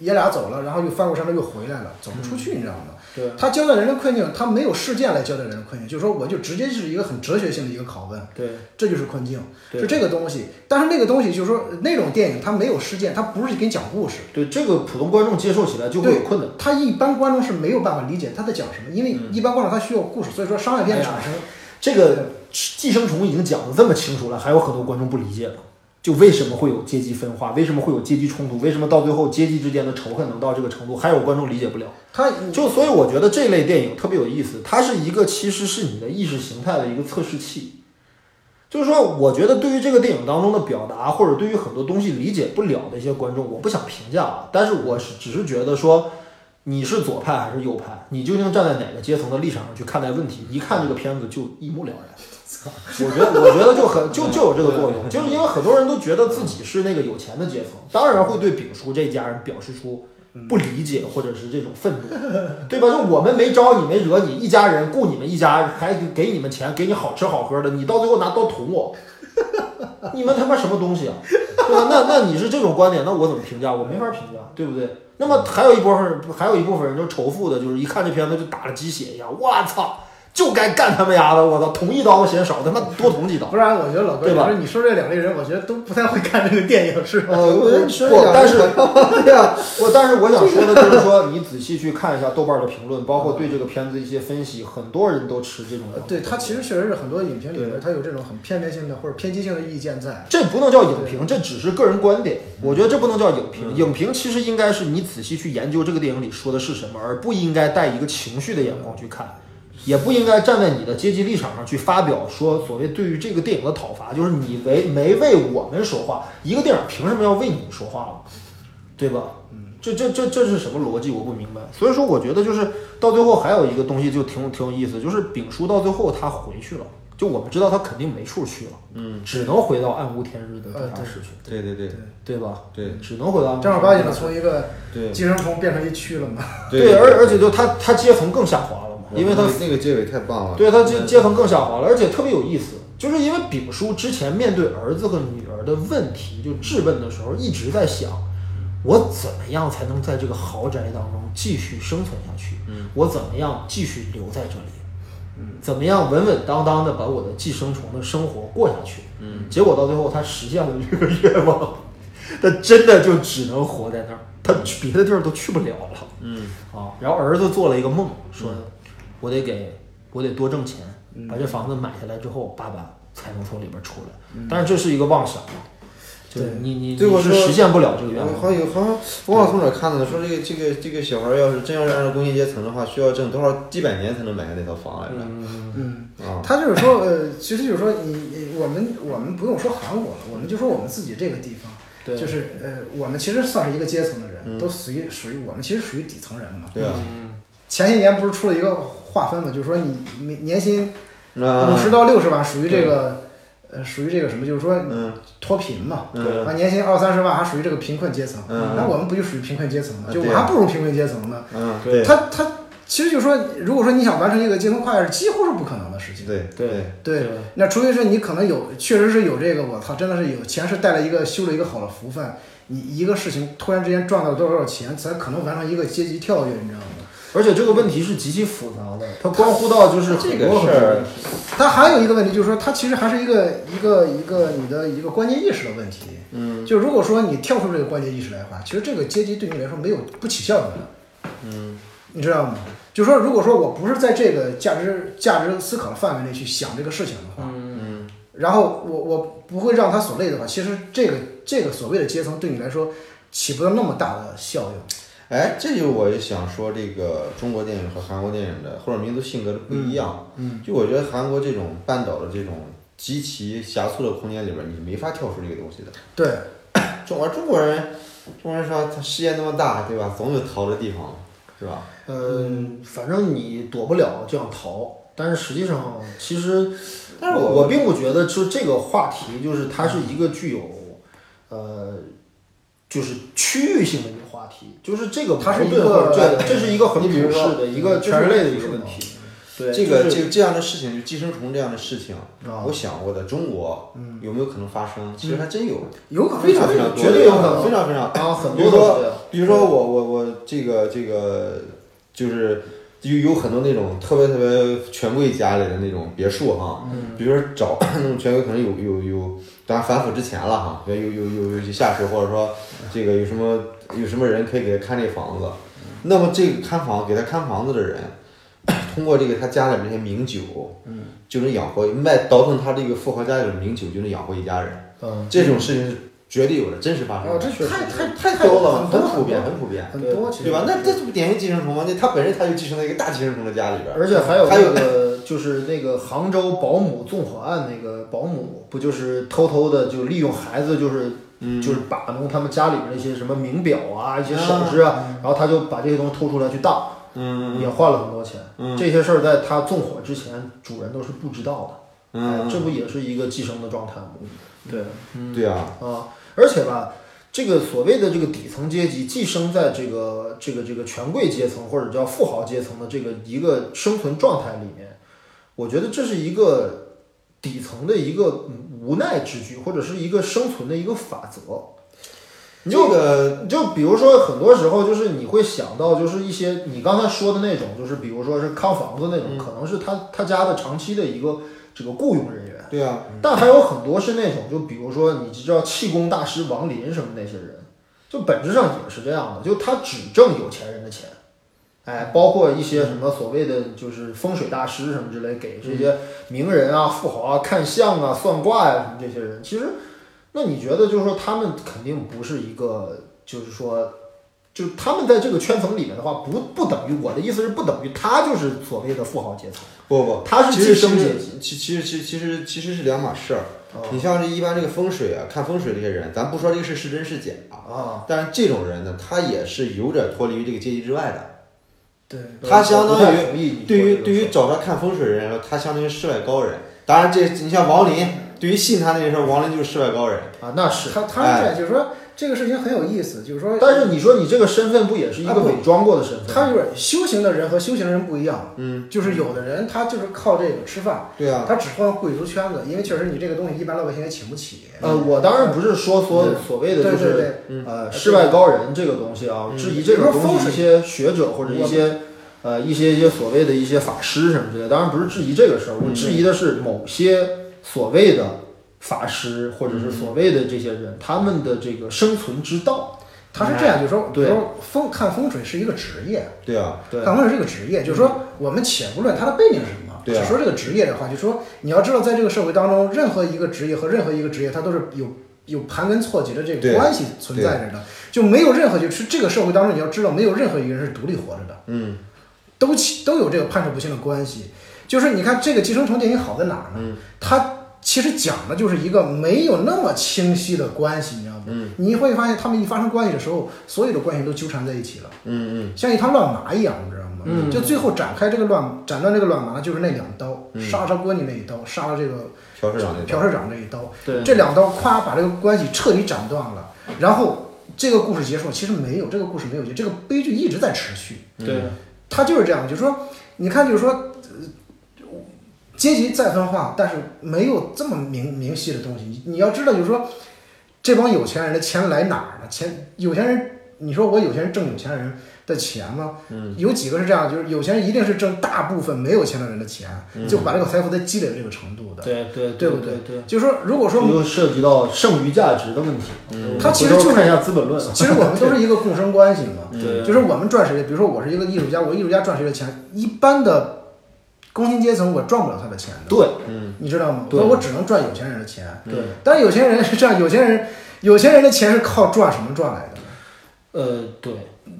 [SPEAKER 3] 爷俩走了，然后又翻过山头又回来了，走不出
[SPEAKER 2] 嗯
[SPEAKER 3] 去，你知道吗？
[SPEAKER 1] 对
[SPEAKER 3] 他交代人的困境，他没有事件来交代人的困境，就是说我就直接是一个很哲学性的一个拷问，
[SPEAKER 1] 对
[SPEAKER 3] 这就是困境，
[SPEAKER 1] 对
[SPEAKER 3] 就这个东西。但是那个东西就是说那种电影，它没有事件，它不是给你讲故事，
[SPEAKER 1] 对，这个普通观众接受起来就会有
[SPEAKER 3] 对
[SPEAKER 1] 困难。
[SPEAKER 3] 他一般观众是没有办法理解他在讲什么，因为
[SPEAKER 1] 嗯
[SPEAKER 3] 一般观众他需要故事，所以说商业
[SPEAKER 1] 哎
[SPEAKER 3] 片的产生，
[SPEAKER 1] 这个寄生虫已经讲的这么清楚了，还有很多观众不理解了。就为什么会有阶级分化？为什么会有阶级冲突？为什么到最后阶级之间的仇恨能到这个程度？还有观众理解不了。
[SPEAKER 3] 他
[SPEAKER 1] 就所以我觉得这类电影特别有意思，它是一个其实是你的意识形态的一个测试器。就是说，我觉得对于这个电影当中的表达，或者对于很多东西理解不了的一些观众，我不想评价啊。但是我是只是觉得说，你是左派还是右派，你究竟站在哪个阶层的立场上去看待问题，一看这个片子就一目了然。我觉得，我觉得就很就就有这个作用，就是因为很多人都觉得自己是那个有钱的阶层，当然会对丙叔这家人表示出不理解或者是这种愤怒，对吧？就我们没招你，没惹你，一家人雇你们一家，还给你们钱，给你好吃好喝的，你到最后拿刀捅我，你们他妈什么东西啊？对吧？那那你是这种观点，那我怎么评价？我没法评价，对不对？那么还有一部分，还有一部分人就仇富的，就是一看这片子就打了鸡血一样，我操，就该干他们丫的！我操，捅一刀都嫌少，他妈多捅几刀。
[SPEAKER 3] 不然我觉得老哥，
[SPEAKER 1] 对
[SPEAKER 3] 你
[SPEAKER 1] 吧
[SPEAKER 3] 说你说这两类人，我觉得都不太会看这个电影，是吧？
[SPEAKER 1] 呃，我
[SPEAKER 2] 我
[SPEAKER 1] 我但是 对呀，我但是我想说的就是说，你仔细去看一下豆瓣的评论，包括对这个片子一些分析，很多人都持这种
[SPEAKER 3] 呃。对他其实确实是很多影评里面他有这种很片面性的或者偏激性的意见在。
[SPEAKER 1] 这不能叫影评，这只是个人观点。我觉得这不能叫影评，影评其实应该是你仔细去研究这个电影里说的是什么，而不应该带一个情绪的眼光去看，也不应该站在你的阶级立场上去发表说所谓对于这个电影的讨伐，就是你为没为我们说话，一个电影凭什么要为你说话了，对吧？
[SPEAKER 3] 嗯
[SPEAKER 1] 这这这这是什么逻辑？我不明白。所以说，我觉得就是到最后还有一个东西就挺有挺有意思，就是丙叔到最后他回去了，就我们知道他肯定没处去了，嗯，只能回到暗无天日的
[SPEAKER 3] 呃
[SPEAKER 1] 地下
[SPEAKER 3] 对
[SPEAKER 1] 室去，
[SPEAKER 2] 对对对
[SPEAKER 1] 对吧？
[SPEAKER 2] 对
[SPEAKER 1] 只能回到暗无
[SPEAKER 3] 正儿八经
[SPEAKER 1] 天
[SPEAKER 3] 的
[SPEAKER 1] 日
[SPEAKER 3] 从一个
[SPEAKER 2] 对
[SPEAKER 3] 寄生虫变成一蛆了嘛。
[SPEAKER 2] 对
[SPEAKER 1] 对，而而且就他他阶层更下滑了嘛，因为他
[SPEAKER 2] 那个结尾太棒了，
[SPEAKER 1] 对他阶阶层更下滑了，而且特别有意思，就是因为丙叔之前面对儿子和女儿的问题，就质问的时候一直在想，我怎么样才能在这个豪宅当中继续生存下去？嗯，我怎么样继续留在这里？嗯，怎么样稳稳当当的把我的寄生虫的生活过下去？嗯，结果到最后他实现了这个愿望，他真的就只能活在那儿，他去别的地儿都去不了了。
[SPEAKER 2] 嗯
[SPEAKER 1] 啊，然后儿子做了一个梦，说我得给我得多挣钱，
[SPEAKER 2] 嗯
[SPEAKER 1] 把这房子买下来之后，爸爸才能从里边出来。但是这是一个妄想，啊就是你你
[SPEAKER 2] 嗯对
[SPEAKER 1] 你
[SPEAKER 2] 我
[SPEAKER 1] 是
[SPEAKER 2] 说
[SPEAKER 1] 实现不了这个愿
[SPEAKER 2] 我
[SPEAKER 1] 望。
[SPEAKER 2] 好像有好像我忘了从哪儿看的，说这个这个这个小孩要是真要是按照工薪阶层的话，需要挣多少几百年才能买下那套房来着？
[SPEAKER 3] 嗯，
[SPEAKER 2] 啊，
[SPEAKER 3] 他就是说，呃，其实就是说你，你我们我们不用说韩国了，我们就说我们自己这个地方，
[SPEAKER 1] 对，
[SPEAKER 3] 就是呃，我们其实算是一个阶层的人，
[SPEAKER 2] 嗯
[SPEAKER 3] 都属于属于我们其实属于底层人嘛。
[SPEAKER 2] 对啊，
[SPEAKER 3] 前些年不是出了一个划分嘛，就是说你年年薪
[SPEAKER 2] 那
[SPEAKER 3] 五十到六十万属于这个，呃，属于这个什么，就是说
[SPEAKER 2] 嗯
[SPEAKER 3] 脱贫嘛。
[SPEAKER 2] 嗯
[SPEAKER 3] 啊，年薪二三十万还属于这个贫困阶层，
[SPEAKER 2] 嗯
[SPEAKER 3] 那我们不就属于贫困阶层吗？
[SPEAKER 2] 啊
[SPEAKER 3] 就
[SPEAKER 2] 对
[SPEAKER 3] 我
[SPEAKER 2] 啊
[SPEAKER 3] 还不如贫困阶层呢。
[SPEAKER 2] 嗯，对
[SPEAKER 3] 他他其实就是说，如果说你想完成一个阶层跨越，是几乎是不可能的事情。
[SPEAKER 2] 对
[SPEAKER 1] 对
[SPEAKER 3] 对，那除非是你可能有，确实是有这个，我操，真的是有前世带了一个修了一个好的福分，你一个事情突然之间赚到多少钱，才可能完成一个阶级跳跃，你知道吗？
[SPEAKER 1] 而且这个问题是极其复杂的，它关乎到就是
[SPEAKER 2] 这
[SPEAKER 1] 很
[SPEAKER 2] 个
[SPEAKER 1] 多很
[SPEAKER 2] 事
[SPEAKER 1] 多
[SPEAKER 2] 儿
[SPEAKER 1] 问题。
[SPEAKER 3] 它还有一个问题，就是说它其实还是一个一个一个你的一个关键意识的问题。嗯，就如果说你跳出这个关键意识来的话，其实这个阶级对你来说没有不起效的。
[SPEAKER 2] 嗯，
[SPEAKER 3] 你知道吗？就说如果说我不是在这个价值价值思考的范围内去想这个事情的话，
[SPEAKER 2] 嗯
[SPEAKER 3] 然后我我不会让他所累的话，其实这个这个所谓的阶层对你来说起不到那么大的效用。
[SPEAKER 2] 哎，这就是我想说，这个中国电影和韩国电影的或者民族性格的不一样。嗯，就我觉得韩国这种半岛的这种极其狭促的空间里边，你没法跳出这个东西的。
[SPEAKER 3] 对，
[SPEAKER 2] 中而中国人，中国人说他世界那么大，对吧？总有逃的地方，是吧？
[SPEAKER 1] 嗯，反正你躲不了这样逃，但是实际上其实，
[SPEAKER 2] 但是
[SPEAKER 1] 我
[SPEAKER 2] 我
[SPEAKER 1] 我并不觉得就这个话题就是它是一个具有，呃，就是区域性的一个话题，就是这个
[SPEAKER 3] 它是
[SPEAKER 1] 矛
[SPEAKER 3] 一
[SPEAKER 1] 盾
[SPEAKER 3] 个
[SPEAKER 1] 或者这这是一个很
[SPEAKER 2] 你比
[SPEAKER 1] 普
[SPEAKER 2] 如说
[SPEAKER 1] 世的一个
[SPEAKER 3] 就是
[SPEAKER 1] 全人类的一个问题。对，
[SPEAKER 2] 这个
[SPEAKER 1] 就是
[SPEAKER 2] 这这样的事情，就寄生虫这样的事情，
[SPEAKER 1] 啊嗯
[SPEAKER 2] 我想过在中国有没有可能发生？其实还真有，
[SPEAKER 3] 有可能
[SPEAKER 2] 非常非常多
[SPEAKER 1] 绝对有可能
[SPEAKER 2] 非常非常
[SPEAKER 1] 啊，很
[SPEAKER 2] 比如
[SPEAKER 1] 多都是这
[SPEAKER 2] 说
[SPEAKER 1] 样，
[SPEAKER 2] 比如说我我我这个这个就是有有很多那种特别特别权贵家里的那种别墅哈，比如说找 那种权贵可能有有有，当然反腐之前了哈，有有有有有下属或者说这个有什么有什么人可以给他看这房子，那么这个看房给他看房子的人。通过这个他家里面这些名酒，嗯，就能养活卖倒腾他这个富豪家里的名酒，就能养活一家人。
[SPEAKER 1] 嗯，
[SPEAKER 2] 这种事情是绝对有的，真实发生的。
[SPEAKER 3] 哦，这太太太
[SPEAKER 2] 太多了，
[SPEAKER 3] 很多
[SPEAKER 2] 很普遍，很普遍，
[SPEAKER 3] 很多，其实
[SPEAKER 2] 对吧？那这不典型寄生虫吗？那他本身他就寄生在一个大寄生虫的啊家里边儿。
[SPEAKER 1] 而且还有
[SPEAKER 2] 还
[SPEAKER 1] 那
[SPEAKER 2] 有
[SPEAKER 1] 个就是那个杭州保姆纵火案，那个保姆不就是偷偷的就利用孩子，就是、
[SPEAKER 2] 嗯
[SPEAKER 1] 就是把弄他们家里面那些什么名表啊、一些首饰啊，然后他就把这些东西偷出来去当，
[SPEAKER 2] 嗯
[SPEAKER 1] 也换了很多钱。
[SPEAKER 2] 嗯
[SPEAKER 1] 这些事儿在他纵火之前，主人都是不知道的。哎
[SPEAKER 2] 嗯，
[SPEAKER 1] 这不也是一个寄生的状态吗？对。
[SPEAKER 2] 对啊，
[SPEAKER 1] 啊，而且吧，这个所谓的这个底层阶级，寄生在这个这个这个权贵阶层或者叫富豪阶层的这个一个生存状态里面，我觉得这是一个底层的一个嗯无奈之举，或者是一个生存的一个法则。你
[SPEAKER 2] 这
[SPEAKER 1] 就
[SPEAKER 2] 个
[SPEAKER 1] 你就比如说，很多时候就是你会想到，就是一些你刚才说的那种，就是比如说是看房子那种，可能是他他家的长期的一个这个雇佣人员，
[SPEAKER 2] 对啊，
[SPEAKER 1] 但还有很多是那种，就比如说你知道气功大师王林什么那些人，就本质上也是这样的，就他只挣有钱人的钱，哎，包括一些什么所谓的就是风水大师什么之类，给这些名人啊、富豪啊看相啊、算卦呀、什么这些人，其实那你觉得就是说他们肯定不是一个，就是说。就是他们在这个圈层里面的话，不不等于我的意思是不等于他就是所谓的富豪阶层，
[SPEAKER 2] 不不，
[SPEAKER 1] 他是
[SPEAKER 2] 其
[SPEAKER 1] 寄
[SPEAKER 2] 实
[SPEAKER 1] 生阶级。
[SPEAKER 2] 其其实其其实其实是两码事儿。
[SPEAKER 1] 哦
[SPEAKER 2] 你像这一般这个风水啊，看风水这些人，咱不说这个事是真是假啊，
[SPEAKER 1] 啊，
[SPEAKER 2] 但是这种人呢，他也是有点脱离于这个阶级之外的。
[SPEAKER 3] 对，
[SPEAKER 2] 他相当
[SPEAKER 1] 我不
[SPEAKER 2] 于
[SPEAKER 1] 太同意你
[SPEAKER 2] 对于
[SPEAKER 1] 说的这个
[SPEAKER 2] 对于
[SPEAKER 1] 说法
[SPEAKER 2] 找他看风水的人来说，他相当于世外高人。当然这，你像王林，对于信他那时候，王林就是世外高人。
[SPEAKER 1] 啊，那是。
[SPEAKER 3] 他他是这
[SPEAKER 2] 哎
[SPEAKER 3] 样，就是说这个事情很有意思，就是说，
[SPEAKER 1] 但是你说你这个身份不也是一
[SPEAKER 3] 啊
[SPEAKER 1] 个
[SPEAKER 3] 不
[SPEAKER 1] 伪装过的身份吗？
[SPEAKER 3] 他就是修行的人和修行人不一样，
[SPEAKER 2] 嗯，
[SPEAKER 3] 就是有的人他就是靠这个吃
[SPEAKER 1] 嗯
[SPEAKER 3] 饭，
[SPEAKER 2] 对啊，
[SPEAKER 3] 他只混贵族圈子，因为确实你这个东西一般老百姓也请不起。
[SPEAKER 1] 呃，我当然不是说所
[SPEAKER 3] 嗯
[SPEAKER 1] 所谓
[SPEAKER 3] 对
[SPEAKER 1] 的就
[SPEAKER 3] 对
[SPEAKER 1] 是
[SPEAKER 3] 对，
[SPEAKER 1] 呃世外高人这个东西啊，
[SPEAKER 2] 嗯
[SPEAKER 1] 质疑这
[SPEAKER 3] 比
[SPEAKER 1] 个
[SPEAKER 3] 如说
[SPEAKER 1] 东西，
[SPEAKER 3] 风水
[SPEAKER 1] 一些学者或者一些呃一些一些所谓的一些法师什么之类的，当然不是质疑这个事儿，我
[SPEAKER 2] 嗯
[SPEAKER 1] 质疑的是某些所谓的法师或者是所谓的这些人他们的这个生存之道。
[SPEAKER 3] 他是这样，就是说，
[SPEAKER 1] 对
[SPEAKER 3] 比如说风看风水是一个职业，
[SPEAKER 2] 对啊，
[SPEAKER 1] 对，
[SPEAKER 3] 看风水是一个职业，就是说我们且不论它的背景是什么，
[SPEAKER 2] 对啊
[SPEAKER 3] 只说这个职业的话，就说你要知道，在这个社会当中，任何一个职业和任何一个职业，它都是有有盘根错节的这
[SPEAKER 2] 对
[SPEAKER 3] 个关系存在着的，就没有任何就是这个社会当中，你要知道，没有任何一个人是独立活着的。
[SPEAKER 2] 嗯，
[SPEAKER 3] 都起都有这个判处不清的关系。就是你看这个《寄生虫》电影好在哪儿呢？
[SPEAKER 2] 嗯
[SPEAKER 3] 它其实讲的就是一个没有那么清晰的关系，你知道吗？
[SPEAKER 2] 嗯
[SPEAKER 3] 你会发现他们一发生关系的时候，所有的关系都纠缠在一起了，
[SPEAKER 2] 嗯
[SPEAKER 3] 像一团乱麻一样，你知道吗？
[SPEAKER 1] 嗯
[SPEAKER 3] 就最后展开这个乱斩断这个乱麻，就是那两刀，
[SPEAKER 2] 嗯
[SPEAKER 3] 杀杀郭靖那一刀，杀了这个
[SPEAKER 2] 嗯，朴市长那段，
[SPEAKER 3] 朴市长这一刀，
[SPEAKER 1] 对，
[SPEAKER 3] 这两刀夸把这个关系彻底斩断了，然后。这个故事结束，其实没有，这个故事没有结，这个悲剧一直在持续。
[SPEAKER 1] 对，
[SPEAKER 3] 他就是这样，就是说，你看，就是说，呃阶级再分化，但是没有这么明明细的东西。你你要知道，就是说，这帮有钱人的钱来哪儿了？钱有钱人，你说我有钱人挣有钱人的钱吗？
[SPEAKER 2] 嗯，
[SPEAKER 3] 有几个是这样？就是有钱人一定是挣大部分没有钱的人的钱，
[SPEAKER 2] 嗯
[SPEAKER 3] 就把这个财富再积累到这个程度的。
[SPEAKER 1] 对对
[SPEAKER 3] 对不
[SPEAKER 1] 对对。
[SPEAKER 3] 就是说，如果
[SPEAKER 1] 这
[SPEAKER 3] 说
[SPEAKER 1] 又涉及到剩余价值的问题。
[SPEAKER 2] 嗯
[SPEAKER 3] 它其实就是
[SPEAKER 1] 回头看一下《资本论》。啊
[SPEAKER 3] 其实我们 都是一个共生关系嘛，
[SPEAKER 1] 对，
[SPEAKER 3] 就是我们赚谁的，比如说我是一个艺术家，我艺术家赚谁的钱，一般的工薪阶层我赚不了他的钱的。
[SPEAKER 1] 对
[SPEAKER 2] 嗯，
[SPEAKER 3] 你知道吗？
[SPEAKER 1] 对
[SPEAKER 3] 我我只能赚有钱人的钱，
[SPEAKER 1] 对。
[SPEAKER 3] 但是有钱人是这样，有钱人有钱人的钱是靠赚什么赚来的呢？
[SPEAKER 1] 呃，对，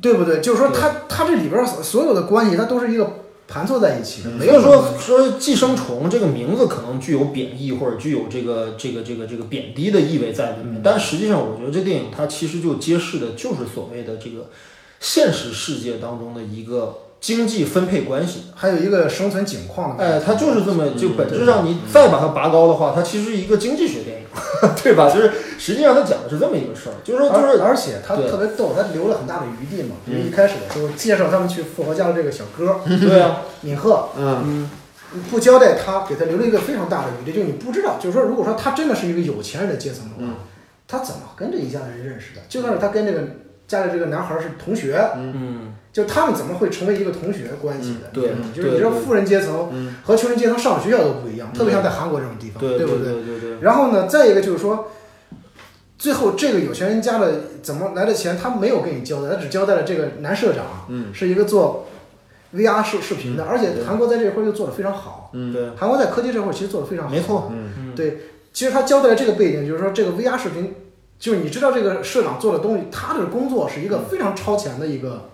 [SPEAKER 3] 对不对？就是说
[SPEAKER 1] 对
[SPEAKER 3] 他他这里边所所有的关系，它都是一个盘错在一起的，
[SPEAKER 1] 嗯
[SPEAKER 3] 没
[SPEAKER 1] 所
[SPEAKER 3] 有
[SPEAKER 1] 以
[SPEAKER 3] 说
[SPEAKER 1] 说说寄生虫这个名字可能具有贬义或者具有这个这个这个这个贬低的意味在里面，但实际上我觉得这电影它其实就揭示的就是所谓的这个现实世界当中的一个经济分配关系。
[SPEAKER 3] 还有一个生存景况的。
[SPEAKER 1] 哎，它就是这么，就
[SPEAKER 2] 嗯
[SPEAKER 1] 本质上你再把它拔高的话，它其实是一个经济学电影， 对吧？就是实际上它讲的是这么一个事儿，就是说就是
[SPEAKER 3] 而而且他
[SPEAKER 1] 对嗯
[SPEAKER 3] 特别逗，他留了很大的余地嘛。比如一开始的时候介绍他们去富豪家的这个小哥
[SPEAKER 1] 对啊，
[SPEAKER 3] 敏赫，
[SPEAKER 2] 嗯，
[SPEAKER 3] 你不交代他，给他留了一个非常大的余地，就你不知道，就是说，如果说他真的是一个有钱人的阶层的话，
[SPEAKER 2] 嗯
[SPEAKER 3] 他怎么跟这一家人认识的？就算是他跟这个家里这个男孩是同学，
[SPEAKER 1] 嗯，
[SPEAKER 3] 就他们怎么会成为一个同学关系的？
[SPEAKER 1] 嗯对
[SPEAKER 3] 就是你知道
[SPEAKER 1] 对对
[SPEAKER 3] 富人阶层
[SPEAKER 2] 嗯
[SPEAKER 3] 和穷人阶层上的学校都不一样，特别像在韩国这种地方，
[SPEAKER 1] 对
[SPEAKER 3] 不
[SPEAKER 1] 对对对，
[SPEAKER 3] 然后呢，再一个就是说，最后这个有钱人家的怎么来的钱，他没有给你交代，他只交代了这个男社长
[SPEAKER 2] 嗯
[SPEAKER 3] 是一个做 VR 视视频的，而且
[SPEAKER 1] 嗯对
[SPEAKER 3] 韩国在这一块儿又做得非常好。
[SPEAKER 2] 嗯
[SPEAKER 1] 对，
[SPEAKER 3] 韩国在科技这块儿其实做得非常好，
[SPEAKER 1] 没错
[SPEAKER 2] 嗯
[SPEAKER 1] 嗯
[SPEAKER 3] 对其实他交代了这个背景，就是说这个 VR 视频，就是你知道这个社长做的东西，他的工作是一个非常超前的一个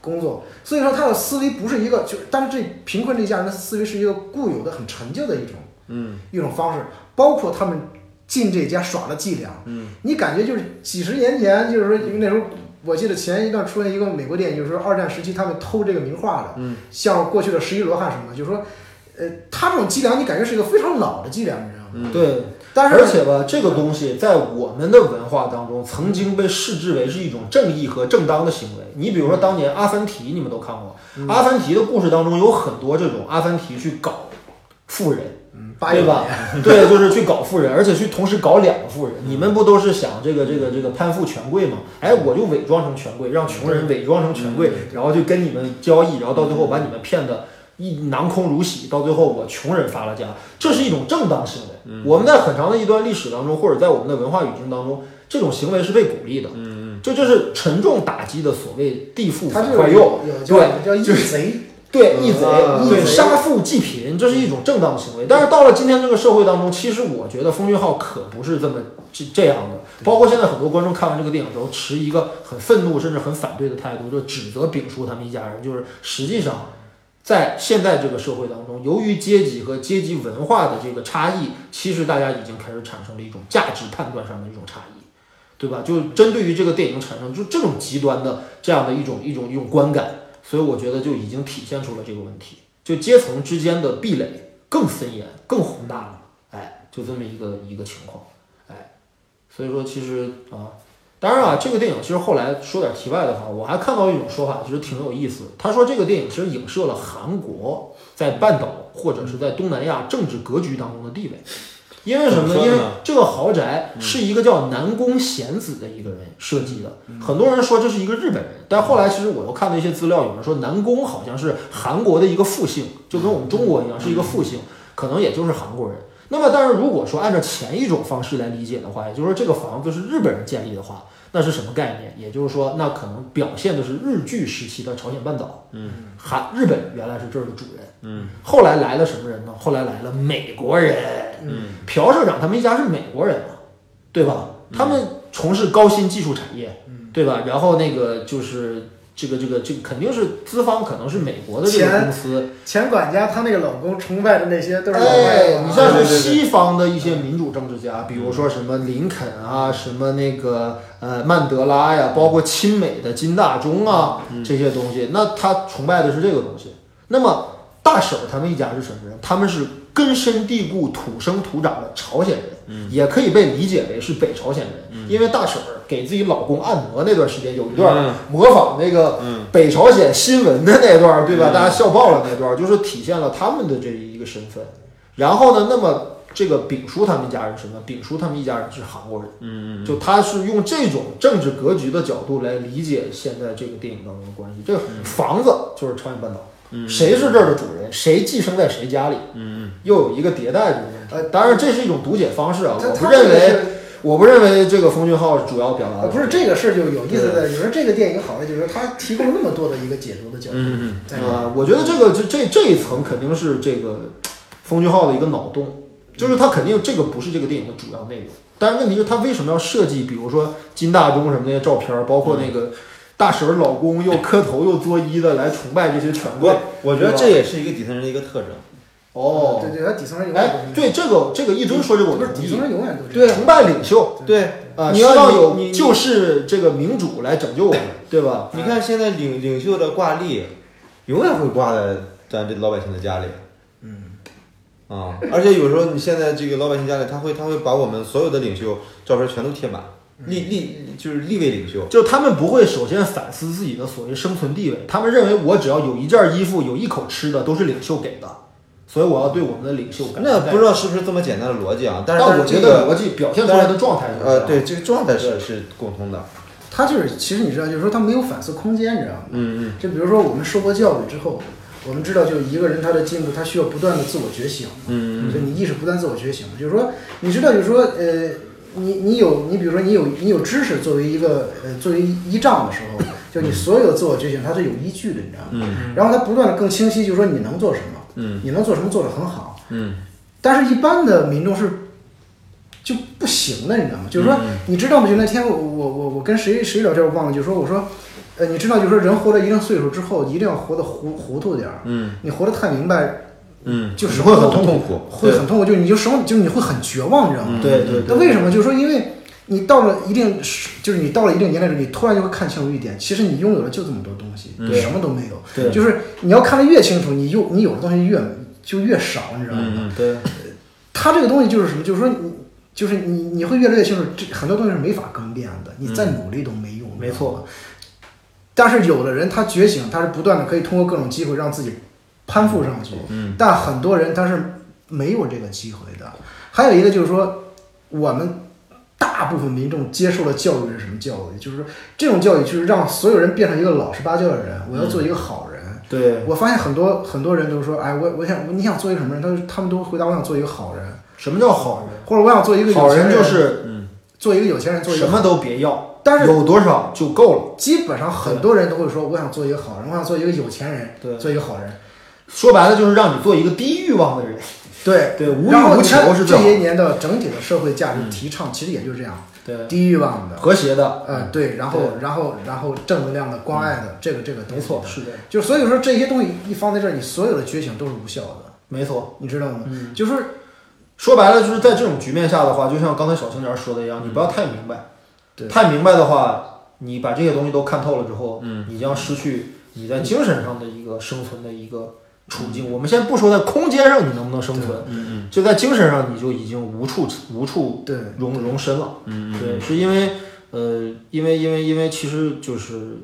[SPEAKER 3] 工作，所以说他的思维不是一个，就是但是这贫困这一家人的思维是一个固有的、很陈旧的一种
[SPEAKER 2] 嗯
[SPEAKER 3] 一种方式，包括他们进这家耍的伎俩，
[SPEAKER 2] 嗯
[SPEAKER 3] 你感觉就是几十年前，就是说因为那时候。我记得前一段出现一个美国电影，就是说二战时期他们偷这个名画的，
[SPEAKER 2] 嗯
[SPEAKER 3] 像过去的十一罗汉什么的，就是说，呃，他这种伎俩你感觉是一个非常老的伎俩，你知道吗？
[SPEAKER 2] 嗯，
[SPEAKER 1] 对。
[SPEAKER 3] 但是
[SPEAKER 1] 而且吧，这个东西在我们的文化当中，曾经被视之为是一种正义和正当的行为。你比如说，当年《嗯阿凡提》，你们都看过，阿凡提》的故事当中有很多这种阿凡提去搞富人，
[SPEAKER 3] 嗯八
[SPEAKER 1] 对
[SPEAKER 3] 一
[SPEAKER 1] 吧？ 对，就是去搞富人，而且去同时搞两个富人。你们不都是想这个这个这个攀附权贵吗？哎，我就伪装成权贵，让穷人伪装成权贵，然后就跟你们交易，然后到最后把你们骗的。一囊空如洗，到最后我穷人发了家，这是一种正当行为。我们在很长的一段历史当中，或者在我们的文化语境当中，这种行为是被鼓励的。嗯嗯，这就是沉重打击的所谓地富
[SPEAKER 3] 他
[SPEAKER 1] 反
[SPEAKER 3] 这
[SPEAKER 1] 坏
[SPEAKER 3] 个
[SPEAKER 1] 右。
[SPEAKER 3] 有有
[SPEAKER 1] 对
[SPEAKER 3] 叫叫义贼，
[SPEAKER 1] 对，
[SPEAKER 2] 嗯
[SPEAKER 1] 义贼
[SPEAKER 2] 啊，
[SPEAKER 1] 对，
[SPEAKER 3] 义贼
[SPEAKER 1] 杀富济贫，这是一种正当行为。但是到了今天这个社会当中，其实我觉得封俊浩可不是这么这这样的。包括现在很多观众看完这个电影之后，持一个很愤怒甚至很反对的态度，就指责丙叔他们一家人，就是实际上。在现在这个社会当中，由于阶级和阶级文化的这个差异，其实大家已经开始产生了一种价值判断上的一种差异，对吧？就针对于这个电影产生就这种极端的这样的一种一种一种观感，所以我觉得就已经体现出了这个问题，就阶层之间的壁垒更森严、更宏大了，哎，就这么一个一个情况，哎，所以说其实啊，当然啊，这个电影其实后来说点题外的话，我还看到一种说法，其实挺有意思的，他说这个电影其实影射了韩国在半岛或者是在东南亚政治格局当中的地位。因为什么
[SPEAKER 2] 怎
[SPEAKER 1] 呢？因
[SPEAKER 2] 么说
[SPEAKER 1] 为
[SPEAKER 2] 呢嗯
[SPEAKER 1] 这个豪宅是一个叫南宫贤子的一个人设计的，很多人说这是一个日本人，但后来其实我又看了一些资料，有人说南宫好像是韩国的一个复姓，就跟我们中国一样是一个复姓，可能也就是韩国人。那么，但是如果说按照前一种方式来理解的话，也就是说这个房子是日本人建立的话，那是什么概念？也就是说，那可能表现的是日据时期的朝鲜半岛，嗯，韩日本原来是这儿的主人，嗯，后来来了什么人呢？后来来了美国人，嗯，朴社长他们一家是美国人啊，对吧？他们从事高新技术产业，对吧？然后那个就是这个这个这个肯定是资方可能是美国的这个
[SPEAKER 3] 钱
[SPEAKER 1] 公司，
[SPEAKER 3] 前管家他那个老公崇拜的那些都是老外
[SPEAKER 1] 哎
[SPEAKER 3] 啊，
[SPEAKER 1] 你像
[SPEAKER 2] 对
[SPEAKER 1] 是
[SPEAKER 2] 对对
[SPEAKER 1] 西方的一些民主政治家，比如说什么林肯啊，什么那个呃曼德拉呀，包括亲美的金大中啊
[SPEAKER 2] 嗯
[SPEAKER 1] 这些东西，那他崇拜的是这个东西。那么大婶儿他们一家是什么人？他们是根深蒂固、土生土长的朝鲜
[SPEAKER 2] 嗯
[SPEAKER 1] 人，也可以被理解为是北朝鲜人，因为大婶儿给自己老公按摩那段时间有一段
[SPEAKER 2] 嗯
[SPEAKER 1] 模仿那个北朝鲜新闻的那段儿，对
[SPEAKER 3] 嗯
[SPEAKER 1] 吧？大家笑爆了那段儿，就是体现了他们的这一个身份。然后呢，那么这个丙叔他们一家人是什么？丙叔他们一家人是韩国人，嗯嗯，就他是用这种政治格局的角度来理解现在这个电影当中的关系。这个
[SPEAKER 3] 嗯
[SPEAKER 1] 房子就是朝鲜半岛，
[SPEAKER 2] 嗯
[SPEAKER 1] 谁是这儿的主人，谁寄生在谁家里，嗯嗯，又有一个迭代这个问题。
[SPEAKER 3] 呃
[SPEAKER 1] 当然这是一种读解方式啊，
[SPEAKER 3] 他
[SPEAKER 1] 我不
[SPEAKER 3] 他这
[SPEAKER 1] 认
[SPEAKER 3] 个
[SPEAKER 1] 为，
[SPEAKER 3] 是
[SPEAKER 1] 我不认为这个冯俊浩主要表达
[SPEAKER 3] 呃
[SPEAKER 1] 的
[SPEAKER 3] 不是这个事儿就有意思在，你说这个电影好的就是它提供了那么多的一个解读的角度，
[SPEAKER 2] 嗯
[SPEAKER 3] 在这儿
[SPEAKER 1] 啊，我觉得这个这这这一层肯定是这个封俊浩的一个脑洞，就是他肯定这个不是这个电影的主要内容。但是问题是，他为什么要设计，比如说金大中什么那些照片儿，包括那个大婶儿老公又磕头又作揖的来崇拜这些权贵
[SPEAKER 2] 我？我觉得这也是一个底层人的一个特征。
[SPEAKER 1] 哦
[SPEAKER 3] 对，对，它底层人永远
[SPEAKER 1] 哎
[SPEAKER 3] 都，是
[SPEAKER 1] 对这个这个一尊说这个我
[SPEAKER 3] 不
[SPEAKER 1] 就是同
[SPEAKER 3] 底
[SPEAKER 1] 意
[SPEAKER 3] 层，人永远都是
[SPEAKER 2] 对
[SPEAKER 1] 崇拜领袖
[SPEAKER 2] 对，
[SPEAKER 1] 啊，
[SPEAKER 2] 你
[SPEAKER 1] 希望
[SPEAKER 2] 要
[SPEAKER 1] 有
[SPEAKER 2] 你
[SPEAKER 1] 救世这个民主来拯救我们，对吧？
[SPEAKER 2] 你看现在领领袖的挂历，永远会挂在咱这老百姓的家里。嗯。啊、而且有时候你现在这个老百姓家里，他会他会把我们所有的领袖照片全都贴满，立立就是立位领袖。
[SPEAKER 1] 就他们不会首先反思自己的所谓生存地位，他们认为我只要有一件衣服、有一口吃的，都是领袖给的，所以我要对我们的领袖感
[SPEAKER 2] 那
[SPEAKER 1] 到
[SPEAKER 2] 不知道是不是这么简单的逻辑啊？但是
[SPEAKER 1] 但我觉得
[SPEAKER 2] 我
[SPEAKER 1] 逻辑表现出来的状态是
[SPEAKER 2] 呃，
[SPEAKER 1] 这样
[SPEAKER 2] 对这个状态是是共通的。
[SPEAKER 3] 他就是，其实你知道，就是说他没有反思空间，你知道吗？
[SPEAKER 2] 嗯嗯
[SPEAKER 3] 就比如说我们受过教育之后，我们知道，就一个人他的进步，他需要不断的自我觉醒，
[SPEAKER 2] 嗯
[SPEAKER 3] 就你意识不断自我觉醒，就是说，你知道，就是说，呃，你你有你比如说你有你有知识作为一个呃作为依仗的时候，就你所有的自我觉醒它是有依据的，你知道吗？
[SPEAKER 2] 嗯
[SPEAKER 3] 然后它不断的更清晰，就是说你能做什么，
[SPEAKER 2] 嗯
[SPEAKER 3] 你能做什么做得很好，
[SPEAKER 2] 嗯
[SPEAKER 3] 但是一般的民众是就不行的，你知道吗？就是说，
[SPEAKER 2] 嗯
[SPEAKER 3] 你知道吗？就那天我我我我跟谁谁聊天，我忘了，就说我说，呃，你知道，就是说人活到一定岁数之后，一定要活得糊糊涂点儿，
[SPEAKER 2] 嗯
[SPEAKER 3] 你活得太明白
[SPEAKER 2] 嗯，
[SPEAKER 3] 就是
[SPEAKER 2] 会很痛苦，
[SPEAKER 3] 会很痛苦，就你就什么，就是你会很绝望，你知道吗？
[SPEAKER 2] 嗯
[SPEAKER 1] 对对
[SPEAKER 3] 那
[SPEAKER 1] 对，
[SPEAKER 3] 为什么？就是说，因为你到了一定时，就是你到了一定年龄之后，你突然就会看清楚一点，其实你拥有的就这么多东西，
[SPEAKER 2] 嗯
[SPEAKER 3] 什么都没有。
[SPEAKER 1] 对
[SPEAKER 3] 就是你要看得越清楚，你有你有的东西越就越少，你知道吗？
[SPEAKER 2] 嗯嗯
[SPEAKER 1] 对
[SPEAKER 3] 它这个东西就是什么？就是说你，就是你，你会越来越清楚，这很多东西是没法更变的，你再努力都没用。
[SPEAKER 1] 嗯没错。
[SPEAKER 3] 但是有的人他觉醒，他是不断的可以通过各种机会让自己攀附上去，
[SPEAKER 2] 嗯
[SPEAKER 3] 但很多人他是没有这个机会的。还有一个就是说，我们大部分民众接受的教育是什么教育？就是说这种教育就是让所有人变成一个老实巴交的人，我要做一个好人。
[SPEAKER 1] 对，
[SPEAKER 3] 我发现很多很多人都说，哎，我我想你想做一个什么人？他说他们都回答我想做一个好人，
[SPEAKER 1] 什么叫好人？
[SPEAKER 3] 或者我想做一个有
[SPEAKER 1] 好
[SPEAKER 3] 钱
[SPEAKER 1] 人
[SPEAKER 3] 人，
[SPEAKER 1] 就是
[SPEAKER 3] 做一个有钱人，做一
[SPEAKER 1] 什
[SPEAKER 3] 个
[SPEAKER 1] 么都别要，
[SPEAKER 3] 但是
[SPEAKER 1] 有多少就够了。
[SPEAKER 3] 基本上很多人都会说，我想做一个好人，我想做一个有钱人，
[SPEAKER 1] 对
[SPEAKER 3] 做一个好人。
[SPEAKER 1] 说白了就是让你做一个低欲望的人。
[SPEAKER 3] 对
[SPEAKER 1] 对无欲
[SPEAKER 3] 然后
[SPEAKER 1] 无
[SPEAKER 3] 你看
[SPEAKER 1] 求是最
[SPEAKER 3] 这
[SPEAKER 1] 好嗯
[SPEAKER 3] 些年的整体的社会价值提倡，其实也就这样，
[SPEAKER 1] 对，
[SPEAKER 3] 低欲望的，
[SPEAKER 1] 和谐的，
[SPEAKER 3] 呃，对，然后然后然后正能量的、关爱的，这个这个
[SPEAKER 1] 嗯
[SPEAKER 3] 东
[SPEAKER 1] 没
[SPEAKER 3] 西
[SPEAKER 1] 错，
[SPEAKER 3] 的
[SPEAKER 1] 是的，
[SPEAKER 3] 就所以说这些东西一放在这儿，你所有的觉醒都是无效的，
[SPEAKER 1] 没错。
[SPEAKER 3] 你知道吗？
[SPEAKER 1] 嗯，
[SPEAKER 3] 就是
[SPEAKER 1] 说白了就是在这种局面下的话，就像刚才小青年说的一样，你不要太明白。
[SPEAKER 3] 对
[SPEAKER 1] 太明白的话，你把这些东西都看透了之后，嗯，你将失去你在精神上的一个生存的一个处境。我们先不说在空间上你能不能生存，
[SPEAKER 2] 嗯嗯
[SPEAKER 1] 就在精神上你就已经无处无处
[SPEAKER 3] 对
[SPEAKER 1] 容容身了。
[SPEAKER 2] 嗯嗯，
[SPEAKER 1] 对，是因为呃，因为因为因为其实就是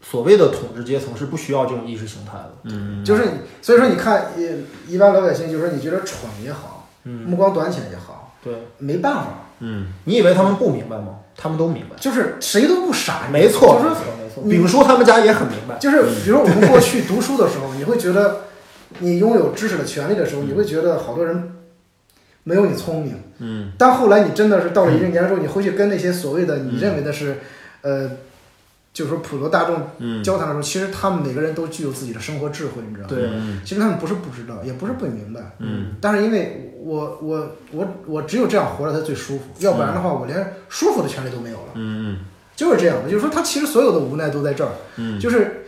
[SPEAKER 1] 所谓的统治阶层是不需要这种意识形态的。
[SPEAKER 2] 嗯，
[SPEAKER 3] 就是你，所以说你看，一一般老百姓就是说你觉得蠢也好，
[SPEAKER 1] 嗯，
[SPEAKER 3] 目光短浅也好，
[SPEAKER 1] 对，
[SPEAKER 3] 没办法，
[SPEAKER 2] 嗯
[SPEAKER 1] 你以为他们不明白吗？他们都明白。
[SPEAKER 3] 就是谁都不傻，
[SPEAKER 1] 没错，
[SPEAKER 3] 就
[SPEAKER 1] 没
[SPEAKER 3] 是说
[SPEAKER 1] 错，没错。
[SPEAKER 3] 你
[SPEAKER 1] 丙叔他们家也很明白。
[SPEAKER 3] 就是比如我们过去读书的时候，你会觉得你拥有知识的权利的
[SPEAKER 1] 嗯
[SPEAKER 3] 时候，你会觉得好多人没有你聪明。
[SPEAKER 2] 嗯
[SPEAKER 3] 但后来你真的是到了一定年龄之后，你回去跟那些所谓的你认为的是，
[SPEAKER 1] 嗯
[SPEAKER 3] 呃，就是说普罗大众
[SPEAKER 2] 嗯，
[SPEAKER 3] 交谈的时候，其实他们每个人都具有自己的生活智慧，你知道吗？
[SPEAKER 1] 对，
[SPEAKER 3] 其实他们不是不知道，也不是不明白，
[SPEAKER 2] 嗯
[SPEAKER 3] 但是因为我我我我只有这样活着才最舒服，
[SPEAKER 1] 嗯
[SPEAKER 3] 要不然的话我连舒服的权利都没有了，
[SPEAKER 2] 嗯
[SPEAKER 3] 就是这样的。就是说，他其实所有的无奈都在这儿。
[SPEAKER 2] 嗯，
[SPEAKER 3] 就是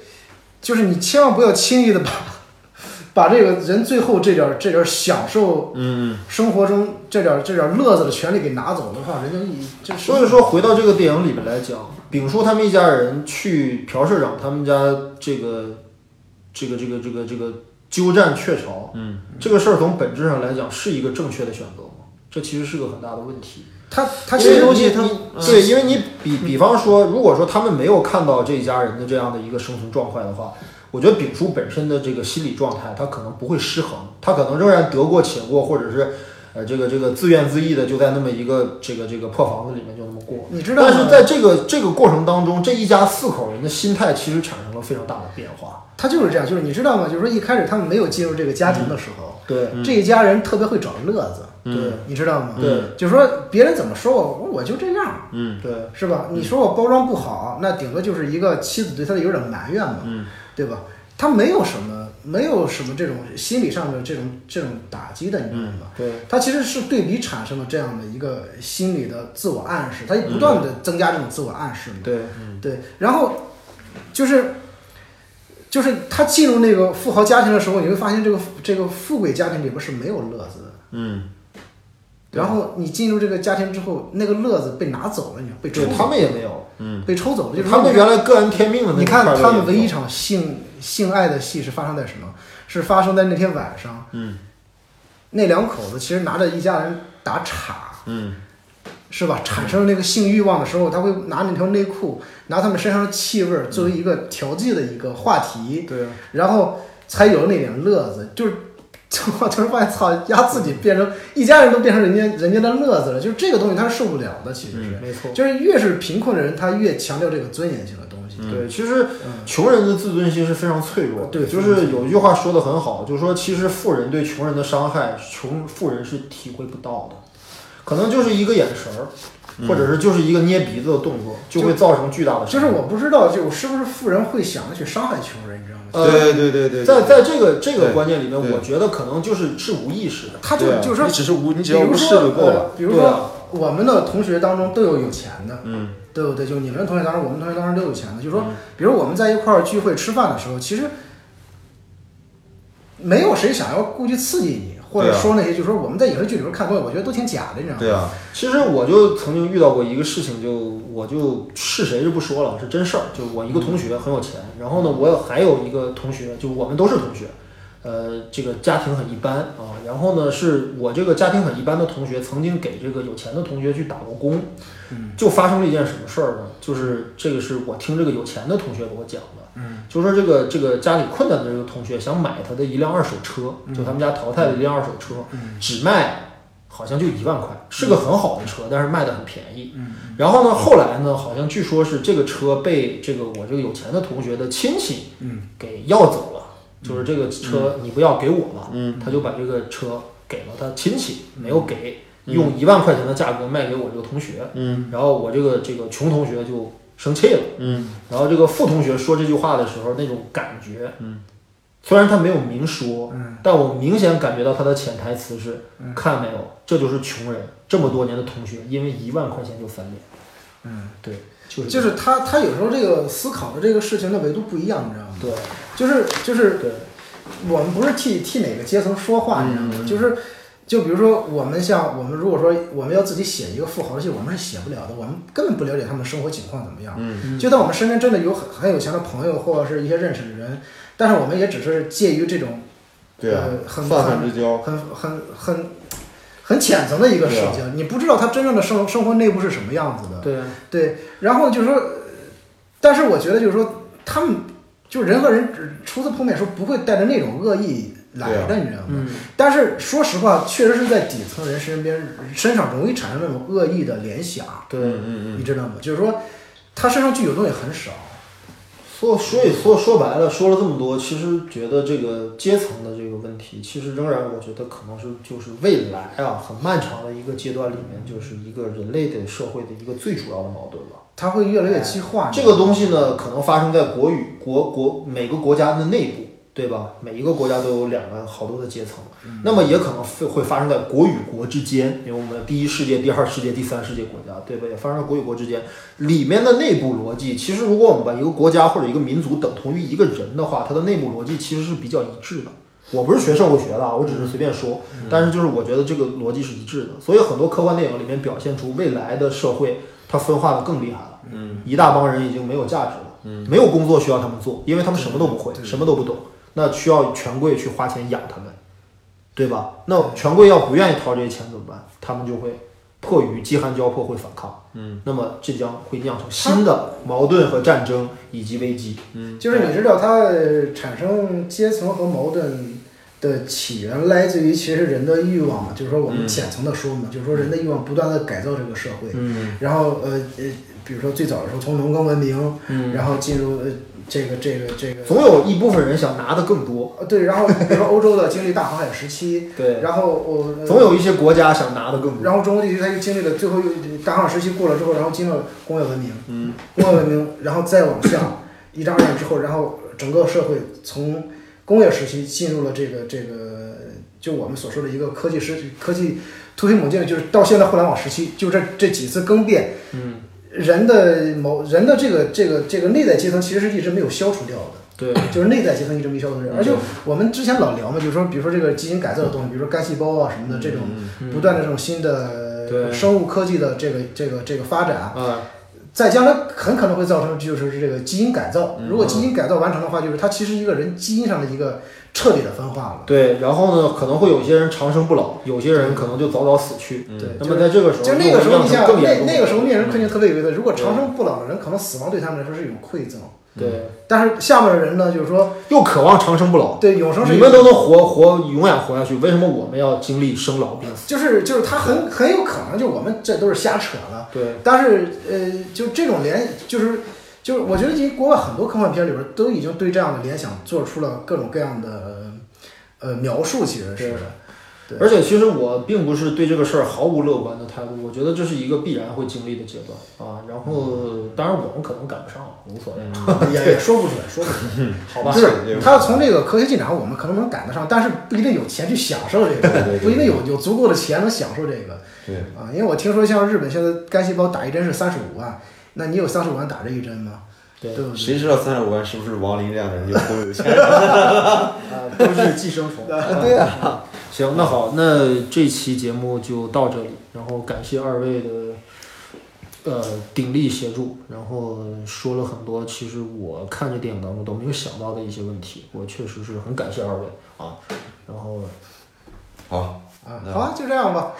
[SPEAKER 3] 就是你千万不要轻易的把把这个人最后这点儿这点儿享受
[SPEAKER 2] 嗯
[SPEAKER 3] 生活中这点儿这点儿乐子的权利给拿走的话，人家一就
[SPEAKER 1] 所以说回到这个电影里面来讲，丙叔他们一家人去朴社长他们家这个这个这个这个这个鸠占鹊巢，
[SPEAKER 2] 嗯，
[SPEAKER 1] 这个事儿从本质上来讲是一个正确的选择吗？这其实是个很大的问题。
[SPEAKER 3] 他他
[SPEAKER 1] 因
[SPEAKER 3] 其
[SPEAKER 1] 为
[SPEAKER 3] 实
[SPEAKER 1] 东西
[SPEAKER 3] 他嗯
[SPEAKER 1] 你对，因为你比比方说，如果说他们没有看到这一家人的这样的一个生存状态的话，我觉得丙叔本身的这个心理状态，他可能不会失衡，他可能仍然得过且过，或者是呃这个这个自怨自艾的就在那么一个这个这个破房子里面就那么过。
[SPEAKER 3] 你知道
[SPEAKER 1] 但
[SPEAKER 3] 吗
[SPEAKER 1] 是在这个这个过程当中，这一家四口人的心态其实产生了非常大的变化。
[SPEAKER 3] 他就是这样，就是你知道吗？就是说一开始他们没有进入这个家庭的时候，
[SPEAKER 1] 对
[SPEAKER 3] 这一家人特别会找乐子，
[SPEAKER 1] 嗯对
[SPEAKER 3] 你知道吗？
[SPEAKER 1] 对
[SPEAKER 3] 就是说别人怎么说我，我我就这样，
[SPEAKER 2] 嗯
[SPEAKER 1] 对，
[SPEAKER 3] 是吧？你说我包装不好，那顶多就是一个妻子对他的有点埋怨嘛，
[SPEAKER 2] 嗯
[SPEAKER 3] 对吧？他没有什么，没有什么这种心理上的这种这种打击的，你知道吗？
[SPEAKER 1] 对，
[SPEAKER 3] 他其实是对比产生了这样的一个心理的自我暗示，他
[SPEAKER 1] 嗯
[SPEAKER 3] 就不断的增加这种自我暗示嘛。
[SPEAKER 1] 对，
[SPEAKER 3] 对，然后就是就是他进入那个富豪家庭的时候，你会发现这个这个富贵家庭里边是没有乐子的。
[SPEAKER 2] 嗯
[SPEAKER 1] 对
[SPEAKER 3] 然后你进入这个家庭之后，那个乐子被拿走了，你被抽
[SPEAKER 1] 对
[SPEAKER 3] 走
[SPEAKER 1] 他们也没有，
[SPEAKER 2] 嗯
[SPEAKER 3] 被抽走了，就是
[SPEAKER 1] 他们
[SPEAKER 3] 说
[SPEAKER 1] 原来个人天命的那
[SPEAKER 3] 你看
[SPEAKER 1] 块儿
[SPEAKER 3] 他们
[SPEAKER 1] 也
[SPEAKER 3] 唯
[SPEAKER 1] 没
[SPEAKER 3] 一
[SPEAKER 1] 有
[SPEAKER 3] 一场性性爱的戏是发生在什么？是发生在那天晚上，
[SPEAKER 2] 嗯
[SPEAKER 3] 那两口子其实拿着一家人打岔，
[SPEAKER 2] 嗯
[SPEAKER 3] 是吧？产生那个性欲望的时候，他会拿那条内裤，拿他们身上的气味儿作为一个调剂的一个话题，
[SPEAKER 1] 对啊
[SPEAKER 3] 然后才有那点乐子，就是。 我突然发现，操，丫自己变成一家人都变成人家人家的乐子了，就是这个东西他是受不了的，其实是，
[SPEAKER 1] 没错。
[SPEAKER 3] 就是越是贫困的人，他越强调这个尊严性的东西。
[SPEAKER 1] 对，其实
[SPEAKER 3] 嗯
[SPEAKER 1] 穷人的自尊心是非常脆弱的。
[SPEAKER 3] 对
[SPEAKER 1] 就是有一句话说的很好，就是说其实富人对穷人的伤害，穷富人是体会不到的，可能就是一个眼神儿，或者是就是一个捏鼻子的动作，就会造成巨大的
[SPEAKER 3] 嗯就
[SPEAKER 1] 伤
[SPEAKER 3] 是
[SPEAKER 1] 害。
[SPEAKER 3] 我不知道，就是不是富人会想着去伤害穷人，你知道吗？
[SPEAKER 1] 呃
[SPEAKER 2] 对对对对，
[SPEAKER 1] 在在这个这个
[SPEAKER 2] 对
[SPEAKER 1] 观念里面，
[SPEAKER 2] 对
[SPEAKER 1] 我觉得可能就是是无意识的。
[SPEAKER 3] 他就就是
[SPEAKER 2] 啊
[SPEAKER 3] 说
[SPEAKER 2] 你，只是无，你
[SPEAKER 3] 比
[SPEAKER 2] 只要
[SPEAKER 3] 如
[SPEAKER 2] 无视就
[SPEAKER 3] 说，
[SPEAKER 2] 够了，
[SPEAKER 3] 呃比如
[SPEAKER 1] 对
[SPEAKER 3] 说
[SPEAKER 1] 啊
[SPEAKER 3] 我们的同学当中都有有钱的，
[SPEAKER 2] 嗯
[SPEAKER 3] 对不对？就你们同学当中，我们同学当中都有钱的。就是说，比如我们在一块儿聚会吃饭的时候，其实没有谁想要故意刺激你，或者
[SPEAKER 2] 对啊
[SPEAKER 3] 说那些，就是说我们在影视剧里边看东西，我觉得都挺假的，你知道吗？
[SPEAKER 2] 对啊，
[SPEAKER 1] 其实我就曾经遇到过一个事情，就我就是谁就不说了，是真事儿。就我一个同学很有钱，然后呢，我有还有一个同学，就我们都是同学，呃，这个家庭很一般啊。然后呢，是我这个家庭很一般的同学，曾经给这个有钱的同学去打过工，
[SPEAKER 3] 嗯
[SPEAKER 1] 就发生了一件什么事儿呢？就是这个是我听这个有钱的同学给我讲的，
[SPEAKER 3] 嗯，
[SPEAKER 1] 就说这个这个家里困难的这个同学想买他的一辆二手车，就他们家淘汰的一辆二手车，
[SPEAKER 3] 嗯
[SPEAKER 1] 只卖好像就一万块，是个很好的车，但是卖的很便宜。
[SPEAKER 3] 嗯
[SPEAKER 1] 然后呢，后来呢，好像据说是这个车被这个我这个有钱的同学的亲戚
[SPEAKER 3] 嗯
[SPEAKER 1] 给要走了，就是这个车你不要给我了，
[SPEAKER 2] 嗯
[SPEAKER 1] 他就把这个车给了他亲戚，没有给，用一万块钱的价格卖给我这个同学，
[SPEAKER 2] 嗯
[SPEAKER 1] 然后我这个这个穷同学就生气了，
[SPEAKER 2] 嗯
[SPEAKER 1] 然后这个富同学说这句话的时候那种感觉，
[SPEAKER 2] 嗯，
[SPEAKER 1] 虽然他没有明说，
[SPEAKER 3] 嗯
[SPEAKER 1] 但我明显感觉到他的潜台词是，
[SPEAKER 3] 嗯
[SPEAKER 1] 看没有，这就是穷人，这么多年的同学因为一万块钱就翻脸。
[SPEAKER 3] 嗯，
[SPEAKER 1] 对，就是
[SPEAKER 3] 就是他他有时候这个思考的这个事情的维度不一样，你知道吗？
[SPEAKER 1] 对
[SPEAKER 3] 就是就是
[SPEAKER 1] 对，
[SPEAKER 3] 我们不是替替哪个阶层说话，你知道吗？
[SPEAKER 2] 嗯
[SPEAKER 3] 就是就比如说我们像我们如果说我们要自己写一个富豪的戏，我们是写不了的，我们根本不了解他们的生活情况怎么样。
[SPEAKER 2] 嗯
[SPEAKER 3] 就算我们身边真的有很很有钱的朋友或者是一些认识的人，但是我们也只是介于这种
[SPEAKER 2] 对啊
[SPEAKER 3] 呃，很
[SPEAKER 2] 泛泛之交，
[SPEAKER 3] 很很很很浅层的一个视角，你不知道他真正的生生活内部是什么样子的。
[SPEAKER 1] 对，
[SPEAKER 3] 对，然后就是说，呃但是我觉得就是说，他们就人和人只初次碰面的时候不会带着那种恶意来的，
[SPEAKER 2] 对啊
[SPEAKER 3] 你知道吗？
[SPEAKER 1] 嗯，
[SPEAKER 3] 但是说实话，确实是在底层人身边身上容易产生那种恶意的联想，
[SPEAKER 1] 对。
[SPEAKER 2] 嗯
[SPEAKER 3] 你
[SPEAKER 2] 嗯
[SPEAKER 3] 知道吗？就是说，他身上具有东西很少。
[SPEAKER 1] 所所以说说白了，说了这么多，其实觉得这个阶层的这个问题，其实仍然我觉得可能是就是未来啊很漫长的一个阶段里面，就是一个人类的社会的一个最主要的矛盾吧。
[SPEAKER 3] 他会越来越激化、
[SPEAKER 1] 这个东西呢，可能发生在国与国国每个国家的内部，对吧？每一个国家都有两个好多的阶层，那么也可能会会发生在国与国之间，因为我们的第一世界、第二世界、第三世界国家，对吧？也发生在国与国之间里面的内部逻辑。其实，如果我们把一个国家或者一个民族等同于一个人的话，它的内部逻辑其实是比较一致的。我不是学社会学的啊，我只是随便说，但是就是我觉得这个逻辑是一致的，所以很多科幻电影里面表现出未来的社会它分化的更厉害了。一大帮人已经没有价值了，没有工作需要他们做，因为他们什么都不会，
[SPEAKER 3] 嗯对
[SPEAKER 1] 什么都不懂，那需要权贵去花钱养他们，对吧？那权贵要不愿意掏这些钱怎么办？他们就会迫于饥寒交迫会反抗，嗯，那么这将会酿成新的矛盾和战争以及危机，
[SPEAKER 2] 嗯
[SPEAKER 3] 就是你知道，它呃产生阶层和矛盾的起源来自于其实人的欲望，就是说我们
[SPEAKER 2] 嗯
[SPEAKER 3] 浅层的说嘛，就是说人的欲望不断的改造这个社会，
[SPEAKER 1] 嗯
[SPEAKER 3] 然后呃呃，比如说最早的时候从农耕文明，
[SPEAKER 1] 嗯，
[SPEAKER 3] 然后进入呃这个这个这个，
[SPEAKER 1] 总有一部分人想拿的更多，
[SPEAKER 3] 呃对，然后比如说欧洲的经历大航海时期，
[SPEAKER 1] 对，
[SPEAKER 3] 然后我、呃
[SPEAKER 1] 总有一些国家想拿的更多，
[SPEAKER 3] 然后中国地区它又经历了最后又呃大航海时期过了之后，然后进入了工业文明，
[SPEAKER 2] 嗯，
[SPEAKER 3] 工业文明，然后再往下一战、二战之后，然后整个社会从工业时期进入了这个这个，就我们所说的一个科技时科技突飞猛进，就是到现在互联网时期，就这这几次更变，
[SPEAKER 1] 嗯，
[SPEAKER 3] 人的某人的这个这个这个内在阶层其实是一直没有消除掉的。
[SPEAKER 1] 对，
[SPEAKER 3] 就是内在阶层一直没消除掉，而且我们之前老聊嘛，就是说，比如说这个基因改造的东西，比如说干细胞啊什
[SPEAKER 2] 嗯
[SPEAKER 3] 么的，这种不断的这种新的
[SPEAKER 1] 嗯对
[SPEAKER 3] 生物科技的这个这个这个发展，
[SPEAKER 1] 啊，
[SPEAKER 3] 在将来很可能会造成就是这个基因改
[SPEAKER 1] 嗯
[SPEAKER 3] 造。如果基因改造完成的话，就是它其实一个人基因上的一个彻底的分化了。
[SPEAKER 1] 对，然后呢，可能会有些人长生不老，有些人可能就早早死去，
[SPEAKER 2] 嗯
[SPEAKER 3] 对，
[SPEAKER 1] 那
[SPEAKER 3] 就
[SPEAKER 1] 么
[SPEAKER 3] 是
[SPEAKER 1] 在这个时候，
[SPEAKER 3] 就那个时候，你想
[SPEAKER 1] 更严
[SPEAKER 3] 那
[SPEAKER 1] 重
[SPEAKER 3] 那个时候面临困境特别有意思。如果长生不老的人，可能死亡对他们来说是一种馈赠，
[SPEAKER 1] 对，
[SPEAKER 3] 但是下面的人呢，就是说
[SPEAKER 1] 又渴望长生不老，
[SPEAKER 3] 对永生是
[SPEAKER 1] 你
[SPEAKER 3] 一
[SPEAKER 1] 们
[SPEAKER 3] 个。
[SPEAKER 1] 都能活活永远活下去，为什么我们要经历生老病死？
[SPEAKER 3] 就是就是他很很有可能就我们这都是瞎扯了，
[SPEAKER 1] 对，
[SPEAKER 3] 但是呃，就这种联，就是就是，我觉得其实国外很多科幻片里边都已经对这样的联想做出了各种各样的呃描述，其实
[SPEAKER 1] 对
[SPEAKER 3] 是对
[SPEAKER 1] 而且其实我并不是对这个事儿毫无乐观的态度，我觉得这是一个必然会经历的阶段啊。然后，当然我们可能赶不上，无所谓，
[SPEAKER 2] 嗯
[SPEAKER 3] 也也说不准，说不准，
[SPEAKER 1] 好吧
[SPEAKER 3] 就？
[SPEAKER 2] 对
[SPEAKER 3] 是他要从这个科学进展，我们可能能赶得上，但是不一定有钱去享受这
[SPEAKER 2] 对对
[SPEAKER 3] 个
[SPEAKER 2] 对，
[SPEAKER 3] 不一定有有足够的钱能享受这个
[SPEAKER 2] 对，
[SPEAKER 3] 啊。因为我听说像日本现在干细胞打一针是三十五万，那你有三十五万打这一针吗？
[SPEAKER 1] 对
[SPEAKER 3] 对不对？
[SPEAKER 2] 谁知道三十五万是不是王林这样的人就忽悠有钱？
[SPEAKER 1] 啊，都是寄生虫。 对啊。行，那好，那这期节目就到这里，然后感谢二位的呃鼎力协助，然后说了很多其实我看这电影当中都没有想到的一些问题，我确实是很感谢二位啊。然后
[SPEAKER 2] 好，
[SPEAKER 3] 啊，
[SPEAKER 2] 嗯
[SPEAKER 3] 好啊，就这样吧。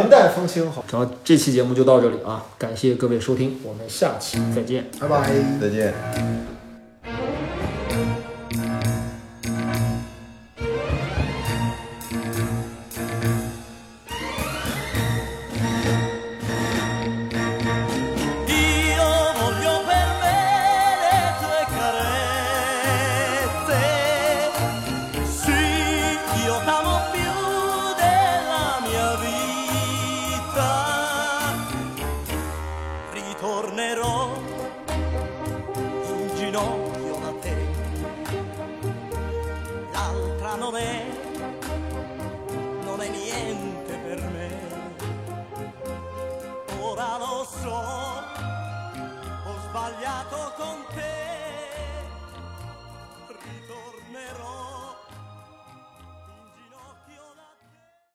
[SPEAKER 1] 云淡风轻好，然后这期节目就到这里啊，感谢各位收听，我们下期再见。
[SPEAKER 3] 拜拜。
[SPEAKER 2] 再见。
[SPEAKER 4] Dio voglio per me le tue carezze, sì, io t'amo più della mia vita. Ritornerò in ginocchio da te, l'altra non è, non è niente per me ora lo so, ho sbagliato con te.